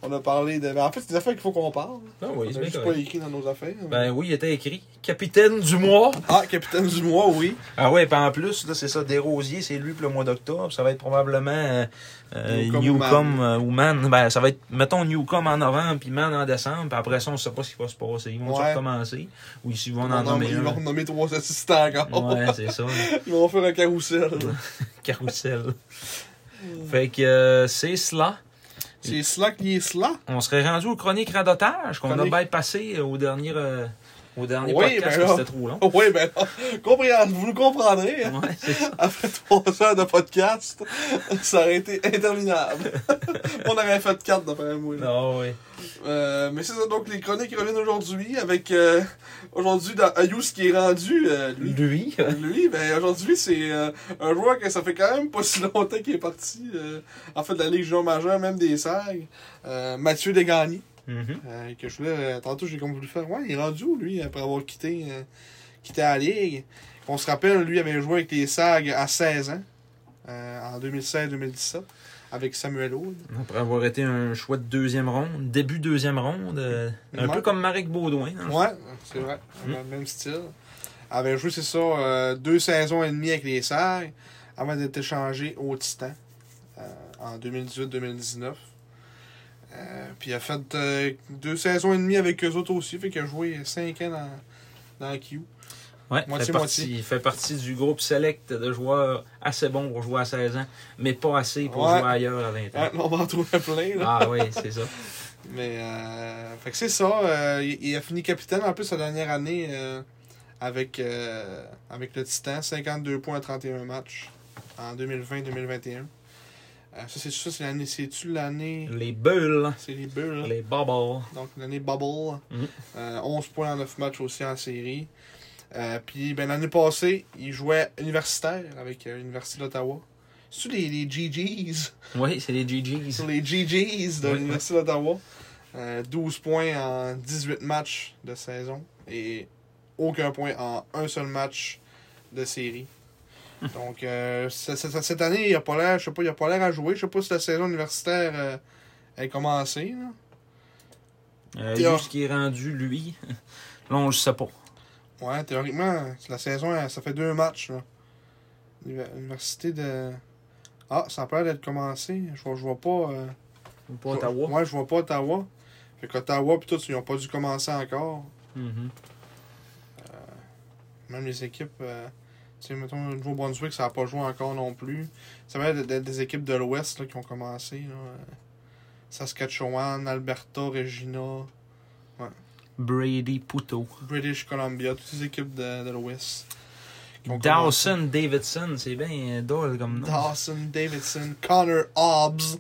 B: On a parlé de. mais en fait, c'est des affaires qu'il faut qu'on parle.
A: Ah oui, c'est
B: on a
A: bien
B: juste pas
A: correct.
B: écrit dans nos affaires.
A: Ben oui, il était écrit capitaine du mois.
B: Ah, capitaine du mois, oui.
A: Ah ouais, puis en plus, là, c'est ça, Desrosiers, c'est lui pour le mois d'octobre. Ça va être probablement euh, euh,
B: Newcombe ou
A: Newcombe euh, ou Man. Ben, ça va être, mettons, Newcombe en novembre, puis Man en décembre. Puis après ça, on sait pas ce qui va se passer. Ils vont
B: Ouais.
A: recommencer. Ou ils ils vont
B: On
A: en nommer
B: ils vont nommer trois assistants encore.
A: un. Ouais, c'est
B: [laughs]
A: ça. là.
B: Ils vont faire un carrousel.
A: Carousel. fait que euh, c'est cela.
B: c'est cela qui est cela.
A: On serait rendu aux chroniques radotage qu'on
B: Chronique.
A: a bypassé au dernier, euh, au dernier
B: Oui,
A: podcast.
B: ben
A: parce que
B: là.
A: C'était trop long.
B: Oui, ben, comprends, vous nous comprendrez. hein.
A: Ouais, c'est ça.
B: Après trois heures de podcast, ça aurait été
A: [laughs]
B: interminable. on aurait fait quatre, d'après moi. là.
A: Non, oui.
B: Euh, mais c'est ça, donc les chroniques reviennent aujourd'hui avec euh, aujourd'hui dans Ayous qui est rendu euh, lui.
A: Lui.
B: Lui, ben aujourd'hui c'est euh, un joueur que ça fait quand même pas si longtemps qu'il est parti euh, en fait de la Ligue junior majeure, même des SAG. Euh, Mathieu Degagné,
A: Mhm.
B: euh, que je voulais euh, tantôt j'ai comme voulu faire. Ouais, il est rendu où lui après avoir quitté euh, quitté la Ligue. On se rappelle, lui avait joué avec les SAG à 16 ans, euh, en 2016-2017. avec Samuel Hood.
A: Après avoir été un choix de deuxième ronde, début deuxième ronde, euh, un
B: Ouais.
A: peu comme Marek Baudouin. hein.
B: Ouais, c'est vrai. Dans le même style. Avait joué, c'est ça, euh, deux saisons et demie avec les Serres avant d'être échangé au Titan euh, en 2018-2019. Euh, puis il a fait euh, deux saisons et demie avec eux autres aussi, fait qu'il a joué cinq ans dans, dans Q.
A: Ouais,
B: Moitié,
A: fait partie-
B: moitié.
A: il fait partie du groupe select de joueurs assez bons pour jouer à 16 ans, mais pas assez pour
B: Ouais.
A: jouer ailleurs à 20 ans.
B: Ouais, on va en trouver plein. Là.
A: Ah oui, c'est ça.
B: Mais euh, fait que c'est ça. euh, il, il a fini capitaine en plus sa dernière année euh, avec, euh, avec le Titan. 52 points à 31 matchs en 2020-2021. Euh, ça, c'est ça, c'est l'année. C'est-tu l'année.
A: Les bulles,
B: C'est les Bulls. là.
A: les bubbles.
B: Donc l'année Bubble.
A: Mhm.
B: Euh, 11 points en 9 matchs aussi en série. Euh, Puis ben, l'année passée, il jouait universitaire avec euh, l'Université d'Ottawa. C'est-tu les, les GGs?
A: Oui, c'est les GGs.
B: sur les GGs de
A: Oui.
B: l'Université d'Ottawa. Euh, 12 points en 18 matchs de saison et aucun point en un seul match de série. Donc, euh, c- c- c- cette année, il a pas l'air, je sais pas, il a pas l'air à jouer. Je sais pas si la saison universitaire euh, est commencée. là.
A: Euh,
B: Théor-
A: lui, ce qui est rendu, lui, [laughs] là, on le sait pas.
B: Ouais, théoriquement, la saison, elle, ça fait deux matchs. là. L'univer- L'université de. Ah, ça a pas l'air d'être commencé. Je vois, je vois pas. euh,
A: Pas Ottawa.
B: Ouais, je vois pas Ottawa. Fait qu'Ottawa pis tout, ils ont pas dû commencer encore.
A: Mhm.
B: Même les équipes, euh, tu sais, mettons, le Nouveau-Brunswick, ça n'a pas joué encore non plus. Ça va être des, des équipes de l'Ouest là, qui ont commencé. là, euh, Saskatchewan, Alberta, Regina,
A: Brady Puto.
B: British Columbia, toutes les équipes de, de l'Ouest. qui ont commencé.
A: Dawson Davidson, c'est bien euh, drôle comme nom.
B: Dawson, Davidson, Connor
A: [laughs]
B: Hobbs.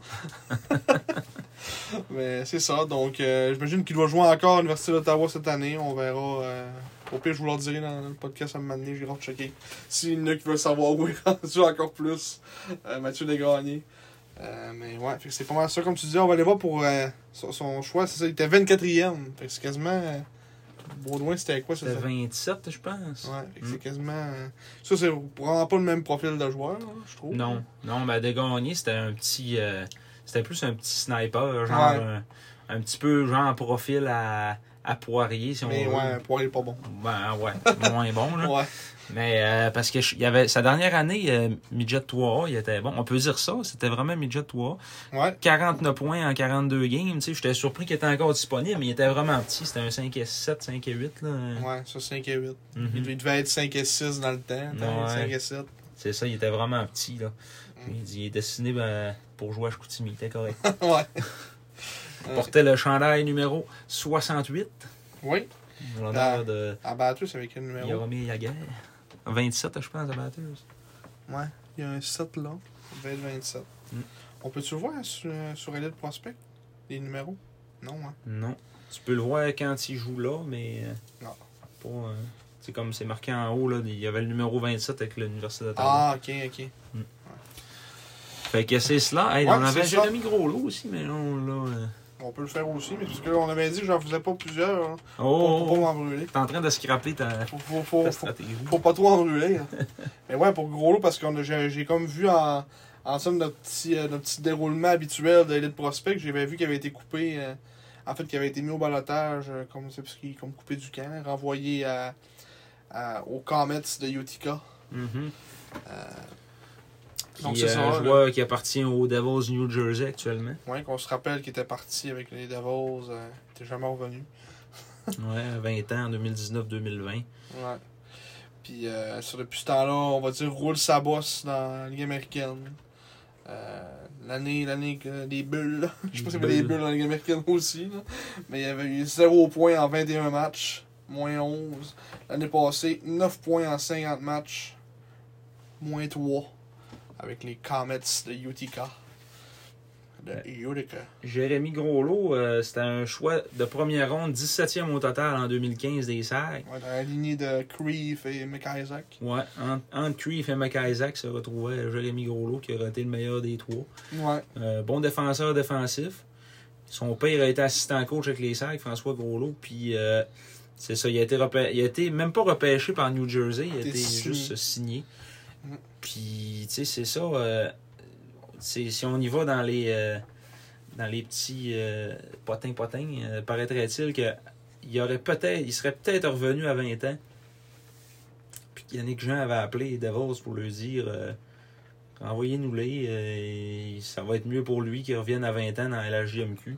B: Mais c'est ça, donc euh, j'imagine qu'il doit jouer encore à l'Université d'Ottawa cette année. On verra. euh, au pire, je vous le dirai dans le podcast à un moment donné, j'irai checker. S'il y en a qui veulent savoir où est rendu encore plus, euh, Mathieu Desgagnés. Euh, mais ouais, fait que c'est pas mal ça. Comme tu dis, on va aller voir pour euh, son, son choix. C'est ça, il était 24e. Fait que c'est quasiment. euh, Baudouin, c'était quoi cette
A: C'était 27, je pense.
B: Ouais, fait que
A: Mm.
B: c'est quasiment. euh, Ça, c'est vraiment pas le même profil de joueur, là, je trouve.
A: Non, non, ben Degagné, c'était un petit. euh, c'était plus un petit sniper, genre
B: Ouais.
A: un, un petit peu genre en profil à, à Poirier, si on
B: Mais
A: veut.
B: ouais, pour aller pas bon.
A: Ben ouais, moins bon là.
B: [laughs] Ouais.
A: Mais euh, parce que je- il y avait sa dernière année, euh, Midget 3A, il était bon. On peut dire ça, c'était vraiment Midget 3A.
B: Ouais.
A: 49 points en 42 games, tu sais, j'étais surpris qu'il était encore disponible, mais il était vraiment petit, c'était un 5 et 7, 5 et 8 là.
B: Ouais, ça 5 et 8.
A: Mhm.
B: Il il devait être 5 et 6 dans le temps.
A: Ouais.
B: 5 et 7.
A: C'est ça, il était vraiment petit là.
B: Mm.
A: Il, il est destiné ben, pour jouer à Chicoutimi, il était correct.
B: [laughs] ouais.
A: Il portait le chandail numéro Ah. 68
B: Oui.
A: en l'honneur de
B: À batteuse avec quel numéro
A: Yaromir Yaguer. 27 je pense à batteuse.
B: Ouais. Il y a un 7 là. Il devait être 27.
A: Mm.
B: On peut-tu le voir sur, euh, sur Elite Prospect Les numéros Non, hein.
A: Non. Tu peux le voir quand il joue là, mais. euh,
B: Non.
A: Pas, euh, c'est comme c'est marqué en haut, là, il y avait le numéro 27 avec l'Université d'Ottawa.
B: Ah, ok, ok.
A: Fait que c'est cela. Hey,
B: Ouais,
A: on avait
B: c'est ça.
A: Jérémy Groslo aussi, mais là, on l'a. euh,
B: On peut le faire aussi, mais parce que là, on avait dit que j'en faisais pas plusieurs. Hein,
A: Oh,
B: pour,
A: oh,
B: pour
A: oh.
B: pas m'en brûler.
A: T'es en train de scraper ta,
B: Faut, faut, faut,
A: ta
B: faut,
A: stratégie.
B: faut pas trop en brûler. hein. [laughs] Mais ouais, pour gros lot, parce que j'ai j'ai comme vu en, en somme notre petit, euh, notre petit déroulement habituel de l'élite prospect, j'avais vu qu'il avait été coupé, euh, en fait, qu'il avait été mis au balotage, euh, comme, c'est parce qu'il- comme coupé du camp, renvoyé à, à- aux Comets de Utica.
A: Mhm.
B: Donc
A: Qui,
B: c'est
A: euh,
B: ça, là.
A: joueur qui appartient aux Devils New Jersey
B: [laughs]
A: actuellement.
B: Ouais, qu'on se rappelle qu'il était parti avec les Devils, euh, il était jamais revenu.
A: Ouais, 20 ans, 2019-2020.
B: Ouais. Puis euh, ça, depuis ce temps-là, on va dire roule sa bosse dans la Ligue américaine. Euh, l'année, l'année que- des bulles. [laughs] Je sais pas s'il y avait des
A: Bulles.
B: bulles dans la Ligue américaine aussi. là. Mais il y avait eu 0 points en 21 matchs, moins 11. L'année passée, 9 points en 50 matchs, moins 3. Avec les Comets de Utica. De
A: Ouais.
B: Utica.
A: Jérémy Groslo, euh, c'était un choix de première ronde, 17e au total en 2015 des Sacs.
B: Ouais, dans la lignée de Creef et McIsaac.
A: Ouais, entre, entre Creef et McIsaac se retrouvait Jérémy Groslo qui aurait été le meilleur des trois.
B: Ouais.
A: Euh, bon défenseur défensif. Son père a été assistant coach avec les Sacs, François Groslo. Puis euh, c'est ça, il a, été repê- il a été même pas repêché par New Jersey, il a
B: Été
A: été
B: signé.
A: juste signé.
B: Mm.
A: Puis tu sais, c'est ça. euh, tu c'est- si on y va dans les, euh, dans les petits euh, potins-potins, euh, paraîtrait-il que il aurait peut-être, il serait peut-être revenu à 20 ans. Puis Yannick Jean avait appelé les Devils pour lui dire euh, envoyez-nous-les, euh, ça va être mieux pour lui qu'il revienne à 20 ans dans la JMQ.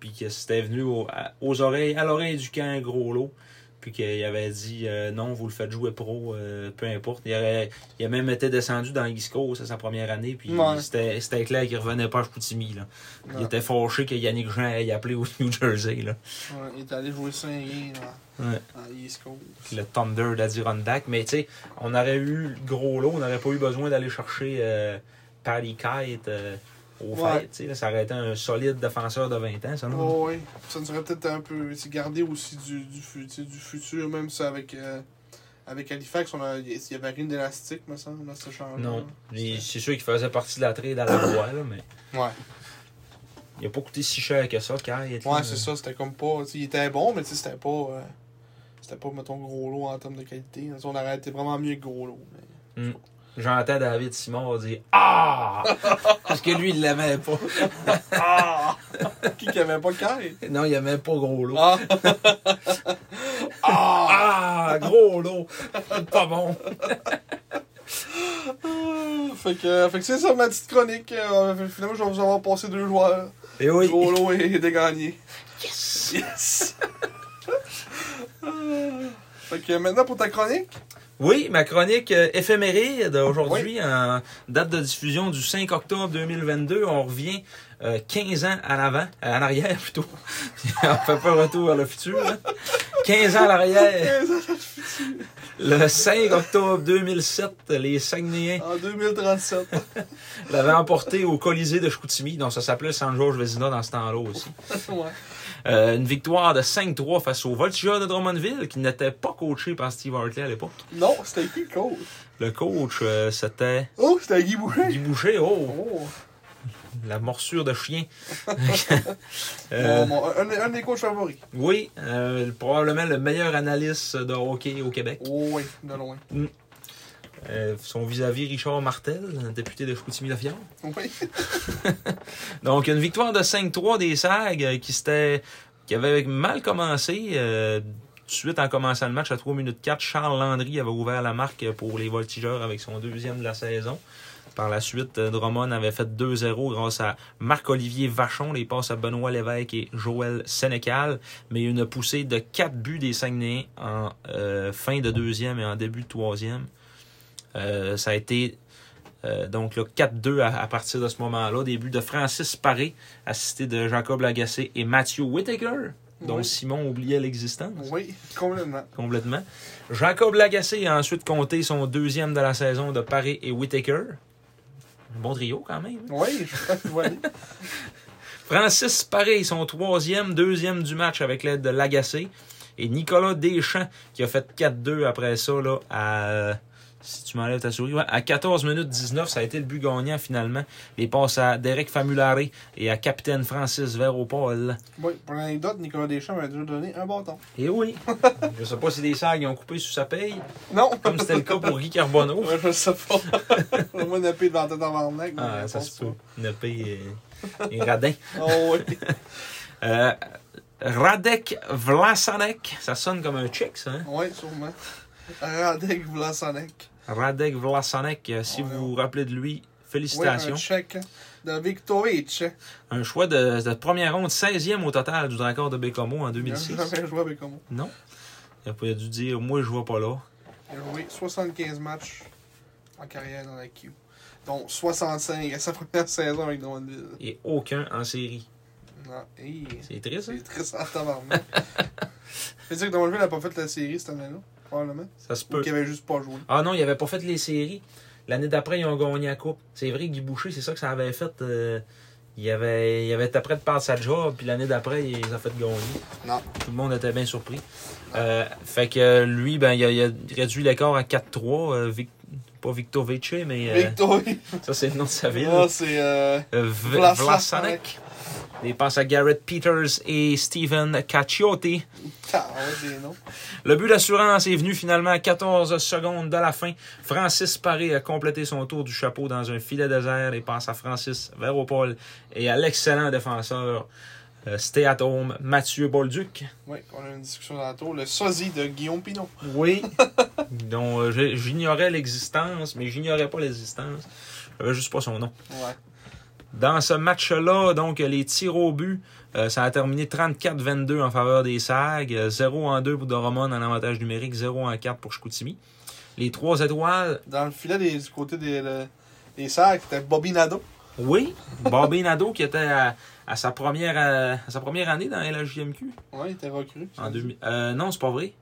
A: Puis que c'était venu au- à- aux oreilles, à l'oreille du camp gros lot. Puis qu'il avait dit euh, non, vous le faites jouer pro, euh, peu importe. Il, aurait- il a même été descendu dans l'East Coast à sa première année. Puis
B: Ouais.
A: c'était c'était clair qu'il revenait pas à Chicoutimi. Là. Il
B: Ouais.
A: était fâché que Yannick Jean ait appelé au New Jersey. Là.
B: Ouais, il est allé jouer 5 games hein, dans,
A: Ouais.
B: dans l'East Coast.
A: le Thunder d'Adirondack. Mais tu sais, on aurait eu le gros lot, on n'aurait pas eu besoin d'aller chercher euh, Paddy Kite euh, au
B: Ouais.
A: fait. tu sais, Ça aurait été un solide défenseur de 20 ans, ça. non?
B: Oh, ouais. Ça nous aurait peut-être un peu c'est gardé aussi du, du, fu- tu sais, du futur, même ça avec, euh, avec Halifax. on a- Il y avait rien d'élastique, me semble, dans ce champ
A: Non. Les- C'est sûr qu'il faisait partie de la trade à la voie, là, mais
B: Ouais,
A: il n'a pas coûté si cher que ça, Kite.
B: ouais c'est ça. C'était comme pas. tu sais, Il était bon, mais tu sais, c'était pas. euh, c'était pas, mettons, gros lot en termes de qualité. Tu sais, On aurait été vraiment mieux que gros lot. mais-
A: J'entends David Simon dire Ah Parce que lui, il l'aimait pas.
B: Ah! [laughs] Qui qui avait pas carré?
A: Non, il aimait pas gros lot.
B: Ah! ah!
A: Ah, gros lot Pas bon
B: Fait que, fait que c'est ça ma petite chronique. Euh, fait- Finalement, je vais vous avoir passé deux joueurs.
A: Et oui
B: Gros lot et dégagné.
A: Yes.
B: Yes! fait que maintenant pour ta chronique.
A: Oui, ma chronique euh, éphéméride aujourd'hui, en date de diffusion du 5 octobre 2022. On revient euh, 15 ans à l'avant, euh, en arrière [laughs] plutôt. on fait pas retour vers le futur. hein. 15 ans à [laughs] l'arrière, le 5 octobre 2007, les Saguenayens
B: En
A: [laughs]
B: 2037.
A: l'avaient emporté au Colisée de Chicoutimi, donc ça s'appelait le San Jorge Vezina dans ce temps-là aussi.
B: ouais.
A: Euh, une victoire de 5-3 face au Voltigeur de Drummondville, qui n'était pas coaché par Steve Hartley à l'époque.
B: Non, c'était qui le coach?
A: Le coach, euh, c'était
B: Oh, c'était Guy Boucher.
A: Guy Boucher, oh!
B: Oh.
A: La morsure de chien.
B: Mon-
A: Euh,
B: mon- un, un des coachs favoris.
A: oui, euh, probablement le meilleur analyste de hockey au Québec.
B: Oh, oui, de loin.
A: Euh, son vis-à-vis Richard Martel, député de Chicoutimi-Lafayette.
B: Oui.
A: Donc, une victoire de 5-3 des SAG euh, qui, s'était- qui avait mal commencé. euh, tout de suite en commençant le match à 3 minutes 4, Charles Landry avait ouvert la marque pour les Voltigeurs avec son deuxième de la saison. Par la suite, euh, Drummond avait fait 2-0 grâce à Marc-Olivier Vachon, les passes à Benoît Lévesque et Joël Sénécal, mais une poussée de 4 buts des Saguenayens en euh, fin de deuxième et en début de troisième. Euh, ça a été euh, donc le 4-2 à, à partir de ce moment-là, début de Francis Paré, assisté de Jacob Lagacé et Mathieu Whittaker, dont
B: Oui.
A: Simon oubliait l'existence
B: Oui, complètement.
A: complètement. Jacob Lagacé a ensuite compté son deuxième de la saison de Paris et Whittaker. Un Bon trio quand même. hein.
B: Oui, je vois aller.
A: Francis Paré, son troisième, deuxième du match avec l'aide de Lagacé. Et Nicolas Deschamps, qui a fait 4-2 après ça, là, à. Si tu m'enlèves ta souris, ouais, à 14 minutes 19, ça a été le but gagnant finalement. Les passes à Derek Famulari et à capitaine Francis Véropol.
B: Oui, pour l'anecdote, Nicolas Deschamps m'a déjà donné un bâton.
A: Et oui, [laughs] je sais pas si les sages ont coupé sous sa paye,
B: Non!
A: comme c'était le cas pour Guy Carbonneau.
B: Ouais, je sais pas. [laughs] Moi, nappé devant la tête en barnac.
A: Ah, ça se peut. Nepé et, et Radin.
B: Oh, oui.
A: Euh, Radek Vlasanek. Ça sonne comme un tchèque, ça. Hein?
B: Oui, sûrement. Radek Vlasanek.
A: Radek Vlasanek, euh, si
B: Ouais.
A: vous vous rappelez de lui,
B: Oui, un
A: félicitations.
B: tchèque de Viktoric.
A: un, choix de, de première ronde, 16e au total du record de Bécomo en
B: Il n'a
A: 2006.
B: jamais joué avec Homo.
A: Non? Il a pas dû dire, moi, je vois pas là.
B: Il a joué 75 matchs en carrière dans la Q. Donc 65 à sa première saison avec Drummondville.
A: Et aucun en série.
B: Non, hey,
A: C'est triste, hein?
B: c'est triste
A: [laughs]
B: en tabarnak. Je veux dire que Drummondville n'a pas fait la série cette année-là, probablement.
A: Ça se
B: Ou
A: peut.
B: qu'il avait juste pas joué.
A: Ah non, il avait pas fait les séries. L'année d'après, ils ont gagné la coupe. C'est vrai, Guy Boucher, c'est ça que ça avait fait. euh, il, avait, il avait été prêt de perdre sa job, puis l'année d'après, il les a fait gagner.
B: Non.
A: Tout le monde était bien surpris. Euh, fait que lui, ben, il a, il a réduit l'écart à 4-3. euh, Vic- pas Victor Vece, mais euh,
B: Victoric!
A: ça, c'est le nom de sa ville.
B: Là, c'est. Ah, euh,
A: Euh, V-
B: Vlasanek.
A: Vlasanek. Des passes à Garrett Peters et Steven Cacciotti.
B: Ah, ouais, des noms.
A: Le but d'assurance est venu finalement à 14 secondes de la fin. Francis Paré a complété son tour du chapeau dans un filet désert et passe à Francis Véropol et à l'excellent défenseur euh, stay at home, Mathieu Bolduc.
B: Oui, on a eu une discussion tantôt. Le sosie de Guillaume Pinot.
A: [laughs] Oui. dont euh, j'ai- j'ignorais l'existence, mais j'ignorais pas l'existence. J'avais juste pas son nom.
B: Ouais.
A: Dans ce match-là, donc les tirs au but, euh, ça a terminé 34-22 en faveur des SAG, euh, 0 en 2 pour Doromon en avantage numérique, 0 en 4 pour Chicoutimi. Les trois étoiles,
B: Dans le filet des, du côté des, le- des sacs, c'était Bobby Nadeau.
A: oui, [laughs] Bobby Nadeau qui était à, à sa première, euh, à sa première année dans la LHJMQ
B: Ouais, il était recru.
A: en 2000. euh, non, c'est pas vrai.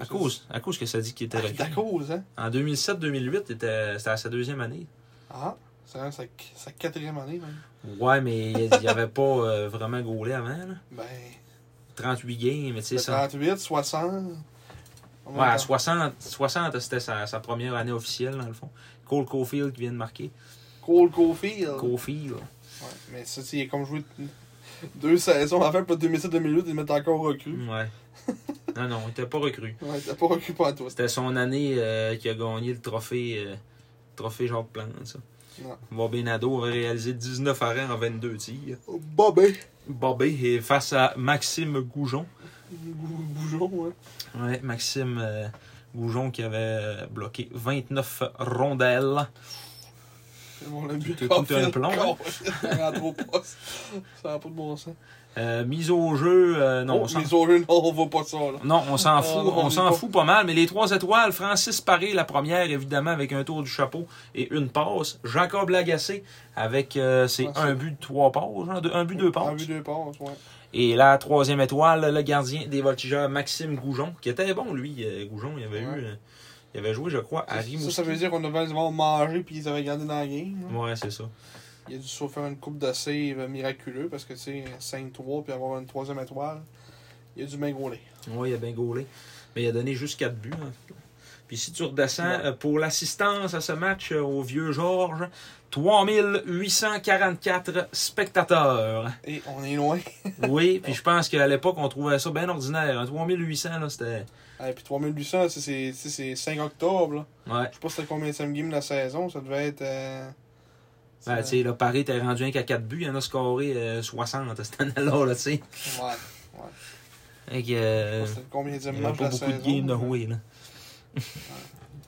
A: À cause, à cause que ça dit qu'il était recul.
B: D'accord, cause, hein?
A: En 2007-2008, c'était c'était à sa deuxième année.
B: Ah, c'est hein, sa, sa quatrième année, même.
A: Ouais, mais il n'y avait pas euh, vraiment gaulé avant. là.
B: Ben,
A: 38 games, mais tu sais,
B: le
A: ça.
B: 38, 60. En même
A: Ouais, à
B: temps.
A: 60, 60 c'était sa, sa première année officielle, dans le fond. Cole Caulfield qui vient de marquer.
B: Cole Caulfield.
A: Caulfield.
B: Ouais, mais ça, c'est comme joué deux saisons avant, puis 2007-2008, ils mettent encore recru. [laughs]
A: Ouais. non, non, il n'était pas recru.
B: Ouais, t'as pas recru pas à toi.
A: C'était son année euh, qui a gagné le trophée, euh, trophée Jacques Plante, ça.
B: Ouais.
A: Bobby Nadeau avait réalisé 19 arrêts en 22 tirs.
B: Bobby.
A: Bobby est face à Maxime Goujon.
B: Bou- hein. Bougeon, ouais.
A: Ouais, Maxime euh, Goujon qui avait euh, bloqué 29 rondelles.
B: C'est bon, le
A: Tout
B: but.
A: est un plomb, hein?
B: Ça rentre au poste. Ça n'a pas de bon sens.
A: Euh, mise au jeu, euh, non,
B: Oh,
A: on s'en
B: les oreux, non, on voit pas ça, là.
A: Non, on s'en
B: Oh,
A: fout,
B: non,
A: on
B: on
A: s'en
B: est pas-
A: fout pas mal, mais les trois étoiles, Francis Paré, la première, évidemment, avec un tour du chapeau et une passe. Jacob Lagacé avec euh, ses
B: Ouais,
A: un
B: c'est-
A: but, trois passes, hein, de- un but, deux
B: En
A: passes.
B: vue deux passes, ouais.
A: Et la troisième étoile, le gardien des voltigeurs, Maxime Goujon, qui était bon, lui, euh, Goujon, il avait
B: Ouais.
A: eu. euh, il avait joué, je crois, à
B: Ça,
A: Rimouski.
B: ça veut dire qu'on devait les avoir mangés puis ils avaient gardé dans la game. là.
A: Ouais, c'est ça.
B: Il a dû se faire une coupe de save miraculeux parce que, tu sais, 5-3 puis avoir une troisième étoile, il a dû m'engoler.
A: Oui, il a bien gaulé. Mais il a donné juste 4 buts. hein. Puis si tu redescends, euh, pour l'assistance à ce match euh, au vieux Georges, 3844
B: [laughs]
A: spectateurs.
B: Et on est loin.
A: Oui, puis je pense qu'à l'époque, on trouvait ça bien ordinaire. hein. 3800, là, c'était...
B: Et puis 3800, c'est- c'est c'est- c'est 5 octobre. là.
A: Ouais.
B: Je sais pas c'était combien de Sam Game de la saison, ça devait être. euh,
A: Ben, tu sais, là, Paris t'es rendu un qu'à 4 buts. Il en a scoré euh, 60 cette année-là, là, tu sais.
B: Ouais.
A: Fait que, euh,
B: C'était combien de
A: il n'y avait
B: match de
A: pas
B: la
A: beaucoup de
B: saison.
A: games de jouer, là.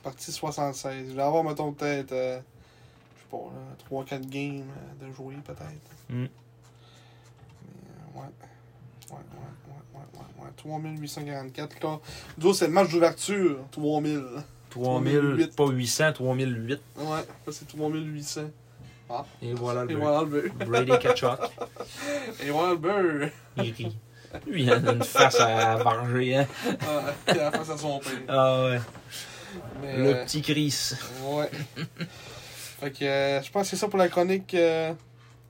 B: Partie 76. Je vais avoir, mettons, peut-être. euh, je sais pas, là, 3-4 games euh, de jouer, peut-être.
A: Mm.
B: Mais, euh, ouais. Ouais, ouais, ouais, ouais, ouais, ouais. 3844, là. D'où c'est le match d'ouverture, 3000.
A: 3000,
B: 3008.
A: pas 800, 3008.
B: Ouais, là, c'est 3800.
A: Et voilà
B: Et
A: le
B: voilà le beurre.
A: Brady Kachuk.
B: Et voilà le beurre.
A: Il rit. Lui, il a une face à varger, hein.
B: Ah, il a la face à son père.
A: Ah ouais.
B: Mais,
A: Le
B: euh,
A: petit Chris.
B: Ouais. fait que euh, je pense que c'est ça pour la chronique euh,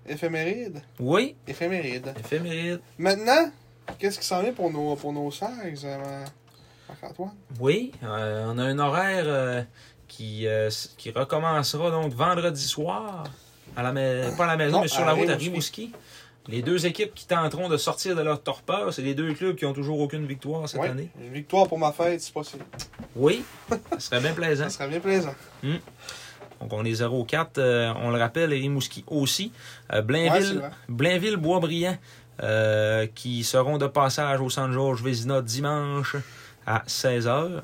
B: éphéméride.
A: Oui,
B: Éphéméride.
A: éphéméride.
B: Maintenant, qu'est-ce qui s'en vient pour nos, pour nos sags, euh, Marc-Antoine?
A: Oui, euh, on a un horaire euh, qui, euh, s- qui recommencera donc vendredi soir, à la mais- pas à la maison,
B: Non,
A: mais sur
B: à
A: la route à
B: Rimouski.
A: Rimouski. Les deux équipes qui tenteront de sortir de leur torpeur, c'est les deux clubs qui ont toujours aucune victoire cette
B: Ouais,
A: année.
B: Une victoire pour ma fête, c'est possible.
A: Oui, ça serait bien plaisant.
B: Ça serait bien plaisant.
A: Donc on est 0-4, euh, on le rappelle, et Rimouski aussi. Euh,
B: Ouais, c'est
A: Blainville,
B: vrai.
A: Blainville, Boisbriand, euh, qui seront de passage au San Georges Vézina dimanche à 16h.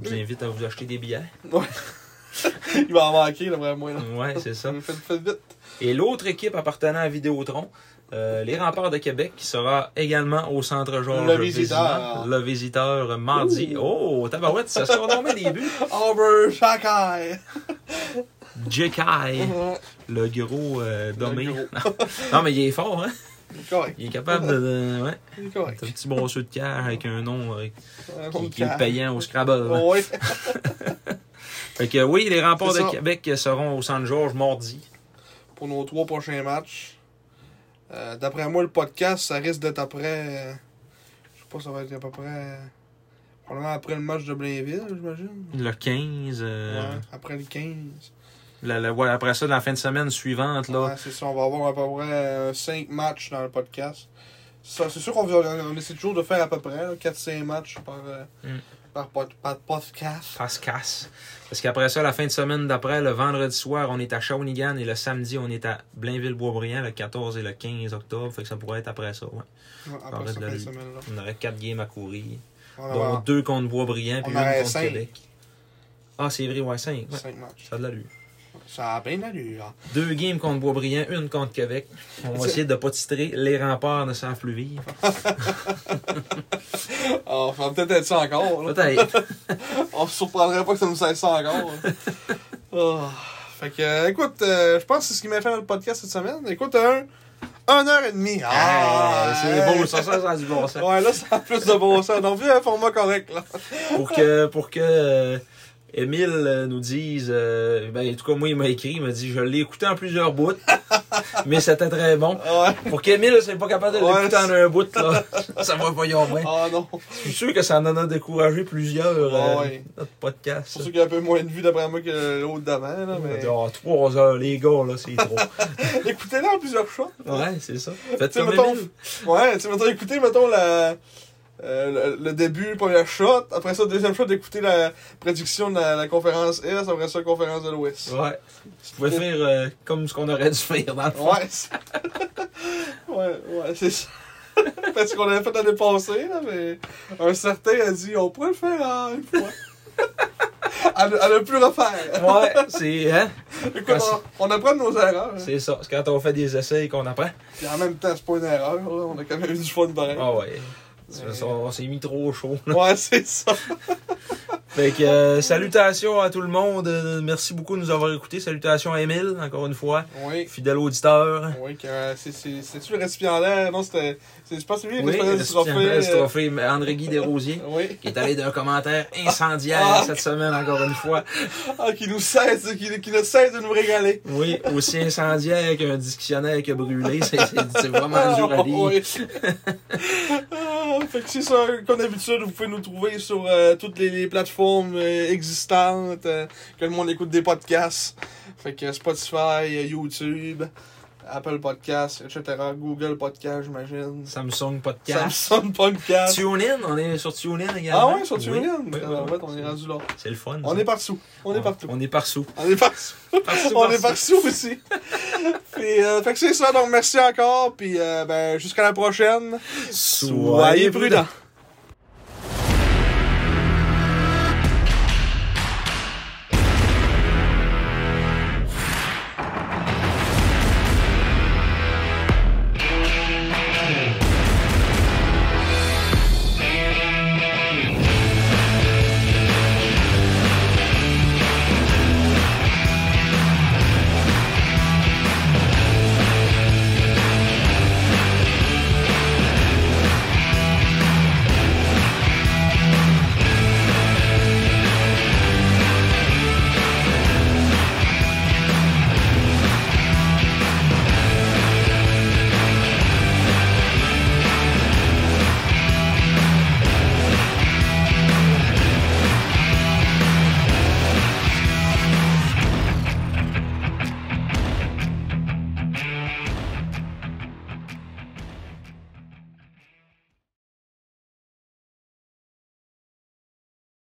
A: Je vous invite à vous acheter des billets.
B: Il va en manquer, là, vraiment. Là.
A: Ouais, c'est ça.
B: Faites, faites vite.
A: Et l'autre équipe appartenant à Vidéotron, euh, les Remparts de Québec, qui sera également au Centre Georges
B: Le Visiteur.
A: Vézina. Le visiteur euh, mardi. Oh, tabarouette, ça sort dans des buts.
B: Over Shakai! [laughs]
A: Jekai, le gros euh, domé. Non, mais il est fort, hein?
B: correct.
A: Il est capable de- de. Ouais.
B: Il est correct.
A: [laughs] C'est un petit brosseux de cœur avec un nom euh,
B: Un Oh,
A: qui,
B: autre
A: qui est
B: cas.
A: payant au Scrabble.
B: Ouais.
A: Fait que oui, les remparts
B: C'est
A: de
B: ça.
A: Québec seront au Saint-Georges mardi.
B: pour nos trois prochains matchs. Euh, D'après moi, le podcast, ça risque d'être après. euh, je sais pas, ça va être à peu près. euh, probablement après le match de Blainville, j'imagine.
A: Le 15. euh,
B: Ouais, après le 15.
A: Le- le- ouais, après ça, dans la fin de semaine suivante, là,
B: Ouais, c'est ça, on va avoir à peu près 5 matchs dans le podcast. Ça, c'est sûr qu'on va- on essaie toujours de faire à peu près 4-5 matchs par, euh,
A: Mm.
B: par, pod- par podcast. [laughs]
A: ça se casse. Parce qu'après ça, la fin de semaine d'après, le vendredi soir, on est à Shawinigan et le samedi, on est à Blainville-Boisbriand le 14 et le 15 octobre. Fait que ça pourrait être après ça. Ouais.
B: Ouais,
A: On
B: Après
A: reste
B: cette
A: de
B: fin
A: la
B: de
A: lutte.
B: semaine-là.
A: On aurait quatre games à courir,
B: On
A: dont
B: va
A: deux contre Boisbriand puis
B: Ah, on aurait
A: une contre
B: cinq.
A: Québec. Ah, c'est vrai, ouais, cinq. ouais.
B: 5 matchs.
A: Ça a de l'allure.
B: Ça a bien d'allure.
A: Deux games contre Boisbriand, une contre Québec. On va essayer de pas titrer les remparts de saint fluville
B: Ah, [laughs] on va peut-être être ça encore. là.
A: Peut-être.
B: On se surprendrait pas que ça nous aille ça encore.
A: [laughs]
B: Ah. Fait que, euh, écoute, euh, je pense que c'est ce qui m'a fait dans le podcast cette semaine. Écoute, un, un heure et demie.
A: Ah,
B: Ah,
A: c'est beau, ça, ça, ça a du bon sens.
B: Ouais, là, ça a plus de bon sens. Donc, vu un format correct, là.
A: pour que pour que euh, Émile euh, nous dise euh, ben en tout cas moi il m'a écrit il m'a dit je l'ai écouté en plusieurs bouts
B: [laughs]
A: mais c'était très bon
B: Ouais.
A: pour qu'Émile ne soit pas capable de
B: Ouais,
A: l'écouter en un bout
B: [laughs]
A: là ça va pas y avoir bien.
B: Ah non.
A: je suis sûr que ça en a découragé plusieurs euh,
B: Ouais.
A: notre podcast
B: Pour ceux qui ont un peu moins de vues d'après moi que l'autre d'avant, là,
A: On a
B: mais...
A: dit, Ah, trois heures les gars là c'est trop
B: [laughs] Écoutez-la en plusieurs fois.
A: ouais c'est ça faites
B: Tu sais,
A: comme
B: mettons-
A: Émile
B: Ouais, tu sais, mettons, écoutez, mettons, la... euh, le, le début, premier shot, après ça, deuxième shot, d'écouter la prédiction de la, la conférence Est, après ça, la conférence de l'Ouest.
A: ouais vous pouvez faire euh, comme ce qu'on aurait dû faire dans le fond.
B: Ouais, c'est- [laughs] ouais, ouais, c'est ça. [laughs] Parce qu'on l'avait fait l'année passée, là, mais un certain a dit on pourrait le faire en une fois. [laughs] à, ne, à ne plus refaire.
A: ouais [laughs] c'est hein?
B: Écoute, on, on apprend de nos erreurs. hein.
A: c'est ça c'est quand on fait des essais qu'on apprend
B: Puis en même temps, c'est pas une erreur, là. on a quand même eu du fun pareil.
A: Ah ouais. Ça, On, on s'est mis trop chaud.
B: [laughs] Ouais, c'est ça.
A: Fait que euh, salutations à tout le monde. Euh, Merci beaucoup de nous avoir écoutés. Salutations à Émile, encore une fois.
B: Oui.
A: Fidèle auditeur.
B: Oui, que, euh, c'est- c'est- c'est-tu le récipiendaire? Non, c'était. c'est- Je pense que c'est lui,
A: Oui,
B: le
A: le trophée,
B: récipiendaire du
A: ce
B: trophée.
A: trophée André-Guy Desrosiers,
B: euh, Oui.
A: qui est allé d'un commentaire incendiaire
B: Ah.
A: cette semaine, encore une fois.
B: Ah, qui nous cesse, qui, qui ne cesse de nous régaler.
A: Oui, aussi incendiaire qu'un dictionnaire qui a brûlé. C'est- C'est
B: [laughs]
A: c'est vraiment dur à lire.
B: oui. [laughs] Ah, fait que c'est ça, comme d'habitude, vous pouvez nous trouver sur euh, toutes les, les plateformes euh, existantes, euh, que le monde écoute des podcasts. Fait que Spotify, euh, YouTube, Apple Podcasts, etc. Google Podcasts, j'imagine.
A: Samsung Podcast.
B: Samsung Podcast.
A: TuneIn, on est sur TuneIn également.
B: Ah ouais, sur TuneIn.
A: Oui, oui,
B: Ah,
A: oui.
B: ouais, on est rendu là.
A: C'est le fun.
B: On
A: ça. Ah,
B: est partout. On est partout.
A: On est partout.
B: [laughs] On est partout.
A: Partout,
B: On est
A: partout.
B: partout aussi. Puis, euh, fait que c'est ça, donc merci encore. Puis euh, ben, jusqu'à la prochaine.
A: Soyez prudents.